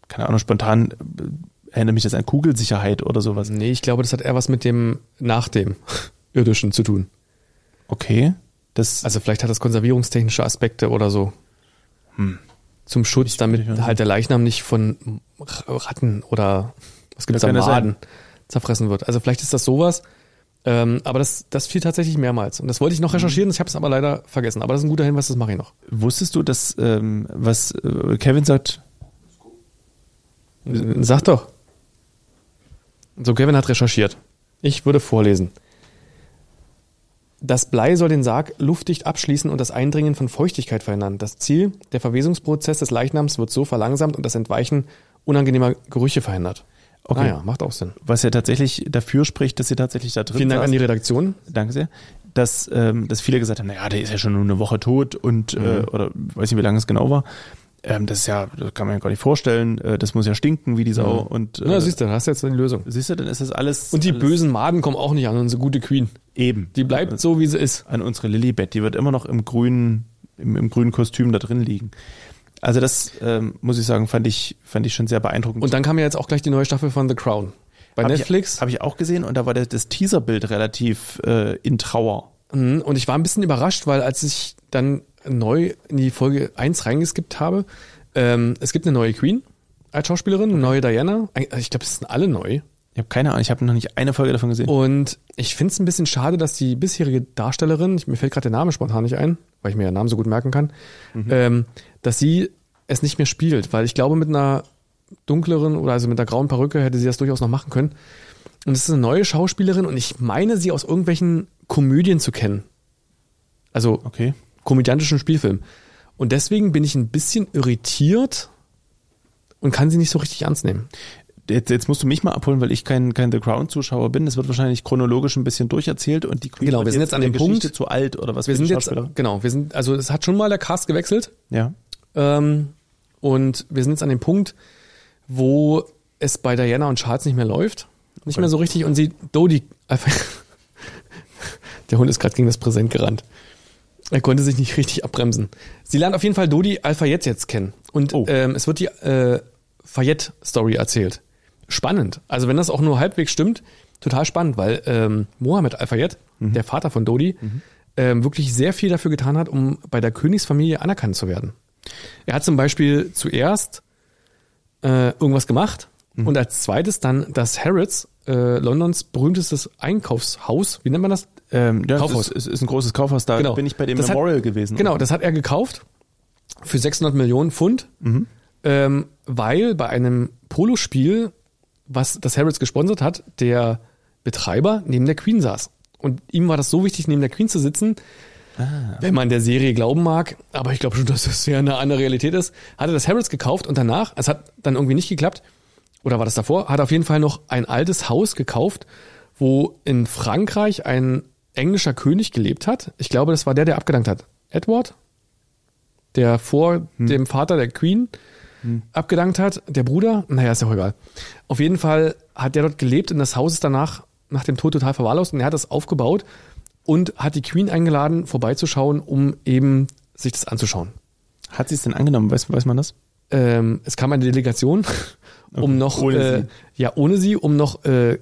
S2: keine Ahnung, spontan äh, erinnert mich das an Kugelsicherheit oder sowas.
S1: Nee, ich glaube, das hat eher was mit dem nach dem irdischen zu tun.
S2: Okay. Das
S1: Also vielleicht hat das konservierungstechnische Aspekte oder so. Zum Schutz, damit
S2: Hm. ich auch nicht.
S1: halt der Leichnam nicht von Ratten oder was gibt's
S2: Ja,
S1: da,
S2: kann ja sein.
S1: Maden zerfressen wird. Also vielleicht ist das sowas. Ähm, aber das, das fiel tatsächlich mehrmals. Und das wollte ich noch recherchieren, ich habe es aber leider vergessen. Aber das ist ein guter Hinweis, das mache ich noch.
S2: Wusstest du, dass ähm, was äh, Kevin sagt?
S1: Sag doch. So, Kevin hat recherchiert. Ich würde vorlesen. Das Blei soll den Sarg luftdicht abschließen und das Eindringen von Feuchtigkeit verhindern. Das Ziel, der Verwesungsprozess des Leichnams wird so verlangsamt und das Entweichen unangenehmer Gerüche verhindert.
S2: Okay.
S1: Naja, macht auch Sinn.
S2: Was ja tatsächlich dafür spricht, dass sie tatsächlich da drin
S1: Vielen Dank
S2: saß.
S1: an die Redaktion.
S2: Danke sehr. Dass, ähm, dass viele gesagt haben, naja, der ist ja schon nur eine Woche tot und äh,
S1: Mhm.
S2: oder weiß nicht, wie lange es genau war. Ähm, das ist ja, das kann man ja gar nicht vorstellen. Äh, das muss ja stinken wie die Sau. Und äh,
S1: Mhm. Na, siehst du, da hast du jetzt die Lösung.
S2: siehst du, dann ist das alles.
S1: Und die
S2: alles
S1: bösen Maden kommen auch nicht an unsere gute Queen.
S2: eben.
S1: Die bleibt so, wie sie ist.
S2: an unsere Lilibet. Die wird immer noch im grünen, im, im grünen Kostüm da drin liegen. Also das ähm, muss ich sagen, fand ich fand ich schon sehr beeindruckend.
S1: Und dann kam ja jetzt auch gleich die neue Staffel von The Crown. Bei
S2: Hab
S1: Netflix.
S2: Ich, Habe ich auch gesehen und da war das, das Teaserbild relativ äh, in Trauer.
S1: Mhm, Und ich war ein bisschen überrascht, weil als ich dann neu in die Folge 1 reingeskippt habe, ähm, es gibt eine neue Queen als Schauspielerin, eine neue Diana. Ein- also Ich glaube, es sind alle neu.
S2: Ich habe keine Ahnung, ich habe noch nicht eine Folge davon gesehen.
S1: Und ich finde es ein bisschen schade, dass die bisherige Darstellerin, ich, mir fällt gerade der Name spontan nicht ein, weil ich mir ihren Namen so gut merken kann, ähm, dass sie es nicht mehr spielt, weil ich glaube, mit einer dunkleren oder also mit einer grauen Perücke hätte sie das durchaus noch machen können. Und es ist eine neue Schauspielerin und ich meine, sie aus irgendwelchen Komödien zu kennen. Also
S2: Okay.
S1: komödiantischen Spielfilm. Und deswegen bin ich ein bisschen irritiert und kann sie nicht so richtig ernst nehmen.
S2: Jetzt, jetzt musst du mich mal abholen, weil ich kein, kein The Crown-Zuschauer bin. Das wird wahrscheinlich chronologisch ein bisschen durcherzählt und die Queen
S1: Genau, wir
S2: wird
S1: sind jetzt an
S2: in
S1: dem
S2: der Geschichte
S1: Punkt-
S2: zu alt oder was?
S1: Wir
S2: für die
S1: sind jetzt,
S2: Schauspielerin.
S1: genau, wir sind, also es hat schon mal der Cast gewechselt.
S2: Ja.
S1: Ähm, und wir sind jetzt an dem Punkt, wo es bei Diana und Charles nicht mehr läuft. Nicht mehr so richtig. Und sie, Dodie, einfach- der Hund ist gerade gegen das Präsent gerannt. Er konnte sich nicht richtig abbremsen. Sie lernt auf jeden Fall Dodi Al-Fayed jetzt kennen. Und
S2: Oh.
S1: ähm, es wird die äh, Fayed-Story erzählt. Spannend. Also wenn das auch nur halbwegs stimmt, total spannend, weil ähm, Mohammed Al-Fayed, der Vater von Dodi, ähm, wirklich sehr viel dafür getan hat, um bei der Königsfamilie anerkannt zu werden. Er hat zum Beispiel zuerst äh, irgendwas gemacht
S2: Mhm.
S1: und als zweites dann das Harrods, äh, Londons berühmtestes Einkaufshaus, wie nennt man das?
S2: Ähm, ja
S1: Kaufhaus. Genau.
S2: Kaufhaus. Es ist, es ist ein großes Kaufhaus, da bin ich bei dem
S1: Das hat-
S2: Memorial gewesen.
S1: Genau, das hat er gekauft für 600 Millionen Pfund,
S2: Mhm.
S1: ähm, weil bei einem Polospiel, was das Harrods gesponsert hat, der Betreiber neben der Queen saß. Und ihm war das so wichtig, neben der Queen zu sitzen, wenn man der Serie glauben mag, aber ich glaube schon, dass das sehr nah an der Realität ist, hat er das Harrods gekauft und danach, es hat dann irgendwie nicht geklappt, oder war das davor, hat er auf jeden Fall noch ein altes Haus gekauft, wo in Frankreich ein englischer König gelebt hat. Ich glaube, das war der, der abgedankt hat. Edward, der vor dem Vater der Queen abgedankt hat, der Bruder, naja, ist ja auch egal. Auf jeden Fall hat der dort gelebt und das Haus ist danach nach dem Tod total verwahrlost und er hat das aufgebaut und hat die Queen eingeladen, vorbeizuschauen, um eben sich das anzuschauen.
S2: Hat sie es denn angenommen? Weiß, weiß man das?
S1: Ähm, es kam eine Delegation, um noch
S2: ohne
S1: äh,
S2: sie.
S1: ja ohne sie, um noch äh,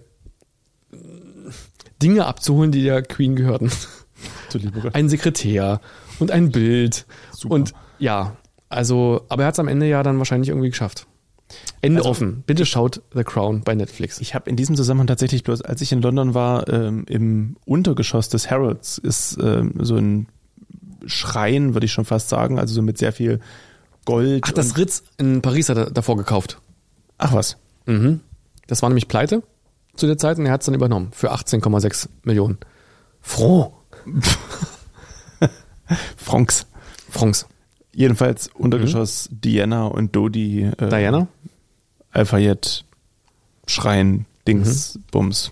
S1: Dinge abzuholen, die der Queen gehörten.
S2: Du lieber Gott.
S1: Ein Sekretär und ein Bild
S2: Super.
S1: und ja, also, aber er hat es am Ende ja dann wahrscheinlich irgendwie geschafft. Ende
S2: Also-
S1: offen. Bitte schaut The Crown bei Netflix.
S2: Ich habe in diesem Zusammenhang tatsächlich bloß, als ich in London war, ähm, im Untergeschoss des Harrods ist ähm, so ein Schrein, würde ich schon fast sagen, also so mit sehr viel Gold.
S1: Ach, das
S2: und,
S1: Ritz in Paris hat er davor gekauft.
S2: ach was.
S1: Mhm. Das war nämlich pleite zu der Zeit und er hat es dann übernommen für 18,6 Millionen. Franc.
S2: Franks.
S1: Francs.
S2: Jedenfalls Untergeschoss Diana und Dodi. Äh,
S1: Mhm. Diana?
S2: Alphayet, Schrein,
S1: Mhm.
S2: Dings, Bums.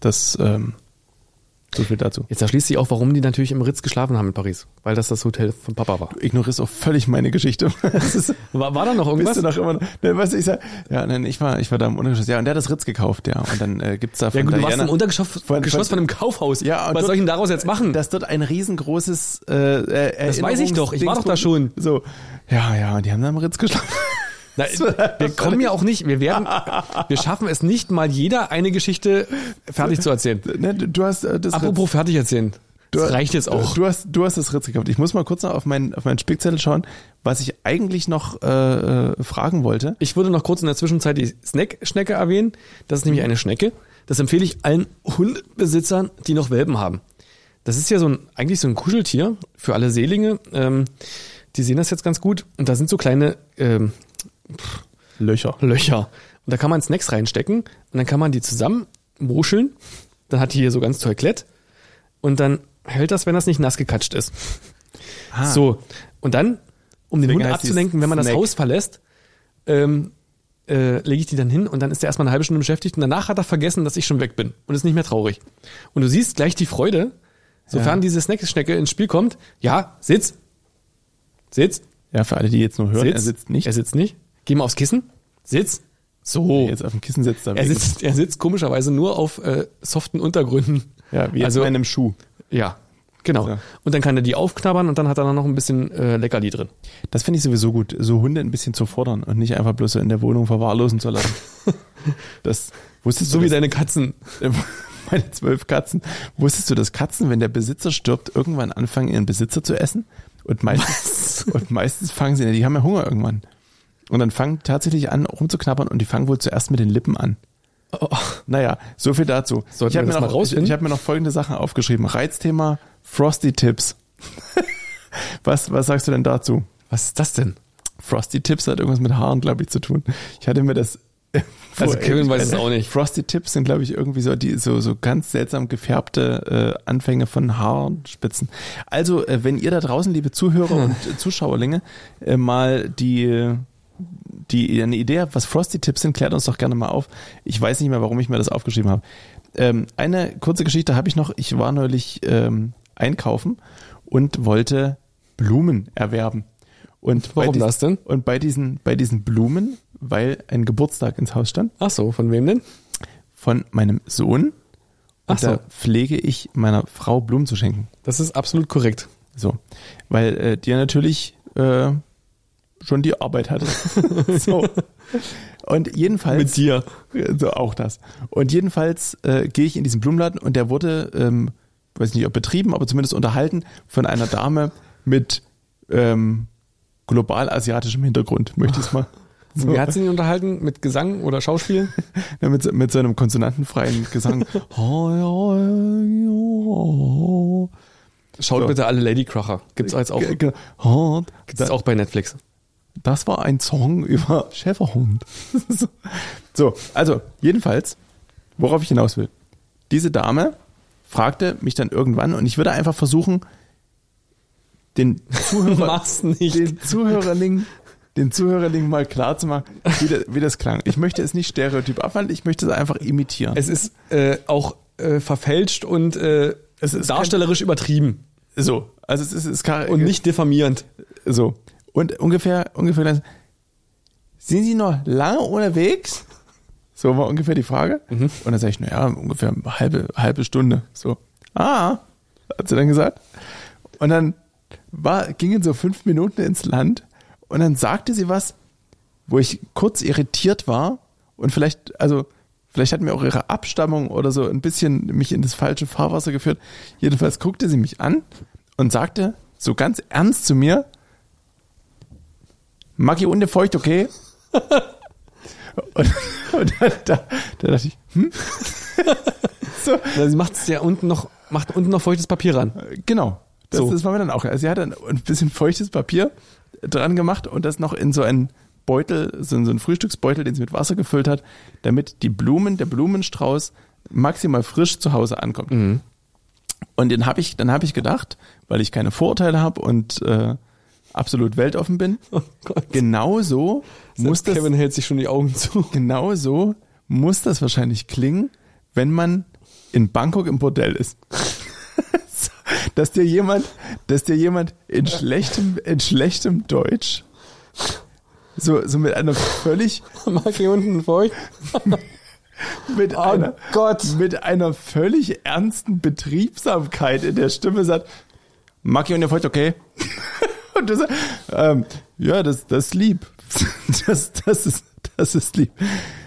S2: Das, ähm, so viel dazu.
S1: Jetzt erschließt sich auch, warum die natürlich im Ritz geschlafen haben in Paris, weil das das Hotel von Papa war.
S2: Du ignorierst auch völlig meine Geschichte. Das ist,
S1: War, war da noch
S2: bist
S1: irgendwas?
S2: du noch immer, ne, was ich sag, ja, nein, ich war, ich war da im Untergeschoss, ja, und der hat das Ritz gekauft, ja, und dann äh, gibt's da von
S1: ja gut, du warst
S2: Diana-
S1: im Untergeschoss
S2: von-
S1: von, Geschoss von einem Kaufhaus.
S2: Ja, und
S1: Was
S2: dort-
S1: soll ich denn daraus jetzt machen?
S2: dass dort ein riesengroßes äh, äh,
S1: Das weiß ich doch, ich war doch da
S2: Erinnerungs-
S1: schon.
S2: So, ja, ja, und die haben da im Ritz geschlafen.
S1: Na, wir kommen ja auch nicht, wir werden, wir schaffen es nicht mal jeder eine Geschichte fertig zu erzählen.
S2: Ne, du du hast äh, das
S1: Apropos fertig erzählen. Das reicht jetzt auch.
S2: Du hast, du hast das Ritz gekauft. Ich muss mal kurz noch auf meinen, auf meinen Spickzettel schauen, was ich eigentlich noch äh, äh, fragen wollte.
S1: Ich würde noch kurz in der Zwischenzeit die Snack-Schnecke erwähnen. Das ist nämlich eine Schnecke. Das empfehle ich allen Hundbesitzern, die noch Welpen haben. Das ist ja so ein, eigentlich so ein Kuscheltier für alle Seelinge. Ähm, die sehen das jetzt ganz gut. Und da sind so kleine ähm,
S2: Löcher.
S1: Löcher. Und da kann man Snacks reinstecken und dann kann man die zusammen muscheln. Dann hat die hier so ganz Toilett. Und dann hält das, wenn das nicht nass gekatscht ist. So. Und dann, um den
S2: Deswegen
S1: Hund
S2: Ah. heißt die
S1: abzulenken, wenn man das
S2: Snack.
S1: Haus verlässt, ähm, äh, lege ich die dann hin und dann ist er erstmal eine halbe Stunde beschäftigt und danach hat er vergessen, dass ich schon weg bin und ist nicht mehr traurig. Und du siehst gleich die Freude, sofern
S2: Ja.
S1: diese Snack-Schnecke ins Spiel kommt. Ja, sitz. Sitz.
S2: Ja, für alle, die jetzt nur hören,
S1: Sitz.
S2: er sitzt nicht.
S1: Er sitzt nicht. Geh mal aufs Kissen. Sitz.
S2: Nee,
S1: So.
S2: jetzt auf dem Kissen sitzt er.
S1: Er sitzt, er sitzt komischerweise nur auf äh, soften Untergründen.
S2: ja, wie jetzt
S1: also,
S2: in einem Schuh.
S1: ja, genau.
S2: So.
S1: Und dann kann er die aufknabbern und dann hat er dann noch ein bisschen äh, Leckerli drin.
S2: Das finde ich sowieso gut, so Hunde ein bisschen zu fordern und nicht einfach bloß so in der Wohnung verwahrlosen zu lassen. Das wusstest
S1: So
S2: du,
S1: wie
S2: dass-
S1: deine Katzen.
S2: meine zwölf Katzen. Wusstest du, dass Katzen, wenn der Besitzer stirbt, irgendwann anfangen, ihren Besitzer zu essen? Und meistens, und meistens fangen sie, die haben ja Hunger irgendwann. Und dann fangen tatsächlich an, rumzuknabbern und die fangen wohl zuerst mit den Lippen an.
S1: Oh,
S2: Naja, so viel dazu.
S1: Sollten
S2: ich habe
S1: wir das
S2: mir,
S1: mal
S2: noch- ich
S1: rausfinden?
S2: ich hab mir noch folgende Sachen aufgeschrieben. Reizthema, Frosty Tips. was, was sagst du denn dazu?
S1: Was ist das denn?
S2: Frosty Tips hat irgendwas mit Haaren, glaube ich, zu tun. Ich hatte mir das.
S1: Also Kevin weiß es
S2: Ewigkeiten-
S1: auch nicht.
S2: Frosty Tips sind, glaube ich, irgendwie so die so so ganz seltsam gefärbte äh, Anfänge von Haarspitzen. Also, äh, wenn ihr da draußen, liebe Zuhörer und äh, Zuschauerlinge, äh, mal die äh, die eine Idee habt, was Frosty Tips sind, klärt uns doch gerne mal auf. Ich weiß nicht mehr, warum ich mir das aufgeschrieben habe. Ähm, eine kurze Geschichte habe ich noch. Ich war neulich ähm, einkaufen und wollte Blumen erwerben. Und
S1: Warum
S2: bei dies-
S1: das denn?
S2: Und bei diesen, bei diesen Blumen, weil ein Geburtstag ins Haus stand,
S1: Ach so, von wem denn?
S2: von meinem Sohn.
S1: Ach
S2: Und
S1: so,
S2: da pflege ich meiner Frau Blumen zu schenken.
S1: das ist absolut korrekt.
S2: So, weil äh, die natürlich äh, schon die Arbeit hatte. so. Und jedenfalls. Äh,
S1: Mit dir.
S2: So, auch das. Und jedenfalls äh, gehe ich in diesen Blumenladen und der wurde, ähm, weiß nicht, ob betrieben, aber zumindest unterhalten von einer Dame mit ähm, global-asiatischem Hintergrund, möchte ich es mal. So.
S1: Wer hat sie denn unterhalten? Mit Gesang oder Schauspiel?
S2: Ja, mit, so- mit so einem konsonantenfreien Gesang. Schaut
S1: Schaut
S2: So. genau.
S1: bitte alle Lady Crocker. Gibt's als auch.
S2: auch.
S1: Das ist auch bei Netflix.
S2: Das war ein Song über Schäferhund. So. so, also jedenfalls, worauf ich hinaus will. Diese Dame fragte mich dann irgendwann und ich würde einfach versuchen, den Zuhörer,
S1: Mach's nicht.
S2: den Zuhörerling, den Zuhörerling mal klar zu machen, wie, das- wie das klang. Ich möchte es nicht stereotyp abwandeln, ich möchte es einfach imitieren.
S1: Es ist äh, auch äh, verfälscht und äh,
S2: Es ist
S1: darstellerisch übertrieben
S2: so, also es ist, es ist
S1: und nicht diffamierend.
S2: so. Und ungefähr, ungefähr, gleich, sind Sie noch lange unterwegs? So war ungefähr die Frage. Und dann sage ich, naja, ungefähr eine halbe, halbe Stunde. So, ah, hat sie dann gesagt. Und dann war, gingen so fünf Minuten ins Land und dann sagte sie was, wo ich kurz irritiert war und vielleicht, also, vielleicht hat mir auch ihre Abstammung oder so ein bisschen mich in das falsche Fahrwasser geführt. Jedenfalls guckte sie mich an und sagte so ganz ernst zu mir, Maggi unde feucht, okay? und und da, da, da dachte ich, hm? so,
S1: Na, Sie macht's ja unten noch, macht unten noch feuchtes Papier ran.
S2: genau. Das,
S1: So.
S2: das war mir dann auch. Also sie hat dann ein bisschen feuchtes Papier dran gemacht und das noch in so einen Beutel, so in so einen Frühstücksbeutel, den sie mit Wasser gefüllt hat, damit die Blumen, der Blumenstrauß maximal frisch zu Hause ankommt. Und den habe ich, dann habe ich gedacht, weil ich keine Vorurteile habe und äh, absolut weltoffen bin,
S1: Oh Gott.
S2: genauso muss das
S1: Kevin hält sich schon die Augen zu.
S2: Genau so muss das wahrscheinlich klingen, wenn man in Bangkok im Bordell ist. dass dir jemand, dass dir jemand in schlechtem, in schlechtem Deutsch so, so mit einer völlig,
S1: Mag hier unten feucht.
S2: mit
S1: Oh
S2: einer,
S1: Gott.
S2: mit einer völlig ernsten Betriebsamkeit in der Stimme sagt, Maki und ihr folgt, okay. und du sagst, ähm, ja, das, das ist lieb. das, das ist, das ist lieb.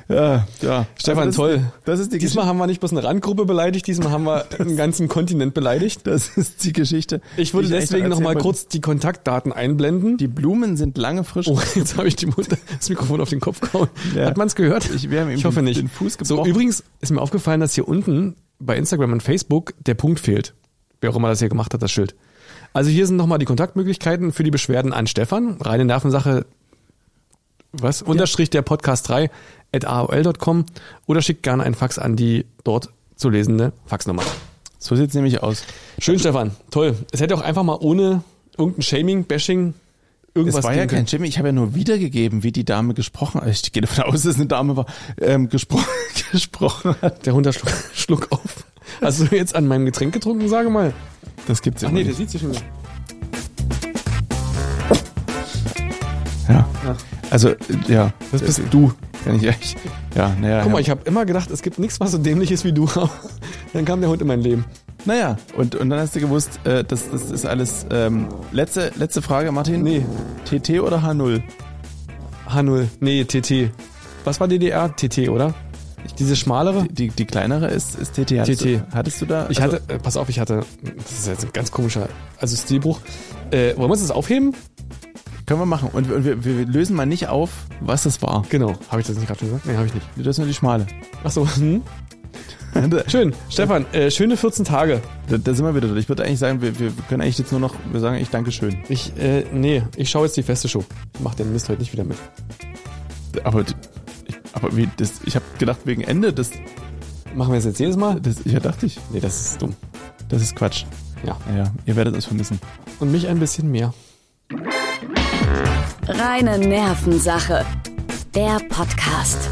S2: Ja, ja. Also
S1: Stefan,
S2: das
S1: toll.
S2: Ist, das ist die Geschichte.
S1: Diesmal haben wir nicht bloß eine Randgruppe beleidigt, diesmal haben wir einen ganzen Kontinent beleidigt.
S2: Das ist die Geschichte.
S1: Ich würde
S2: die echt
S1: deswegen noch
S2: erzählen
S1: mal
S2: wollte.
S1: kurz die Kontaktdaten einblenden.
S2: Die Blumen sind lange frisch.
S1: Oh, jetzt habe ich die Mund, das Mikrofon auf den Kopf gehauen.
S2: Ja.
S1: Hat man es gehört?
S2: Ich- wir haben ihm
S1: ich hoffe
S2: den-
S1: nicht.
S2: den Fuß
S1: so,
S2: gebrochen.
S1: übrigens ist mir aufgefallen, dass hier unten bei Instagram und Facebook der Punkt fehlt. Wer auch immer das hier gemacht hat, das Schild. Also hier sind nochmal die Kontaktmöglichkeiten für die Beschwerden an Stefan. Reine Nervensache, was? Unterstrich der Podcast 3 at aol.com oder schickt gerne einen Fax an die dort zu lesende Faxnummer.
S2: So sieht's nämlich aus.
S1: Schön, Stefan. Toll. Es hätte auch einfach mal ohne irgendein Shaming, Bashing,
S2: Es
S1: irgendwas
S2: war ja
S1: gehen
S2: kein
S1: können.
S2: Jimmy, ich habe ja nur wiedergegeben, wie die Dame gesprochen hat. Ich gehe davon aus, dass es eine Dame war, ähm, gesprochen, gesprochen hat.
S1: Der Hund hat Schluck, Schluck auf. Hast du jetzt an meinem Getränk getrunken, sage mal?
S2: Das gibt's ja nicht.
S1: sieht sich schon.
S2: Ja. Also, äh, ja.
S1: Das bist
S2: Äh,
S1: du.
S2: Kann ich echt. Ja, naja.
S1: Guck mal,
S2: ja.
S1: ich habe immer gedacht, es gibt nichts, was so dämlich ist wie du. Dann kam der Hund in mein Leben.
S2: Naja, und, und dann hast du gewusst, äh, das, das ist alles. Ähm, letzte, letzte Frage, Martin.
S1: Nee,
S2: TT oder H0?
S1: H0. Nee, TT. Was war DDR? TT, oder? Diese schmalere?
S2: Die, die, die kleinere ist, ist TT. Hattest,
S1: TT.
S2: Du, hattest du da?
S1: Ich
S2: also-
S1: hatte, äh, pass auf, ich hatte, das ist jetzt ein ganz komischer, also Stilbruch. Äh, wollen wir uns das aufheben?
S2: Können wir machen. Und, und wir, wir lösen mal nicht auf, was das war.
S1: Genau. Habe ich das nicht gerade schon gesagt? Nee, habe ich nicht.
S2: Das ist nur die Schmale.
S1: Achso. Hm?
S2: da,
S1: Schön. Stefan, äh, schöne 14 Tage.
S2: da sind wir wieder drin. Ich würde eigentlich sagen, wir, wir können eigentlich jetzt nur noch, wir sagen ich danke schön.
S1: Ich, äh, nee, ich schaue jetzt die feste Show. Mach den Mist heute nicht wieder mit.
S2: Aber, die- ich- aber wie, das, ich habe gedacht, wegen Ende, das,
S1: Machen wir das jetzt jedes Mal?
S2: das, ja, dachte ich,
S1: Nee, das ist dumm.
S2: das ist Quatsch.
S1: Ja.
S2: Naja, ihr werdet uns vermissen.
S1: Und mich ein bisschen mehr.
S3: Reine Nervensache. Der Podcast.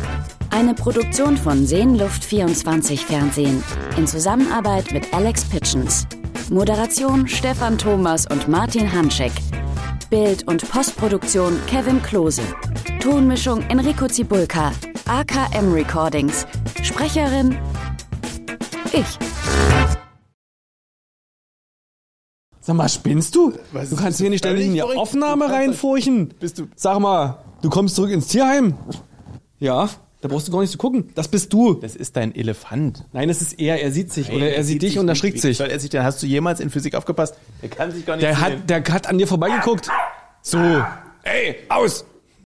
S3: Eine Produktion von Seenluft24 Fernsehen. In Zusammenarbeit mit Alex Pitchens. Moderation Stefan Thomas und Martin Hanschek. Bild- und Postproduktion Kevin Klose. Tonmischung Enrico Zibulka. AKM Recordings. Sprecherin ich.
S1: Sag mal, spinnst du?
S2: Was
S1: du
S2: ist-
S1: kannst hier nicht ständig in die
S2: Völlig verrückt.
S1: Aufnahme
S2: Du kannst-
S1: reinfurchen.
S2: Bist du-
S1: Sag mal, du kommst zurück ins Tierheim. Ja, da brauchst du gar nicht zu gucken. Das bist du.
S2: Das ist dein Elefant.
S1: Nein, das ist er. Er sieht sich. oder er, sieht dich und erschrickt sich.
S2: Soll er sich denn, hast du jemals in Physik aufgepasst? Der kann sich gar nicht
S1: Der
S2: sehen.
S1: hat, der hat an dir vorbeigeguckt. So. Ey, aus!